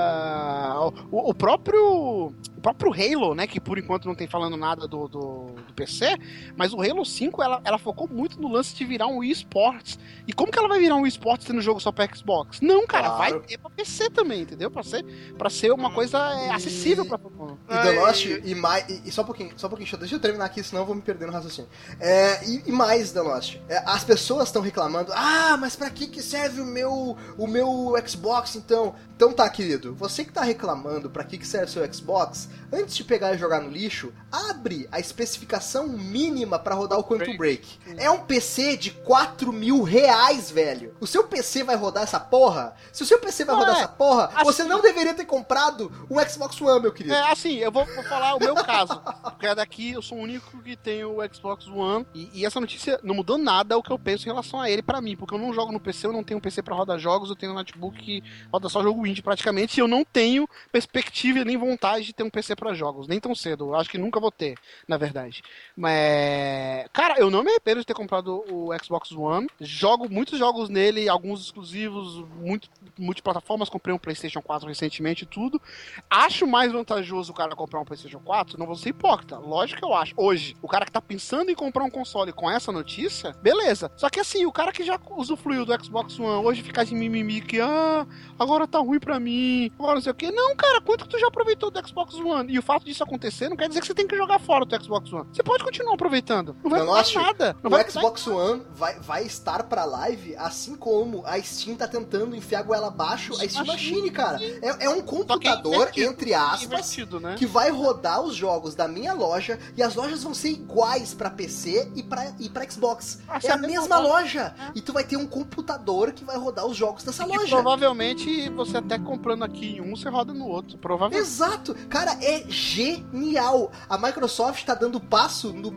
ah, o, o próprio o próprio Halo, né, que por enquanto não tem falando nada do, do, do PC, mas o Halo 5, ela, ela focou muito no lance de virar um eSports, e como que ela vai virar um esporte tendo jogo só pra Xbox? Não, cara,
Claro.
vai ter pra PC também, entendeu? Pra ser, pra ser uma coisa é, acessível pra todo mundo.
E The
Ai.
Lost, e mais. E, e só um pouquinho, só um pouquinho, deixa eu- deixa eu terminar aqui, senão eu vou me perder no raciocínio. É, e, e mais, The Lost, é, as pessoas estão reclamando, ah, mas pra que, que serve o meu, o meu Xbox então? Então tá, querido, você que tá reclamando pra que, que serve seu Xbox, antes de pegar e jogar no lixo, abre a especificação mínima pra rodar o Quantum Break. É um PC de 4 mil reais, velho. O seu PC vai rodar essa porra? Se o seu PC vai
Ué,
é.
rodar essa porra,
assim-
você não deveria ter comprado um Xbox One, meu querido.
É, assim, eu vou, vou falar o meu caso. Porque é daqui eu sou o único que tem o Xbox One. E, e essa notícia não mudou nada o que eu penso em relação a ele pra mim. Porque eu não jogo no PC, eu não tenho PC pra rodar jogos, eu tenho um notebook que roda só jogo indie praticamente. E eu não tenho perspectiva e nem vontade de ter um PC pra jogos. Nem tão cedo. Eu acho que nunca vou ter, na verdade. Mas. Cara, eu não me arrependo de ter comprado o Xbox One. Jogo muitos jogos nele, alguns exclusivos, muito, multiplataformas. Comprei um PlayStation 4 recentemente e tudo. Acho mais vantajoso o cara comprar um PlayStation 4? Não vou ser hipócrita. Lógico que eu acho. Hoje, o cara que tá pensando em comprar um console com essa notícia, beleza. Só que assim, o cara que já usufruiu do Xbox One hoje ficar de mimimi que, ah, agora tá ruim pra mim, agora não sei o quê. Não, cara, quanto que tu já aproveitou do Xbox One? E o fato disso acontecer não quer dizer que você tem que jogar fora do Xbox One. Você pode continuar aproveitando. Não vai
Eu
mudar
acho
nada. Não vai
o Xbox One vai, vai estar pra live, assim como a Steam tá tentando enfiar a goela abaixo a Steam Machine, cara. É, é um
Só que é
computador,
invertido,
entre
é
aspas,
invertido, né?
que vai rodar os jogos da minha loja e as lojas vão ser iguais pra PC e pra, e pra Xbox.
Ah,
é a mesma loja. E tu vai ter um computador que vai rodar os jogos dessa
E
loja.
provavelmente você até comprando aqui em um, você roda no outro. Provavelmente.
Exato, cara, é genial. A Microsoft tá dando passo, no,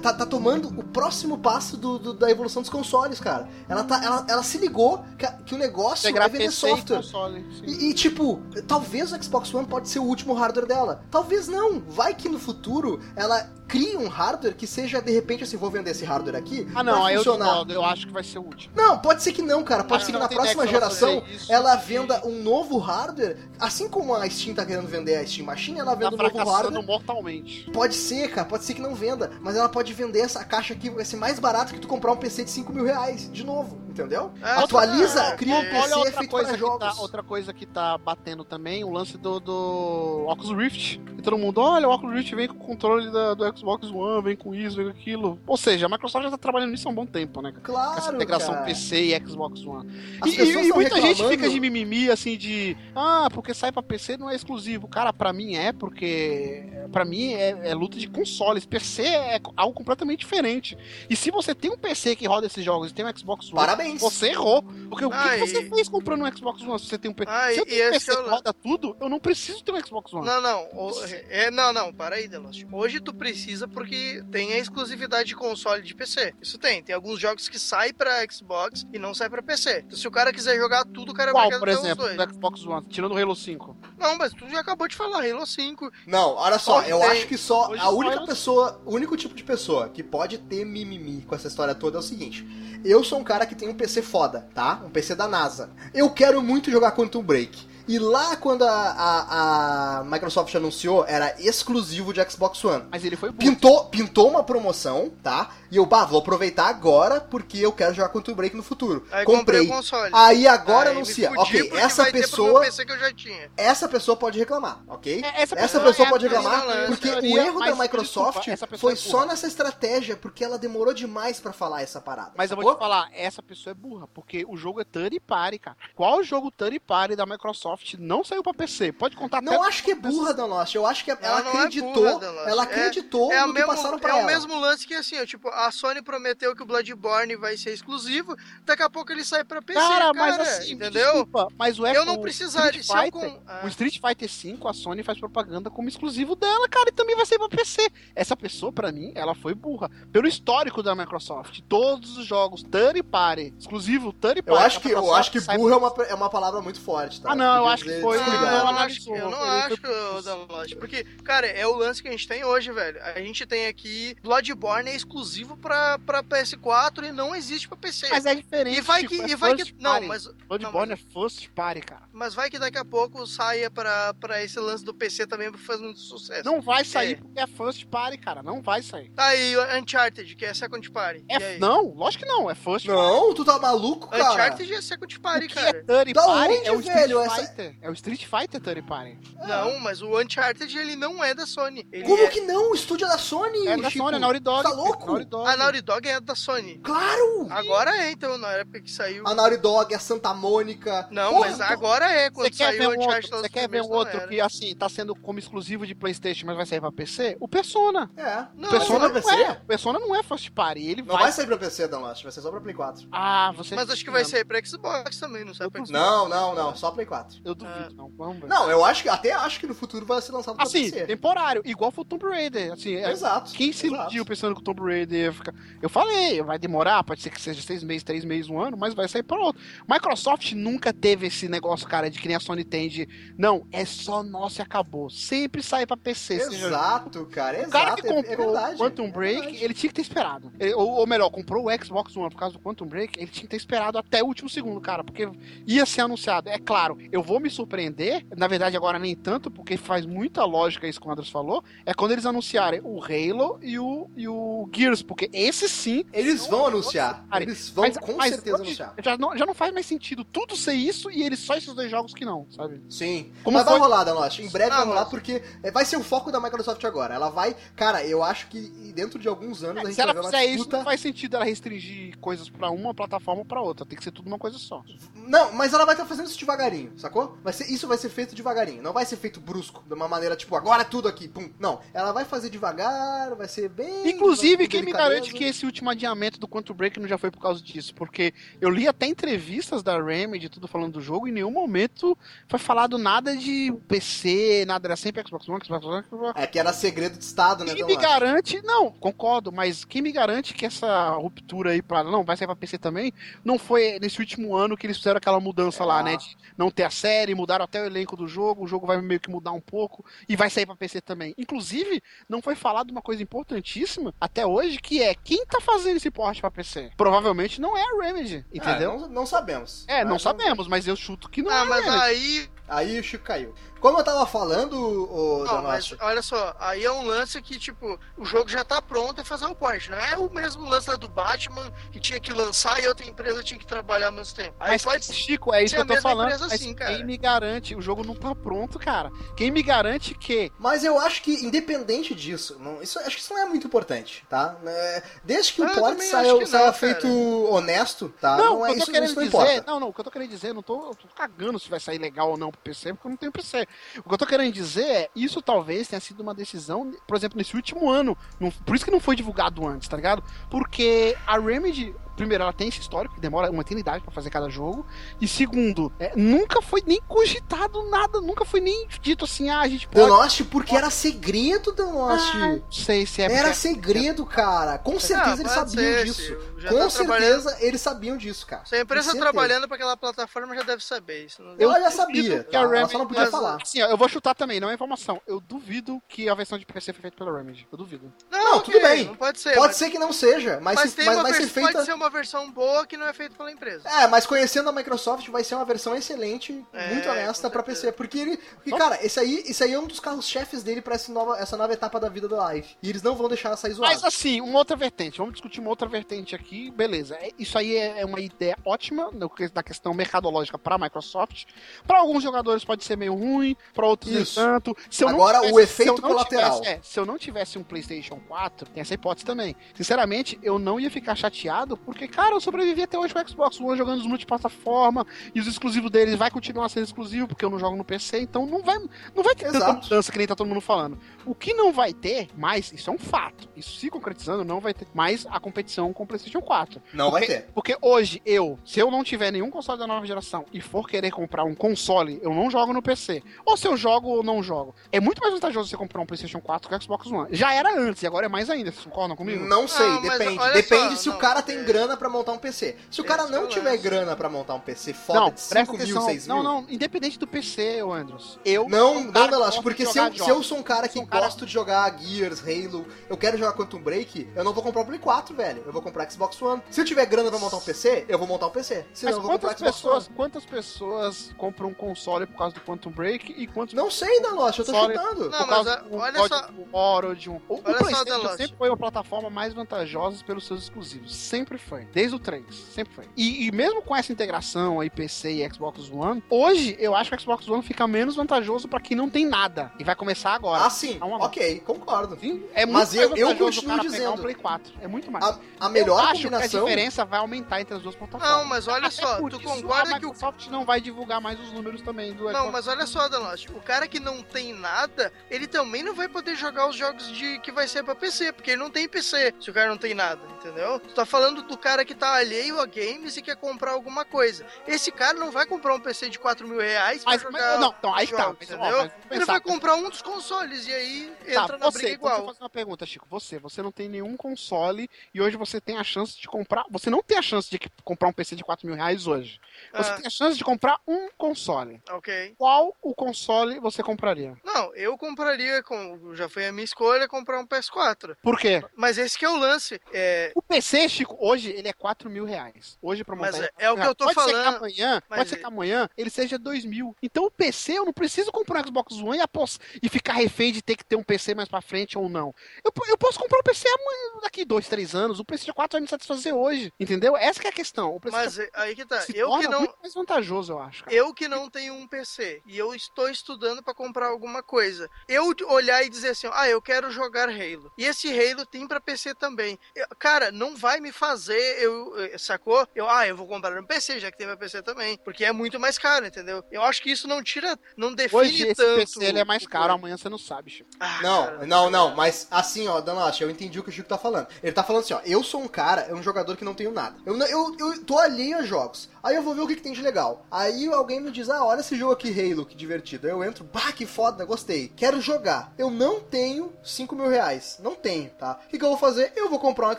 tá, tá tomando o próximo passo do, do- da evolução dos consoles, cara. Ela, tá, ela, ela se ligou que, a- que o negócio é
Integrar
vender
PC e
software.
console. sim.
E, e, tipo, talvez o Xbox One pode ser o último hardware dela. Talvez não. Vai que no futuro ela crie um hardware que seja de repente assim, vou vender esse hardware aqui.
Ah, não,
vai
aí eu
funcionar.
discordo. Eu acho que vai ser o último.
Não, pode ser que não, cara. Pode
Ah,
ser que
não,
na
tem
próxima
ideia que ela vai
geração
fazer isso.
ela venda um novo hardware, assim como a Steam tá querendo vender a Steam Machine, ela
Tá
vende um novo
fracassando
hardware.
mortalmente.
Pode ser, cara, pode ser que não venda, mas ela pode vender essa caixa aqui, vai ser mais barato que tu comprar um PC de 5 mil reais, de novo, Entendeu?
Ah,
Atualiza,
tá.
cria um
Olha
PC
outra
feito
coisa
para
que
jogos.
Tá, outra coisa que tá batendo também, o lance do, do Oculus Rift. E todo mundo, olha, o Oculus Rift vem com o controle da- do Xbox One, vem com isso, vem com aquilo. Ou seja, a Microsoft já tá trabalhando nisso há um bom tempo, né? cara? Com
Claro,
Essa integração
cara.
PC e Xbox One.
As
E,
pessoas
e- e
tão
muita gente
reclamando-
fica de mimimi, assim, de... Ah, porque sai pra PC não é exclusivo. Cara, pra mim é, porque... Pra mim é, é luta de consoles. PC é algo completamente diferente. E se você tem um PC que roda esses jogos e tem um Xbox One...
Parabéns.
Você errou. Porque o que,
Ah,
que você
e-
fez comprando um Xbox One? Se você tem um PC,
Ah,
se eu
e
tenho um
esse
PC
é o
que roda tudo, eu não preciso ter um Xbox One.
Não, não. o- é, não, não. Para aí, Delost. Hoje tu precisa porque tem a exclusividade de console de PC. Isso tem. Tem alguns jogos que saem pra Xbox e não saem pra PC. Então, se o cara quiser jogar tudo, o cara
Qual,
vai
por
querer ter os
exemplo,
dois.
do Xbox One? Tirando o Halo 5.
Não, mas tu já acabou de falar. Halo 5.
Não, olha só,
Hoje
eu
tem-
acho que só
hoje
a
só
única
eu-
pessoa, o único tipo de pessoa que pode ter mimimi com essa história toda é o seguinte: eu sou um cara que tem um PC foda, tá? Um PC da NASA. Eu quero muito jogar Quantum Break. E lá quando a, a- a Microsoft anunciou, era exclusivo de Xbox One.
Mas ele foi bom.
Pintou, pintou uma promoção, tá? E eu, bah, vou aproveitar agora porque eu quero jogar Quantum Break no futuro.
Aí comprei o
comprei.
console.
Aí agora
Aí me
anuncia.
fudi
Ok,
porque
essa
vai ter pro
pessoa.
meu PC que eu já tinha.
Essa pessoa pode reclamar, ok?
É,
Essa pessoa
é
pode
a minha
reclamar
teoria,
porque o
teoria,
erro da
mas,
Microsoft
desculpa, essa pessoa
foi
é
só
burra.
nessa estratégia, porque ela demorou demais pra falar essa parada.
Mas eu vou
sacou?
te falar, essa pessoa é burra, porque o jogo é third party, cara. Qual jogo third party da Microsoft não saiu pra PC? Pode contar até...
Não acho que é burra da nossa, eu acho que ela,
Ela não é
acreditou,
burra, Danossi.
ela
É-
acreditou
É, o
no
mesmo,
que passaram pra
é
ela.
o mesmo lance que assim, ó, tipo, a Sony prometeu que o Bloodborne vai ser exclusivo, daqui a pouco ele sai pra PC, é cara,
Cara, mas assim, me
entendeu?
desculpa, mas o
Eu
Apple
não precisaria,
Street
se eu
Fighter-
com... ah,
O Street Fighter V, a Sony faz propaganda como exclusivo dela, cara, e também vai sair pra PC. Essa pessoa, pra mim, ela foi burra. Pelo histórico da Microsoft, todos os jogos, third party, exclusivo, third
Eu
party.
acho que,
da
eu
Microsoft
acho que
sai
burra é uma, é uma palavra muito forte, tá?
Ah, não, eu
Podia
acho que
dizer
foi.
Ah,
desligado.
eu
Ela
não acho,
analisou,
eu não
foi-
acho, Danlote. Porque, cara, é o lance que a gente tem hoje, velho. A gente tem aqui Bloodborne é exclusivo pra, pra PS4 e não existe pra PC.
Mas é diferente.
e vai que.
tipo, é
e vai
first
que não,
party.
mas,
Bloodborne é first party, cara.
mas vai que daqui a pouco saia pra, pra esse lance do PC também fazendo sucesso.
Não vai sair
É.
porque é first party, cara. Não vai sair.
Tá aí, Uncharted, que é Second Party.
É-
e aí?
não, lógico que não. É first
Não, tu tá maluco, cara?
Uncharted é Second
party.
Party,
O que é
cara.
third
Da
party?
onde,
é o Street
velho, essa-
Fighter. É o Street Fighter third party.
Não, mas o Uncharted ele não é da Sony. Ele
Como
é...
que não? O estúdio é da Sony,
É da
Chico.
Sony, é Naughty Dog.
Tá louco?
Naughty Dog.
A Naughty Dog é da Sony.
Claro!
Agora é, então, na época que
Ah,
saiu.
A Naughty Dog, a Santa Mônica.
Não,
Porra,
mas
tu-
agora é,
então. Você
quando
quer ver
saiu o
um outro,
Uncharted lá
você
nos
quer ver um
primeiros, né? não
outro
era.
que, assim, tá sendo como exclusivo de Playstation, mas vai sair pra PC? O Persona.
É.
Não,
o Persona
vai
não,
pra
é.
PC?
O Persona não é first party. Ele
Não
vai...
vai sair pra PC, Dan Lost, vai ser só pra Play 4.
Ah, você...
Mas acho que vai sair pra Xbox também, não sabe pra Xbox.
Não, não, não, só Play 4.
Eu
Ah.
duvido, não. Vamos ver.
Não, eu acho que até acho que no futuro vai ser lançado pra
Assim,
PC.
temporário. Igual foi o Tomb Raider. Assim, é-
Exato.
Quem se
exato.
iludiu pensando que o Tomb Raider ia ficar. Eu falei, vai demorar, pode ser que seja seis meses, três meses, um ano, mas vai sair pra outro. Microsoft nunca teve esse negócio, cara, de que nem a Sony tem de. Não, é só nosso e acabou. Sempre sai pra PC. seja
Exato, cara,
né? O cara
exato.
que
é- é
comprou
verdade,
o Quantum
é
Break,
verdade.
ele tinha que ter esperado. Ele- ou, ou melhor, comprou o Xbox One por causa do Quantum Break, ele tinha que ter esperado até o último segundo, cara, porque ia ser anunciado. É claro, eu vou me surpreender, na verdade agora nem tanto, porque faz muita lógica isso que o Andres falou, é quando eles anunciarem o Halo e o, e o Gears, porque esse sim...
Eles vão anunciar.
cara,
Eles vão com certeza
hoje
anunciar.
Já não, já não faz mais sentido tudo ser isso e eles só esses dois jogos que não, sabe?
Sim.
Como
mas
foi-
vai rolar, Danosh. Em breve
Ah,
vai rolar,
mas-
porque é, vai ser o foco da Microsoft agora. Ela vai. Cara, eu acho que dentro de alguns anos a gente
É, Se ela
vai ver É
fizer
uma
isso,
disputa.
não faz sentido ela restringir coisas pra uma plataforma ou pra outra. Tem que ser tudo uma coisa só.
Não, mas ela vai estar fazendo isso devagarinho, sacou? Vai ser, isso vai ser feito devagarinho. Não vai ser feito brusco, de uma maneira tipo, agora é tudo aqui, pum. Não. Ela vai fazer devagar, vai ser bem.
Inclusive,
com
quem me
delicadeza.
garante que esse último adiamento do Quantum Break não já foi por causa disso? Porque eu li até entrevistas da Remedy, tudo falando do jogo, e em nenhum momento foi falado nada de PC, nada, era sempre Xbox One, Xbox One, Xbox One.
É que era segredo de Estado, né,
Quem me
Danosh?
garante, não, concordo, mas quem me garante que essa ruptura aí pra. Não, vai sair pra PC também, não foi nesse último ano que eles fizeram aquela mudança lá,
Ah.
né? De não ter a série, mudaram até o elenco do jogo, o jogo vai meio que mudar um pouco e vai sair pra PC também. Inclusive, não foi falado uma coisa importantíssima até hoje, que é quem tá fazendo esse porte pra PC? Provavelmente não é a Remedy, entendeu?
Ah, não, não sabemos.
É, não
Mas
sabemos, mas eu chuto que não
Ah,
é. a
mas
Remedy.
aí
Aí o Chico caiu. Como eu tava falando, ô,
Não, mas
Danosso,
olha só, aí é um lance que, tipo, o jogo já tá pronto e fazer um porte. Não é o mesmo lance lá do Batman que tinha que lançar e outra empresa tinha que trabalhar ao mesmo tempo. Aí
Mas,
pode ser.
Chico, é isso que
ser a
eu tô
mesma
falando.
empresa
Mas
assim, cara.
quem me garante? O jogo não tá pronto, cara. Quem me garante que
Mas eu acho que, independente disso, não- isso, acho que isso não é muito importante, tá? É, desde que
Ah,
o
eu
plot
também
saia,
acho que não,
saia
cara.
feito honesto, tá?
Não,
é
o que eu
isso,
tô querendo
isso não
dizer.
importa.
Não, não, o que eu tô querendo dizer, eu não tô, eu tô cagando se vai sair legal ou não pro PC, porque eu não tenho PC. O que eu tô querendo dizer é, isso talvez tenha sido uma decisão, por exemplo, nesse último ano. Não- por isso que não foi divulgado antes, tá ligado? Porque a Remedy. Primeiro, ela tem esse histórico que demora uma eternidade pra fazer cada jogo. E segundo, é, nunca foi nem cogitado nada, nunca foi nem dito assim, ah, a gente
é
The
pode.
Lost, porque era segredo, The Lost.
Não sei se é porque-
era segredo, cara. Com certeza
Ah,
eles
pode
sabiam
ser,
disso.
se- já
Com
tá trabalhando-
certeza eles sabiam disso, cara.
Se a empresa
Com
tá
certeza.
trabalhando pra aquela plataforma já deve saber isso. não-
Ela já
duvido
sabia,
que
tá?
a
ela
Remedy-
só não podia
mas-
falar.
Assim, ó, eu vou chutar também, não é informação. Eu duvido que a versão de PC foi feita pela Remedy. Eu duvido.
Não,
ok,
tudo bem.
Não pode ser.
Pode
É, mas-
ser que não seja, mas,
mas
se-
tem
mas
uma
vai ser
vers-
feita.
pode ser uma versão boa que não é feita pela empresa.
É, mas conhecendo a Microsoft vai ser uma versão excelente,
É,
muito honesta
com
pra
certeza.
PC, porque ele, porque, cara, esse aí, esse aí é um dos carros chefes dele pra essa nova, essa nova etapa da vida do Live. E eles não vão deixar ela sair zoada.
Mas assim, uma outra vertente, vamos discutir uma outra vertente aqui, beleza. É- Isso aí é é uma ideia ótima no que- na questão mercadológica pra Microsoft. Pra alguns jogadores pode ser meio ruim, pra outros
Isso.
nem tanto. Se eu não
Agora,
tivesse-
o efeito
se eu não
colateral.
tivesse- é, se eu não tivesse um PlayStation 4, tem essa hipótese também. Sinceramente, eu não ia ficar chateado, porque, cara, eu sobrevivi até hoje com o Xbox One jogando os multiplataforma e os exclusivos deles vai continuar sendo exclusivo, porque eu não jogo no PC, então não vai, não vai ter tanta
Exato.
mudança que nem tá todo mundo falando. O que não vai ter mais, isso é um fato, isso se concretizando, não vai ter mais a competição com o PlayStation 4.
não vai
porque,
ter.
Porque hoje eu, se eu não tiver nenhum console da nova geração e for querer comprar um console, eu não jogo no PC. Ou se eu jogo ou não jogo. É muito mais vantajoso você comprar um PlayStation 4 que o Xbox One. Já era antes e agora é mais ainda, vocês concordam comigo?
Não sei,
Não, Ah, mas
depende.
olha
Depende
só,
se o
não,
cara
é-
tem grana pra montar um PC. Se o
É
cara
isso
não
que eu
tiver
acho.
grana pra montar um PC foda de 5 mil, 6 mil.
Não, não, independente do PC, ô Andros. Eu
Não,
sou um
não,
cara que
Delash,
gosto de
porque se
jogar
eu, se
jogos.
eu sou um cara que
Sou um cara-
gosto de jogar Gears, Halo, eu quero jogar Quantum Break, eu não vou comprar o Play 4, velho. Eu vou comprar Xbox One. Se eu tiver grana pra montar um PC, eu vou montar um PC. Se não,
Mas
eu vou comprar
quantas
Xbox
pessoas,
One.
quantas pessoas compram um console por causa do Quantum Break e quantos
Não é, sei, Delash, eu tô
Sorry.
chutando.
Não,
por
mas
causa
a-
do
olha
código
só-
do Origin. O, o
Olha só,
PlayStation
Delante.
sempre foi uma plataforma mais vantajosa pelos seus exclusivos. Sempre foi. Desde o 3. Sempre foi. E, e mesmo com essa integração aí PC e Xbox One, hoje eu acho que o Xbox One fica menos vantajoso pra quem não tem nada. E vai começar agora.
Ah, sim.
Calma lá.
Ok, concordo.
Sim, é muito
mas
mais
eu- eu
vantajoso o
continuo
cara pegar um
dizendo.
Play 4. É muito mais.
A, a
eu
melhor
acho que é a
combinação.
diferença vai aumentar entre as duas
É,
plataformas.
Não, mas olha
Até
só,
é por
tu
isso,
concorda
a
que o
Microsoft não vai divulgar mais os números também do
Não,
Xbox
mas olha só, Danote, o cara que não tem nada, ele também não vai poder jogar os jogos de que vai ser pra PC, porque ele não tem PC, se o cara não tem nada, entendeu? Tu tá falando do cara que tá alheio a games e quer comprar alguma coisa. Esse cara não vai comprar um PC de 4 mil reais pra
Mas,
jogar
mas- não, então aí que tá.
jogos,
mas, ó,
entendeu?
mas vamos
ele
pensar.
vai comprar um dos consoles e aí
Tá,
entra na
você, então
briga
deixa eu
igual.
fazer uma pergunta, Chico. Você, você não tem nenhum console e hoje você tem a chance de comprar. Você não tem a chance de que- comprar um PC de 4 mil reais hoje. Você
Ah.
tem a chance de comprar um console.
Ok.
Qual o console você compraria?
Não, eu compraria, como já foi a minha escolha, comprar um PS4.
Por quê?
Mas esse que é o lance. É,
O PC, Chico, hoje ele é 4 mil reais. Hoje pra montar.
Mas
ele
é- é o que eu tô
Ah, pode Ser que
falando,
amanhã,
mas
pode ser
é-
que amanhã ele seja 2 mil. Então o PC, eu não preciso comprar um Xbox One e, apos- e ficar refém de ter que ter um PC mais pra frente ou não. Eu, po- eu posso comprar um PC amanhã, daqui 2, 3 anos. O PC de 4 vai me satisfazer hoje. Entendeu? Essa que é a questão. O PC
mas é- aí que tá.
se
Eu que
torna
não,
muito mais vantajoso, eu acho. Cara.
Eu que não tenho um PC e eu estou estudando pra comprar alguma coisa. Eu olhar e dizer assim, ah, eu quero jogar Halo. E esse Halo tem pra PC também. Eu- cara, não vai me fazer, eu eh, sacou? Eu, ah, eu vou comprar um PC, já que tem pra PC também. Porque é muito mais caro, entendeu? Eu acho que isso não tira, não define
Hoje esse
tanto.
PC ele é mais caro, amanhã você não sabe, Chico.
Ah, cara,
Não, não, não, mas assim, ó, Danoche, eu entendi o que o Chico tá falando. Ele tá falando assim, ó, eu sou um cara, é um jogador que não tenho nada. Eu, não- eu, eu tô alheio a jogos. Aí eu vou ver o que, que tem de legal. Aí alguém me diz, ah, olha esse jogo aqui, Halo, que divertido. Aí eu entro, bah, que foda, gostei. Quero jogar. Eu não tenho 5 mil reais. Não tenho, tá? O que, que eu vou fazer? Eu vou comprar um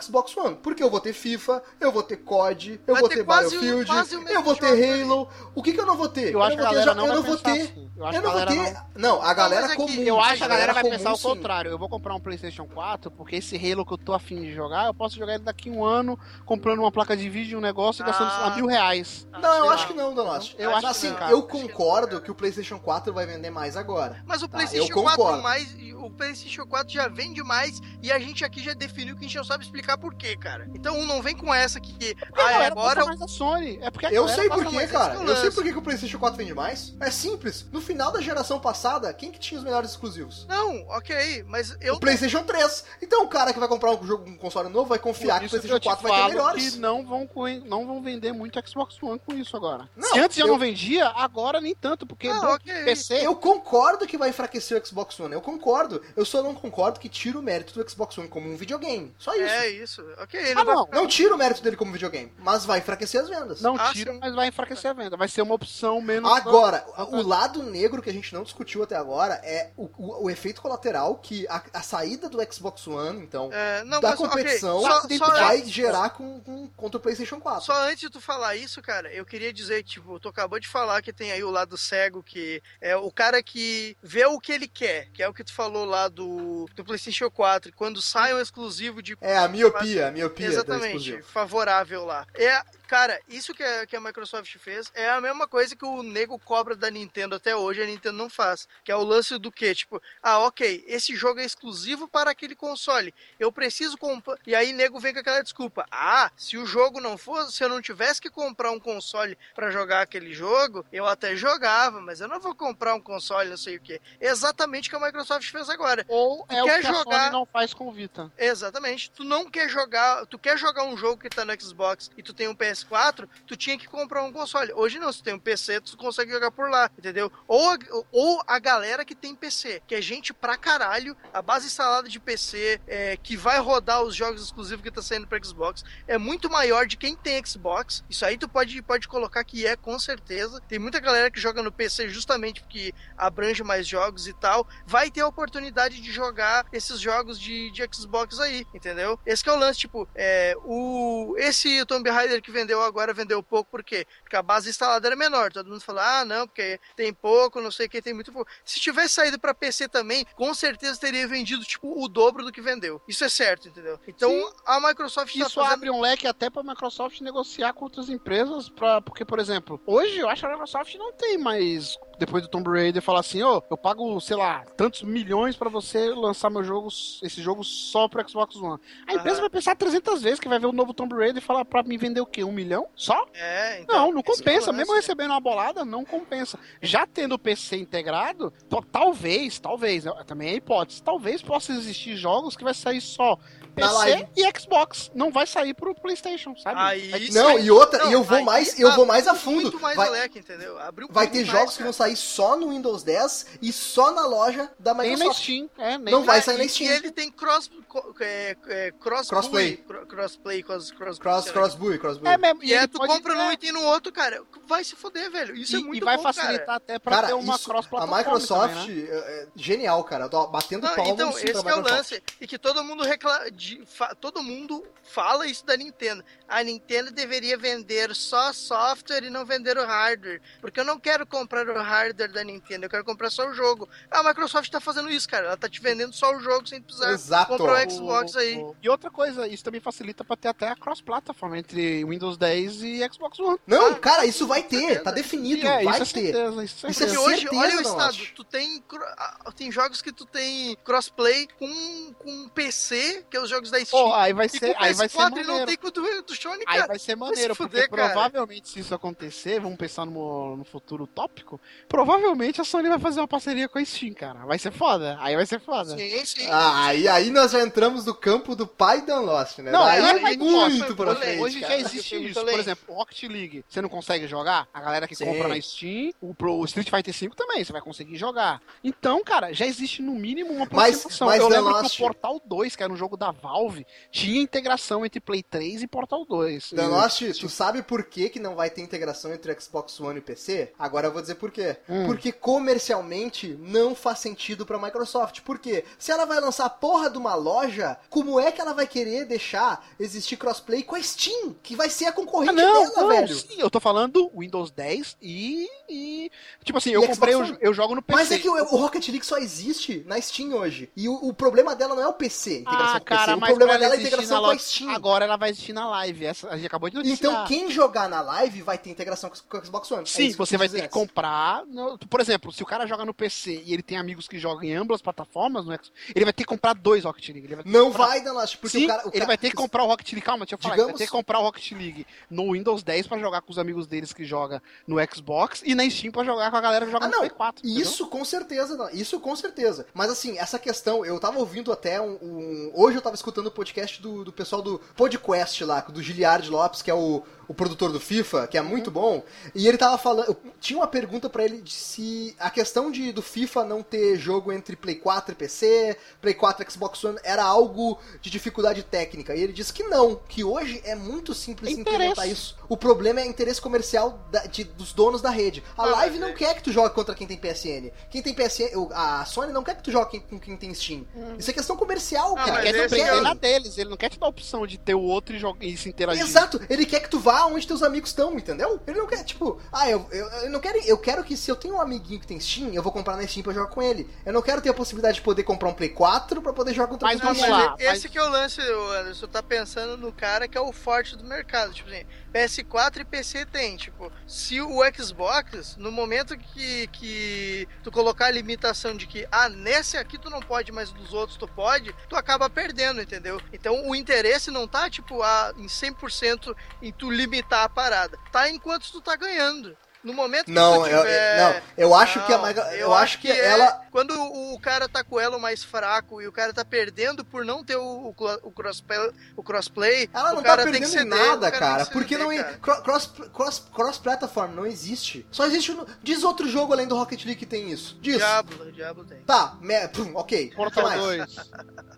Xbox One. Porque eu vou ter FIFA, eu vou ter COD, eu
Vai
vou
ter
ter
quase o-
Battlefield,
quase o mesmo
eu vou ter
jogo ali.
Halo. O que, que eu não vou ter?
Eu acho que a
vou ter,
galera
jo-
não
eu
vai
não vou
pensar
ter.
assim.
Eu não vou ter. Não, a galera
mas é que
comum.
Eu acho que a galera vai
comum,
pensar o
sim.
contrário. Eu vou comprar um PlayStation 4 porque esse Halo que eu tô afim de jogar, eu posso jogar ele daqui um ano comprando uma placa de vídeo, um negócio e gastando sei lá,
Ah.
mil reais. talvez.
Não, eu
Sei
acho
lá.
que não, Donosti.
Eu acho
assim,
que não. é
eu
Acho que não,
concordo
cara.
que o PlayStation 4 vai vender mais agora.
Mas o
Tá,
PlayStation
eu
4
concordo.
mais. O PlayStation 4 já vende mais e a gente aqui já definiu que a gente não sabe explicar por quê, cara. Então não vem com essa que.
Porque a
Ah,
galera
agora.
gosta mais da Sony. É porque a
Eu
galera
sei
gosta
por quê,
mais-
cara.
é
Eu
lance.
sei por que que o PlayStation 4 vende mais. É simples. No final da geração passada, quem que tinha os melhores exclusivos?
Não, ok, mas eu.
O PlayStation 3. Então o cara que vai comprar um jogo um console novo vai confiar que o
Por isso
PlayStation
que eu te
4 vai ter
falo
melhores.
Que não vão, co- não vão vender muito Xbox One com isso agora.
Não,
Se antes já
eu-
não vendia, agora nem tanto, porque
é
Ah,
do
ok.
PC.
Eu concordo que vai enfraquecer o Xbox One, eu concordo. Eu só não concordo que tira o mérito do Xbox One como um videogame. Só isso.
É isso. Ok, ele
Ah,
vai-
não.
Não tira o mérito dele como videogame, mas vai enfraquecer as vendas.
Não
Ah,
tira,
sim.
mas vai enfraquecer a venda. Vai ser uma opção menos.
Agora,
um
o lado negro que a gente não discutiu até agora é o, o- o efeito colateral que a, a saída do Xbox One, então,
É, não,
da
mas, ok,
competição,
só- só-
vai gerar com, com- contra o PlayStation 4.
Só antes de tu falar isso, cara, eu queria dizer, tipo, tu acabou de falar que tem aí o lado cego, que é o cara que vê o que ele quer, que é o que tu falou lá do, do PlayStation 4, quando sai um exclusivo de.
É a miopia, a miopia da
Exatamente,
exclusiva.
favorável lá. É, cara, isso que a, que a Microsoft fez é a mesma coisa que o nego cobra da Nintendo até hoje, a Nintendo não faz. Que é o lance do quê? Tipo, ah, ok, esse jogo é exclusivo para aquele console. Eu preciso comprar. E aí, nego vem com aquela desculpa. Ah, se o jogo não fosse, se eu não tivesse que comprar um console pra jogar aquele jogo, eu até jogava, mas eu não vou comprar um console, não sei o quê. É Exatamente o que a Microsoft fez agora.
Ou é o
quer
que a
jogar-
Sony não faz com o Vita.
Exatamente. Tu não quer jogar, tu quer jogar um jogo que tá no Xbox e tu tem um PS4, tu tinha que comprar um console. Hoje não, se tu tem um PC, tu consegue jogar por lá, entendeu? Ou a, ou a galera que tem PC, que é gente pra caralho, a base instalada de PC, é, que vai rodar os jogos exclusivos que tá saindo pra Xbox, é muito maior de quem tem Xbox. Isso aí tu pode, pode colocar que é, com certeza. Tem muita galera que joga no PC justamente porque abrange mais jogos e tal, vai ter a oportunidade de jogar esses jogos de, de Xbox aí, entendeu? Esse que é o lance, tipo, é, o, esse Tomb Raider que vendeu agora vendeu pouco, por quê? Porque a base instalada era menor, todo mundo fala, ah, não, porque tem pouco, não sei o que, tem muito pouco. Se tivesse saído pra PC também, com certeza teria vendido, tipo, o dobro do que vendeu. Isso é certo, entendeu? Então,
Sim.
a Microsoft tá
Isso
fazendo...
abre um leque até pra Microsoft negociar com outras empresas, pra, porque, por exemplo, hoje eu acho que a Microsoft não tem mais, depois do Tomb Raider, falar assim, ô, eu pago, sei lá, tantos milhões pra você lançar meu jogo, esse jogo só pro Xbox One. A empresa
Aham.
vai pensar 300 vezes que vai ver o novo Tomb Raider e falar pra me vender o quê? Um milhão? Só?
É, então,
Não, não
esse que é o
compensa.
lance,
Mesmo
né?
recebendo uma bolada, não compensa. Já tendo o PC integrado, to- talvez, talvez, né, também é hipótese, talvez possa existir jogos que vai sair só
Na
PC
live.
e Xbox. Não vai sair pro PlayStation, sabe?
Aí,
Vai-
isso
Não,
aí-
e outra,
não,
e eu vou
aí
mais,
tá
eu vou mais a fundo.
Muito mais
vai,
leque, entendeu? Abriu
vai
muito
ter
mais,
jogos que
cara.
vão sair só no Windows 10 e só na loja da
nem na
Microsoft.
Steam. É, nem
Não
na-
vai sair na
E
Steam.
que ele tem cross, co- é, é, cross
Crossplay.
cro- Crossplay, cross, cross,
Cross,
sei lá.
crossbuy, crossbuy.
né? É mesmo.
E aí
ele
tu
pode-
compra num
é,
item no outro, cara. Vai se foder, velho. Isso
e,
é muito
e vai
bom,
facilitar até pra
Cara,
ter uma
isso, a
cross-plataforma.
Microsoft
também, né?
é, é genial, cara. Eu tô batendo
Não,
palma
então,
assim
esse
pra
que é o
Microsoft.
lance. E que todo mundo reclama. todo mundo fala isso da Nintendo. A Nintendo deveria vender só software e não vender o hardware. Porque eu não quero comprar o hardware da Nintendo, eu quero comprar só o jogo. A Microsoft tá fazendo isso, cara. Ela tá te vendendo só o jogo sem precisar
Exato.
né? comprar o Xbox aí.
O- E outra coisa, isso também facilita pra ter até a cross-plataforma entre Windows 10 e Xbox One.
Não, cara, isso vai ter,
certeza.
tá definido,
Ah, E é,
vai
isso é
ter.
certeza, isso é
Isso é
Porque
certeza.
hoje,
certeza,
olha o
não
estado,
acho.
tu tem, cro- ah, tem jogos que tu tem crossplay com, com PC, que é os jogos da Steam,
Pô, aí vai
e
ser,
com
aí vai ser
PS4 e não
maneiro.
tem com o do, do Sony,
Aí
cara.
vai ser
se
maneiro, porque
fuder, cara.
provavelmente se isso acontecer, vamos pensar no, no futuro tópico, provavelmente a Sony vai fazer uma parceria com a Steam, cara. Vai ser foda, aí vai ser foda.
Sim, sim.
Ah, aí, aí nós já entramos no campo do pai da Lost, né?
Não,
Daí
aí
é
vai
muito
muito
pra
além.
frente.
Hoje
cara.
já existe
Eu tô
isso. Por
lendo.
exemplo, Rocket League, você não consegue jogar? A galera que
Sim.
compra na Steam, o, Pro, o Street Fighter V também, você vai conseguir jogar. Então, cara, já existe no mínimo uma
Mas-
aproximação.
mas
Eu
The
lembro
Last-
que o Portal 2, que era um jogo da Valve, tinha integração entre Play 3 e Portal 2.
Da
E-
Lost, tu sabe por que, que não vai ter integração entre Xbox One e PC? Agora eu vou dizer por quê.
Hum.
Porque comercialmente não faz sentido pra Microsoft. Por quê? Se ela vai lançar a porra de uma loja, como é que ela vai querer deixar existir crossplay com a Steam, que vai ser a
Ah,
concorrente
não,
dela,
não,
velho?
sim, eu tô falando Windows 10 e. e- tipo assim,
E
eu
Xbox
comprei,
One.
eu, eu jogo no PC.
Mas é que o, o Rocket League só existe na Steam hoje. E o, o problema dela não é o PC, a integração
Ah,
com o PC.
cara,
O
mas pra
problema
ela
dela é a
existir
integração
na
com a
loja-
Steam.
Agora ela vai existir na live. Essa, a gente acabou de noticiar.
Então, quem jogar na live vai ter integração com com o Xbox One. É
Sim,
isso que eu
você vai
quis
ter
dizer
que
antes.
comprar. no- por exemplo, se o cara joga no PC e ele tem amigos que jogam em ambas as plataformas, no Xbox, ele vai ter que comprar dois Rocket League. Ele vai ter que
Não
comprar-
vai, Danast, porque
Sim,
o cara. O
ele
cara-
vai ter que comprar o Rocket League. Calma, deixa eu falar. Ele vai
Digamos-
ter que comprar o Rocket League no Windows 10 pra jogar com os amigos deles que joga no Xbox e na Steam pra jogar com a galera que joga
Ah,
no
não.
P4.
Isso com certeza, não. Isso com certeza. Mas assim, essa questão, eu tava ouvindo até um. um- hoje eu tava escutando o podcast do, do pessoal do Podcast lá, do Giliard Lopes, que é o, o produtor do FIFA,
Uhum.
que é muito bom. E ele tava falando. Tinha uma pergunta pra ele de se a questão de, do FIFA não ter jogo entre Play 4 e PC, Play 4 e Xbox One era algo de dificuldade técnica. E ele disse que não, que hoje é muito simples
É
implementar
interesse.
isso. O problema é interesse comercial da- de- dos donos da rede. A
Ah,
live
mas
não
é-
quer que tu jogue contra quem tem PSN. Quem tem PSN, o- a Sony não quer que tu jogue com quem tem Steam. Isso é questão comercial,
Uhum. Ah,
Ele
cara.
mas
quer
esse
te prender
é o-
na deles, ele não quer te dar a opção de ter o outro e, jogar, e se interagir.
Exato, ele quer que tu vá onde teus amigos estão, entendeu? Ele não quer, tipo, ah, eu, eu, eu não quero. Eu quero que se eu tenho um amiguinho que tem Steam, eu vou comprar na Steam pra jogar com ele. Eu não quero ter a possibilidade de poder comprar um Play 4 pra poder jogar contra
Mas
quem tem
vamos
Steam.
lá,
esse
mas-
que é o lance, ô, Anderson. Tá pensando no cara que é o forte do mercado. Tipo assim, PS4 e PC tem. Tipo, se o Xbox, no momento que, que tu colocar a limitação de que, ah, nesse aqui tu não pode, mas dos outros tu pode, tu acaba perdendo, entendeu? Então o interesse não tá, tipo, ah, em 100% em tu limitar a parada. Tá enquanto tu tá ganhando. No momento que
Não,
tu
eu,
tiver-
não, eu acho
não,
que a Maga, eu, acho que,
é
ela.
Quando o cara tá com o elo mais fraco e o cara tá perdendo por não ter o, o, cla- o crossplay, o crossplay.
Ela não
o
tá
cara tem
perdendo
que ceder,
em
o
nada,
tem
cara.
que
Porque
ceder,
não é.
cara.
cro- Cross, cross, cross platform não existe. Só existe. um- Diz outro jogo além do Rocket League que tem isso. Diz.
Diablo, Diablo tem.
Tá, me, pum, ok.
Portal
O que mais?
2,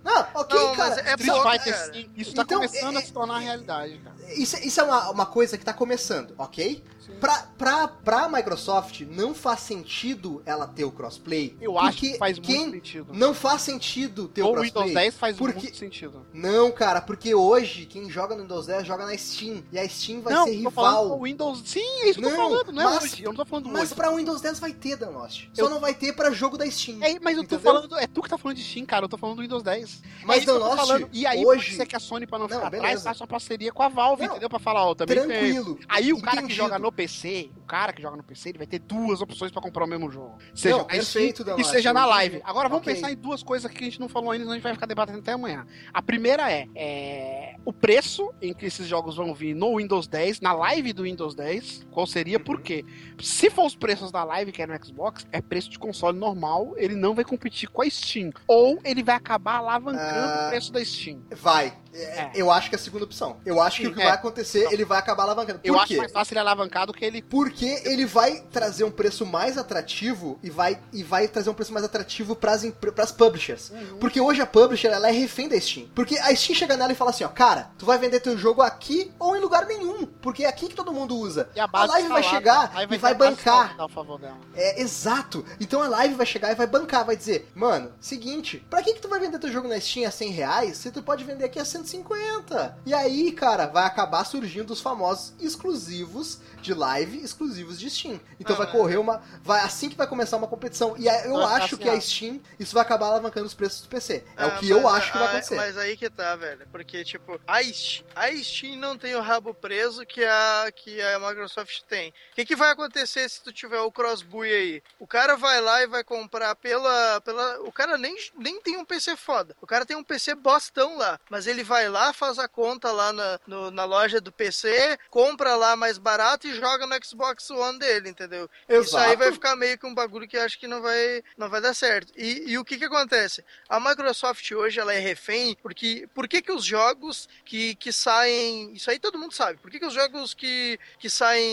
Não, ok,
Não,
é cara.
mas é
Street
pouco,
Fighter
cara.
5, isso tá
Então,
começando
é-
a se tornar realidade, cara.
Isso, isso é uma, uma coisa que tá começando, ok? Pra, pra, pra Microsoft, não faz sentido ela ter o crossplay.
Eu acho
porque
que faz
quem
muito sentido.
Não faz sentido ter o
Ou o
crossplay.
Windows 10 faz
porque-
muito sentido.
Não, cara, porque hoje quem joga no Windows 10 joga na Steam. E a Steam vai
não,
ser
eu tô
rival.
falando do Windows. Sim, é isso que eu tô
Não,
falando, não é
mas-
hoje. Eu não tô falando
Mas
hoje.
pra Windows 10 vai ter, Dan Lost. Só
Eu-
não vai ter pra jogo da Steam.
É, mas eu tô
Entendeu?
falando, é tu que tá falando de Steam, cara, eu tô falando do Windows 10. é
Mas
isso que eu
Dan
tô
Lost,
falando. E aí
hoje-
pode ser que a Sony, pra não,
Não,
ficar atrás,
beleza.
faça uma parceria com a Valve,
Não,
entendeu? Pra falar, ó, também tem.
Tranquilo.
Aí o cara que
Entendido.
joga no PC, o cara que joga no PC, ele vai ter duas opções pra comprar o mesmo jogo. Seja
Não,
na
perfeito,
Steam
Dalati,
e seja na
entendi.
live. Agora vamos
Ok.
pensar em duas coisas que a gente não falou ainda, senão a gente vai ficar debatendo até amanhã. A primeira é, é, o preço em que esses jogos vão vir no Windows 10, na live do Windows 10, qual seria,
Uhum.
por quê? Se for os preços da live, que é no Xbox, é preço de console normal, ele não vai competir com a Steam. Ou ele vai acabar alavancando
Ah.
o preço da Steam.
Vai. É,
É.
Eu acho que é a segunda opção. Eu acho que o que
É.
vai acontecer, ele vai acabar alavancando. Por
Eu acho
quê?
mais fácil ele alavancar do que ele
Porque ele vai trazer um preço mais atrativo e vai, e vai trazer um preço mais atrativo pras, empre- pras publishers.
Uhum.
Porque hoje a publisher ela é refém da Steam. Porque a Steam chega nela e fala assim: ó, cara, tu vai vender teu jogo aqui ou em lugar nenhum. Porque é aqui que todo mundo usa.
E a
a
base
live vai
tá lá,
chegar
cara. Aí
e vai
ter a base
bancar.
que Dá o favor dela.
É, exato. Então a live vai chegar e vai bancar, vai dizer, mano, seguinte, pra que que tu vai vender teu jogo na Steam a 100 reais se tu pode vender aqui a 150? E aí, cara, vai acabar surgindo os famosos exclusivos de live, exclusivos de Steam. Então
Ah,
vai
é.
correr uma... Vai, assim que vai começar uma competição. E aí, eu
Vai ficar
acho
assim,
que a
ó.
Steam, isso vai acabar alavancando os preços do PC. É
Ah,
o que eu
mas-
acho que vai
ah,
acontecer.
Mas aí que tá, velho. Porque, tipo, a Steam, a Steam não tem o rabo preso que a, que a Microsoft tem. O que, que vai acontecer se tu tiver o Crossbuy aí? O cara vai lá e vai comprar pela. pela o cara nem, nem tem um PC foda. O cara tem um PC bostão lá. Mas ele vai lá, faz a conta lá na, no- na loja do PC, compra lá mais barato e joga no Xbox One dele, entendeu? Isso aí
Exato.
vai ficar meio que um bagulho que eu acho que não vai, não vai dar certo. E, e o que que acontece? A Microsoft hoje ela é refém, porque por que que os jogos que, que saem, isso aí todo mundo sabe, por que que os jogos que, que saem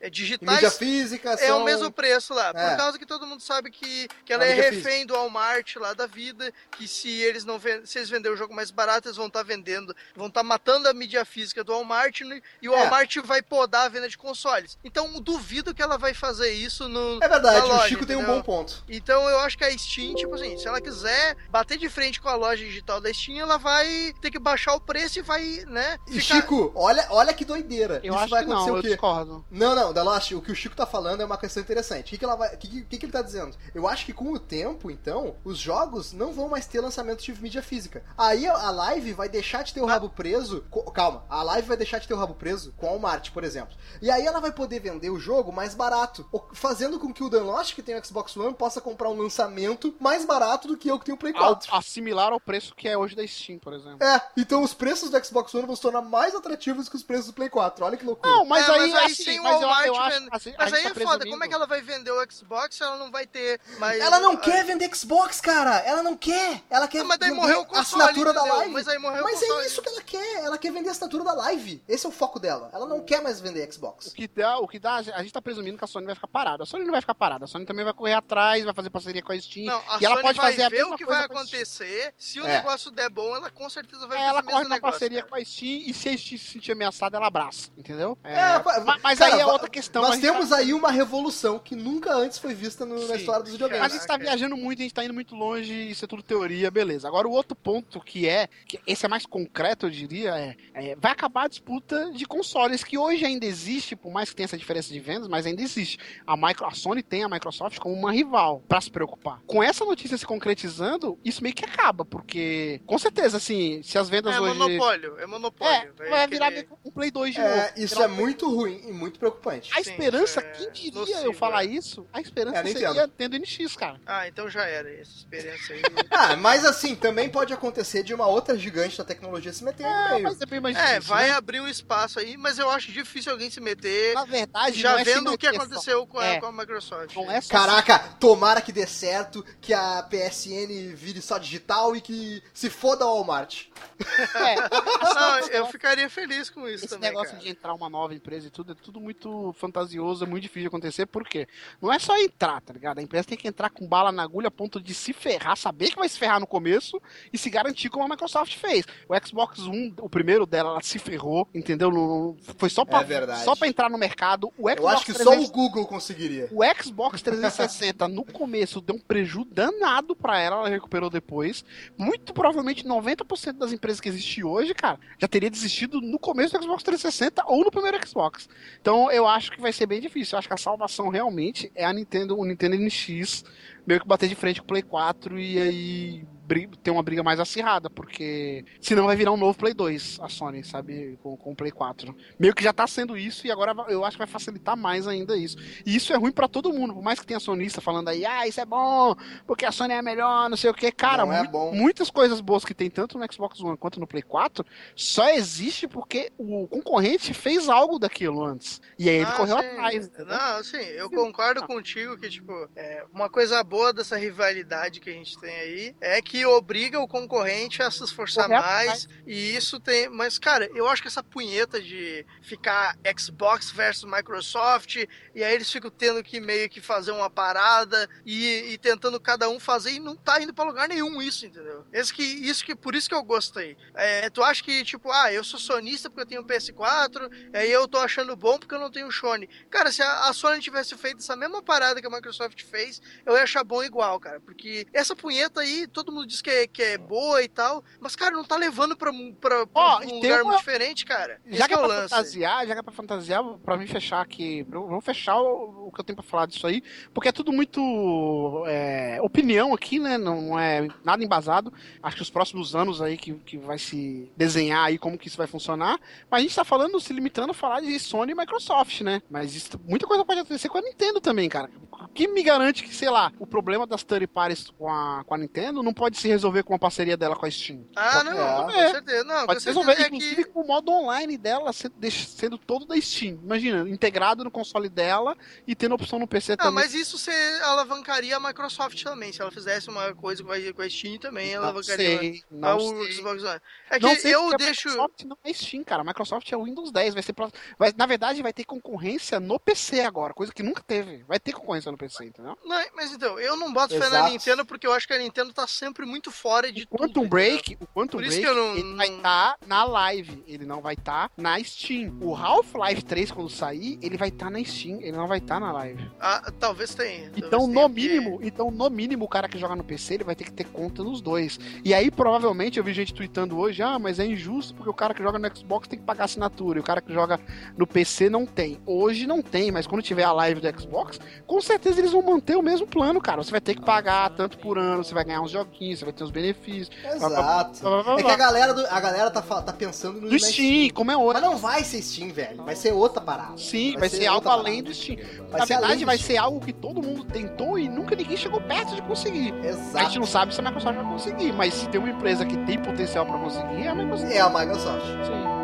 é,
Em mídia
digitais
física,
é
são...
o mesmo preço lá,
É.
por causa que todo mundo sabe que, que ela
A
é
mídia
refém do Walmart lá da vida, que se eles não ven- se eles vender o jogo mais barato, eles vão estar vendendo, vão estar matando a mídia física do Walmart né, e o
É.
Walmart vai podar a venda de consoles. Então duvido que ela vai fazer isso no.
É verdade,
na loja,
o Chico tem um
entendeu?
bom ponto.
Então eu acho que a Steam, tipo assim, se ela quiser bater de frente com a loja digital da Steam, ela vai ter que baixar o preço e vai, né?
E Chico, olha, olha que doideira.
Eu
Isso
acho
vai
que não,
acontecer
eu
o quê?
discordo.
Não, não, Deloche, o que o Chico tá falando é uma questão interessante. O que, que, ela vai, o que, que- o que que ele tá dizendo? Eu acho que com o tempo, então, os jogos não vão mais ter lançamento de mídia física. Aí a- a live vai deixar de ter o rabo preso. co- Calma, a live vai deixar de ter o rabo preso com a Walmart, por exemplo. E aí ela vai poder vender o jogo mais barato, o- fazendo com que o Dan Lost, que tem o Xbox One, possa comprar um lançamento mais barato do que eu que tenho o Play 4.
Ao- Assimilar ao preço que é hoje da Steam, por exemplo.
É, então os preços do Xbox One vão se tornar mais atrativos que os preços do Play 4. Olha que loucura.
Não, mas
É,
aí,
mas aí
assim,
sem o
mas eu- eu
Walmart
acho-
vendo-
assim, a
Mas
gente
aí é
tá
foda,
presumindo.
como é que ela vai vender o Xbox se ela não vai ter mais.
Ela não
Ah,
quer vender Xbox, cara. Ela não quer. Ela quer
Ah, mas daí
vender
morreu o
a
console,
assinatura da
entendeu?
live.
Mas aí morreu o
Mas
console.
é isso que ela quer. Ela quer vender a assinatura da live. Esse é o foco dela. Ela não quer mais vender
O
Xbox.
que dá, o que dá, a gente tá presumindo que a Sony vai ficar parada. A Sony não vai ficar parada, a Sony também vai correr atrás, vai fazer parceria com a Steam.
Não, a
e ela
Sony
pode
vai
fazer a
ver
mesma
o que
coisa
vai
com a Steam.
acontecer. Se o
É.
negócio der bom, ela com certeza vai
Aí
fazer
ela
esse mesmo
corre na
negócio.
parceria
cara.
com a Steam e se a Steam se sentir ameaçada, ela abraça, entendeu? É,
pa-
ma- mas
cara,
aí é
va-
outra questão. a
Nós
gente
temos
tá-
aí uma revolução que nunca antes foi vista no-
Sim.
na história dos
Mas
videogames.
a gente tá
Caraca.
viajando muito, a gente tá indo muito longe, isso é tudo teoria, beleza. Agora o outro ponto que é, que esse é mais concreto, eu diria, é, é, vai acabar a disputa de consoles, que hoje ainda existe, por mais que tenha essa diferença de vendas, mas ainda existe. A, micro, a Sony tem a Microsoft como uma rival pra se preocupar. Com essa notícia se concretizando, isso meio que acaba, porque com certeza, assim, se as vendas
É
hoje.
monopólio, é monopólio.
É, vai virar
querer-
um Play 2 de novo.
É, isso é
Virar um Play
muito ruim e muito preocupante.
A
Sim,
esperança,
isso é
quem diria
nocivo,
eu falar
é.
isso? A esperança
É, nem
seria
entendo.
tendo NX, cara.
Ah, então já era essa experiência
[laughs] É,
aí. É,
Ah, mas assim, também pode acontecer de uma outra gigante da tecnologia se meter no meio.
Mas é bem mais
é,
difícil, né?
vai abrir um espaço aí, mas eu acho difícil alguém se meter.
Na verdade,
já
não é
vendo o que
sinal de
aconteceu com a,
É.
com a Microsoft.
questão. Não é só
Caraca, tomara que dê certo, que a PSN vire só digital e que se foda o Walmart.
É,
[laughs] [laughs] Não, eu ficaria feliz com isso
esse
também.
negócio
né, cara.
de entrar uma nova empresa e tudo, é tudo muito fantasioso, é muito difícil de acontecer, por quê? Não é só entrar, tá ligado? A empresa tem que entrar com bala na agulha a ponto de se ferrar, saber que vai se ferrar no começo e se garantir como a Microsoft fez. O Xbox One, o primeiro dela, ela se ferrou, entendeu? Não- não- foi só pra,
É verdade.
só pra entrar no mercado. O Xbox
Eu acho que só um
360
o Google conseguiria.
O Xbox 360 no começo deu um preju danado pra ela, ela recuperou depois. Muito provavelmente 90% das empresas que existem hoje, cara, já teria desistido no começo do Xbox 360 ou no primeiro Xbox. Então eu acho que vai ser bem difícil. Eu acho que a salvação realmente é a Nintendo, o Nintendo NX, meio que bater de frente com o Play 4 e aí bri- ter uma briga mais acirrada, porque senão vai virar um novo Play 2, a Sony, sabe, com, com o Play 4. Meio que já tá sendo isso e agora va- eu acho que vai facilitar mais ainda isso. E isso é ruim pra todo mundo, por mais que tenha sonista falando aí, ah, isso é bom, porque a Sony é a melhor, não sei o que. Cara,
Não é
mui-
bom.
muitas coisas boas que tem tanto no Xbox One quanto no Play 4 só existe porque o concorrente fez algo daquilo antes. E aí ele
Ah,
correu
sim.
atrás. entendeu? Tá.
Não, sim, eu concordo contigo que, tipo, é, uma coisa boa dessa rivalidade que a gente tem aí é que obriga o concorrente a se esforçar
Correr
mais. E isso tem. Mas, cara, eu acho que essa punheta de ficar Xbox versus Microsoft, e aí eles ficam tendo que meio que fazer uma parada e, e tentando cada um fazer e não tá indo pra lugar nenhum isso, entendeu? Esse que, isso que, por isso que eu gostei. É, tu acha que, tipo, ah, eu sou sonista porque eu tenho um PS4, aí eu tô achando bom porque eu não tenho Sony. Cara, se a, a Sony tivesse feito essa mesma parada que a Microsoft fez, eu ia achar bom igual, cara. Porque essa punheta aí, todo mundo diz que é, que é boa e tal, mas, cara, não tá levando pra, um- pra, pra
Ó, e
um
tem
lugar
uma-
muito diferente, cara.
Já
Esse
que
que
é
é o
pra
lance.
fantasiar, já que é pra fantasiar, pra mim fechar aqui. Vamos fechar o, o que eu tenho pra falar disso aí, porque é tudo muito é, opinião aqui, né? Não é nada embasado. Acho que os próximos anos aí que, que vai se desenhar aí como que isso vai funcionar. Mas a gente tá falando, se limitando a falar de Sony e Microsoft, né? Mas isso- muita coisa pode acontecer com a Nintendo também, cara. Quem me garante que, sei lá, o problema das third parties com a, com a Nintendo não pode se resolver com a parceria dela com a Steam?
Ah, não,
É.
com certeza. Não, com
Pode
certeza
resolver,
é
inclusive
que.
com o modo online dela sendo, deix- sendo todo da Steam. Imagina, integrado no console dela e tendo opção no PC
Ah,
também.
mas isso você alavancaria a Microsoft também. Se ela fizesse uma coisa com a, com a Steam também,
Não
alavancaria
sei,
a-
não
o
sei.
Xbox One. É
Não
que
sei
eu
porque a
deixo.
Microsoft não é Steam, cara. A Microsoft é o Windows 10. Vai ser pro- vai- Na verdade, vai ter concorrência no PC agora, coisa que nunca teve. Vai ter concorrência no PC, entendeu?
Não, mas então, eu não boto fé na
Exato.
Nintendo porque eu acho que a Nintendo tá sempre muito fora de
O Quantum
um
tudo, entendeu?
Break, o Quantum
Por isso
Break,
que eu não-
ele vai estar na live, ele não vai estar na Steam. O Half-Life 3, quando sair, ele vai estar na Steam, ele não vai estar na live.
Ah, talvez tenha.
Então,
talvez
no
tenha, porque-
mínimo, então, no mínimo, o cara que joga no PC, ele vai ter que ter conta nos dois. E aí, provavelmente, eu vi gente tweetando hoje, ah, mas é injusto porque o cara que joga no Xbox tem que pagar assinatura, e o cara que joga no PC não tem. Hoje não tem, mas quando tiver a live do Xbox, com certeza eles vão manter o mesmo plano, cara. Você vai ter que pagar tanto por ano, você vai ganhar uns joguinhos, você vai ter uns benefícios.
Exato.
blá, blá, blá,
É que a
blá.
galera, do- a galera tá, fa- tá pensando no
Do Steam, como é hoje.
Mas não vai ser Steam, velho. Vai ser outra parada.
Sim, vai, ser, algo
outra
além
parada.
do Steam.
Vai
Na
ser
verdade,
além do
vai
Steam.
ser algo que todo mundo tentou e nunca ninguém chegou perto de conseguir. A gente
Exato.
não sabe se a Microsoft vai conseguir, mas se tem uma empresa que tem potencial pra conseguir, é a Microsoft.
É a Microsoft.
[laughs] Sim.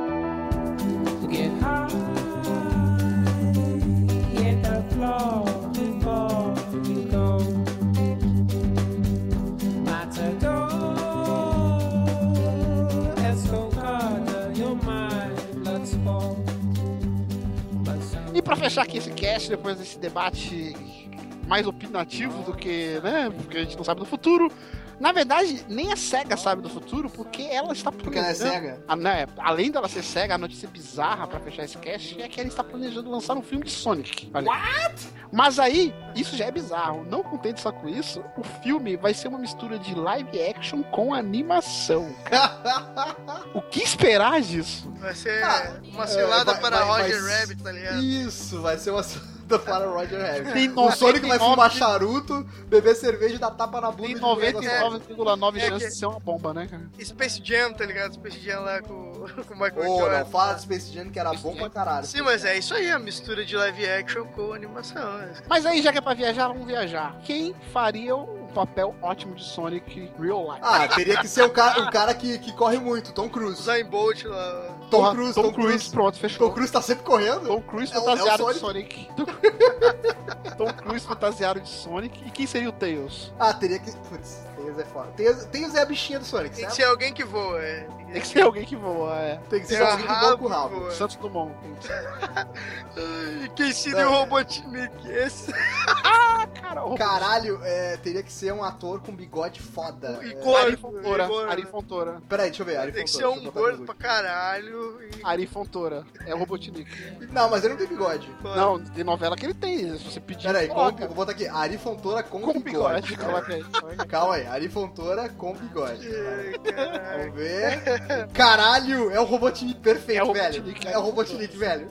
Get high, hit the floor before you go. Matador, Escocada, your mind, let's fall. But some-
E pra fechar aqui esse cast, depois desse debate mais opinativo do que, né, porque a gente não sabe do futuro. Na verdade, nem a SEGA sabe do futuro, porque ela está
Porque ela é
planejando...
cega.
Ah, né, Além dela ser cega, a notícia bizarra pra fechar esse cast é que ela está planejando lançar um filme de Sonic. Olha. What? Mas aí, isso já é bizarro. Não contente só com isso, o filme vai ser uma mistura de live action com animação. O que esperar disso?
Vai ser
Ah,
uma cilada
vai-
para
vai-
Roger
vai-
Rabbit, tá ligado?
Isso, vai ser uma da para Roger Rabbit.
Tem
O Sonic vai fumar
99
charuto, beber cerveja e dar tapa na bunda
Tem
de mulher gostosa.
99,9
É que-
chances de ser uma bomba, né, cara?
Space Jam, tá ligado? Space Jam lá com, [laughs] com o Michael
Ô,
Jordan.
não fala do Space Jam que era bom pra caralho.
Sim, mas é isso aí, a mistura de live action com animação. né?
Mas aí, já que é pra viajar, vamos viajar. Quem faria o papel ótimo de Sonic real life?
Ah, teria que ser o cara, o cara que, que corre muito, Tom Cruise.
Usain Bolt lá.
Ah, Tom
Porra,
Cruise,
Tom Cruise, pronto, fechou.
Tom Cruise tá sempre correndo.
Tom Cruise
É o- é o
fantasiado de Sonic. Tom Cruise [laughs] fantasiado de Sonic. E quem seria o Tails?
Ah, teria que. Putz, Tails é foda. Tails, Tails é a bichinha do Sonic,
Tem que
certo?
ser alguém que voa, é.
Tem que ser alguém que voa, é.
Tem que
Tem
ser alguém
um
do bom com o
rabo que
rabo.
voa.
Santos Dumont.
Ai, Quem seria o Robotnik? Esse.
Cara, o
Caralho, é, teria que ser um ator com bigode foda.
E
É,
cor-
Ari Fontoura.
Igor, né?
Ari Fontoura.
Peraí, deixa eu ver. Ari
Tem que ser
Fontoura,
um
deixa eu botar no
gordo pra
Google.
caralho. E...
Ari Fontoura. É o Robotnik.
Não, mas ele não tem bigode.
Não, de novela que ele tem. Se você pedir,
Peraí, com,
coloca.
vou botar aqui. Ari Fontoura com, um
Com
bigode.
bigode, coloca aí.
Calma aí, Ari Fontoura com bigode.
Ai, caralho.
Vamos ver. Caralho, é o Robotnik perfeito,
É o
velho.
Robotnik,
é o Robotnik, velho.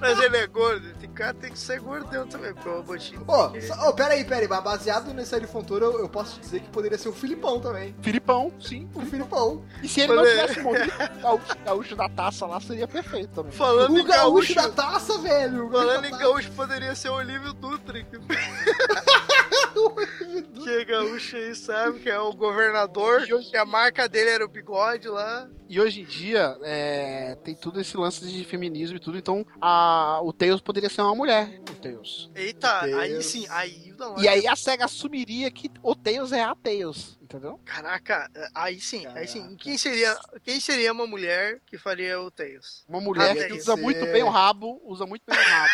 Mas ele é gordo, tem cara tem que ser gordão também, porque é um o Robotnik.
Ô, oh, peraí, peraí, mas baseado nesse Ari Fontoura, eu, eu posso dizer que poderia ser o Filipão também.
Filipão, sim.
O Filipão.
E se ele não
Olha.
tivesse morrido, o gaúcho- gaúcho da taça lá seria perfeito também.
Falando
o
em
gaúcho
gaúcho,
da taça, velho. O
falando em
gaúcho.
gaúcho poderia ser o Olívio Dutra, que,
da taça. O Olívio Dutra.
que é gaúcho aí, sabe? Que é o governador,
E hoje-
que a marca dele era o bigode lá.
E hoje em dia, é, tem tudo esse lance de feminismo e tudo, então a- o Tails poderia ser uma mulher, o Tails.
Eita,
Meu
aí
Deus.
sim, aí o da
E aí a SEGA assumiria que o Tails é a Tails, entendeu?
Caraca, aí sim, aí sim.
Caraca.
Quem seria, quem seria uma mulher que faria o Tails?
Uma mulher
Ah,
que
tem
usa
que
muito
ser.
bem o rabo, usa muito bem o
[laughs]
rabo.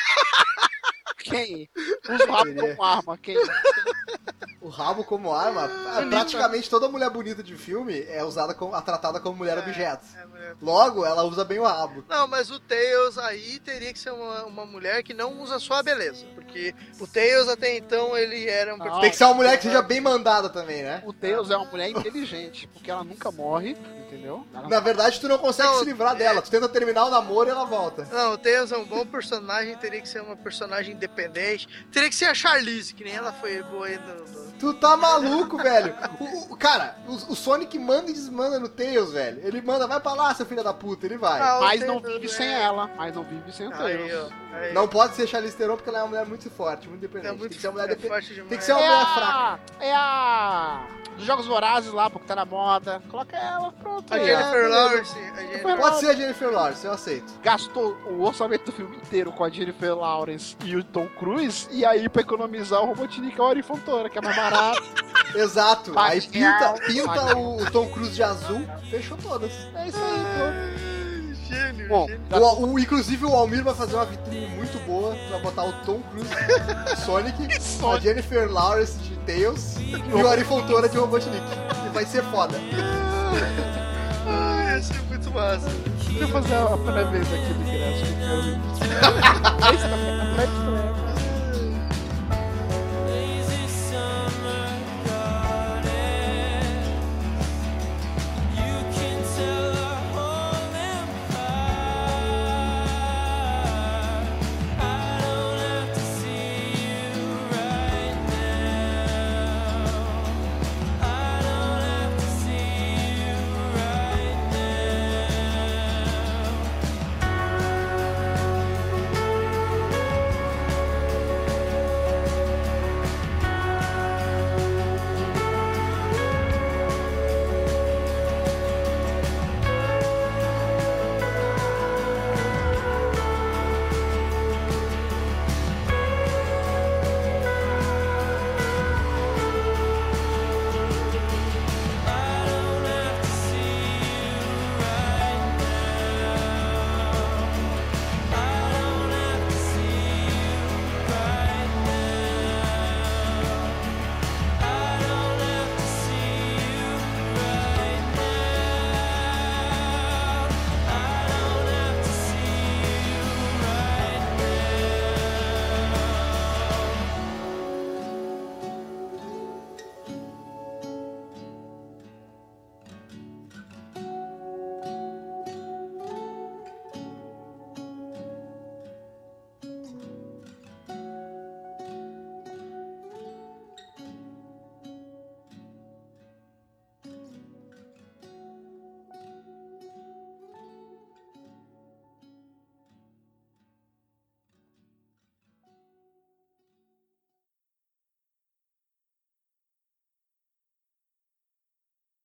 Quem? Usa o rabo
Poderia.
como arma, quem?
O rabo como arma. Ah, Praticamente toda mulher bonita de filme é usada como, a tratada como mulher objeto.
É, mulher.
Logo, ela usa bem o rabo.
Não, mas o Tails aí teria que ser uma, uma mulher que não usa só a beleza. Porque o Tails até então ele era um
Não.
Tem que ser uma mulher que seja bem mandada também, né?
O Tails é uma mulher inteligente, porque ela nunca morre, entendeu? Ela
Na verdade, tu não consegue
Não, é.
se livrar dela. Tu tenta terminar o namoro e ela volta.
Não, o Tails é um bom personagem, teria que ser uma personagem independente. Teria que ser a Charlize, que nem ela foi boa aí no. no-
Tu tá maluco, velho. O, o- cara, o, o Sonic manda e desmanda no Tails, velho. Ele manda, vai pra lá, seu filho da puta, ele vai.
Ah, o
Mas
Tails,
não vive
é.
sem ela. Mas não vive sem o
Aí, ó.
Tails.
aí.
Não pode ser Charlize Theron porque ela é uma mulher muito forte, muito independente.
é muito
Tem que ser uma mulher
é
dependente.
forte demais.
Tem que ser uma-
É
mulher
a. É a. Dos Jogos Vorazes lá, porque tá na moda. Coloca ela, pronto. É.
A
aí,
gente-
ó.
Jennifer
beleza.
Lawrence. A Jennifer...
Pode ser a Jennifer Lawrence, eu aceito.
Gastou o orçamento do filme inteiro com a Jennifer Lawrence e o Tom Cruise. E aí, pra economizar, o Robotnik é o Ari Fontoura, que é mais barato.
Exato.
Pode
Aí
ser.
pinta, pinta o, o Tom Cruise de azul, fechou todas.
é isso aí, pronto.
gênio,
Bom,
gênio.
O, o- inclusive o Almir vai fazer uma vitrine muito boa. Vai botar o Tom Cruise de Sonic, a
Sonic.
Jennifer Lawrence de Tails e o Ari Fontoura de Robotnik. E vai ser foda.
Ai, achei muito massa.
Deixa eu fazer a prévia daquele ingresso. que eu quero. Mas tá- mas tá-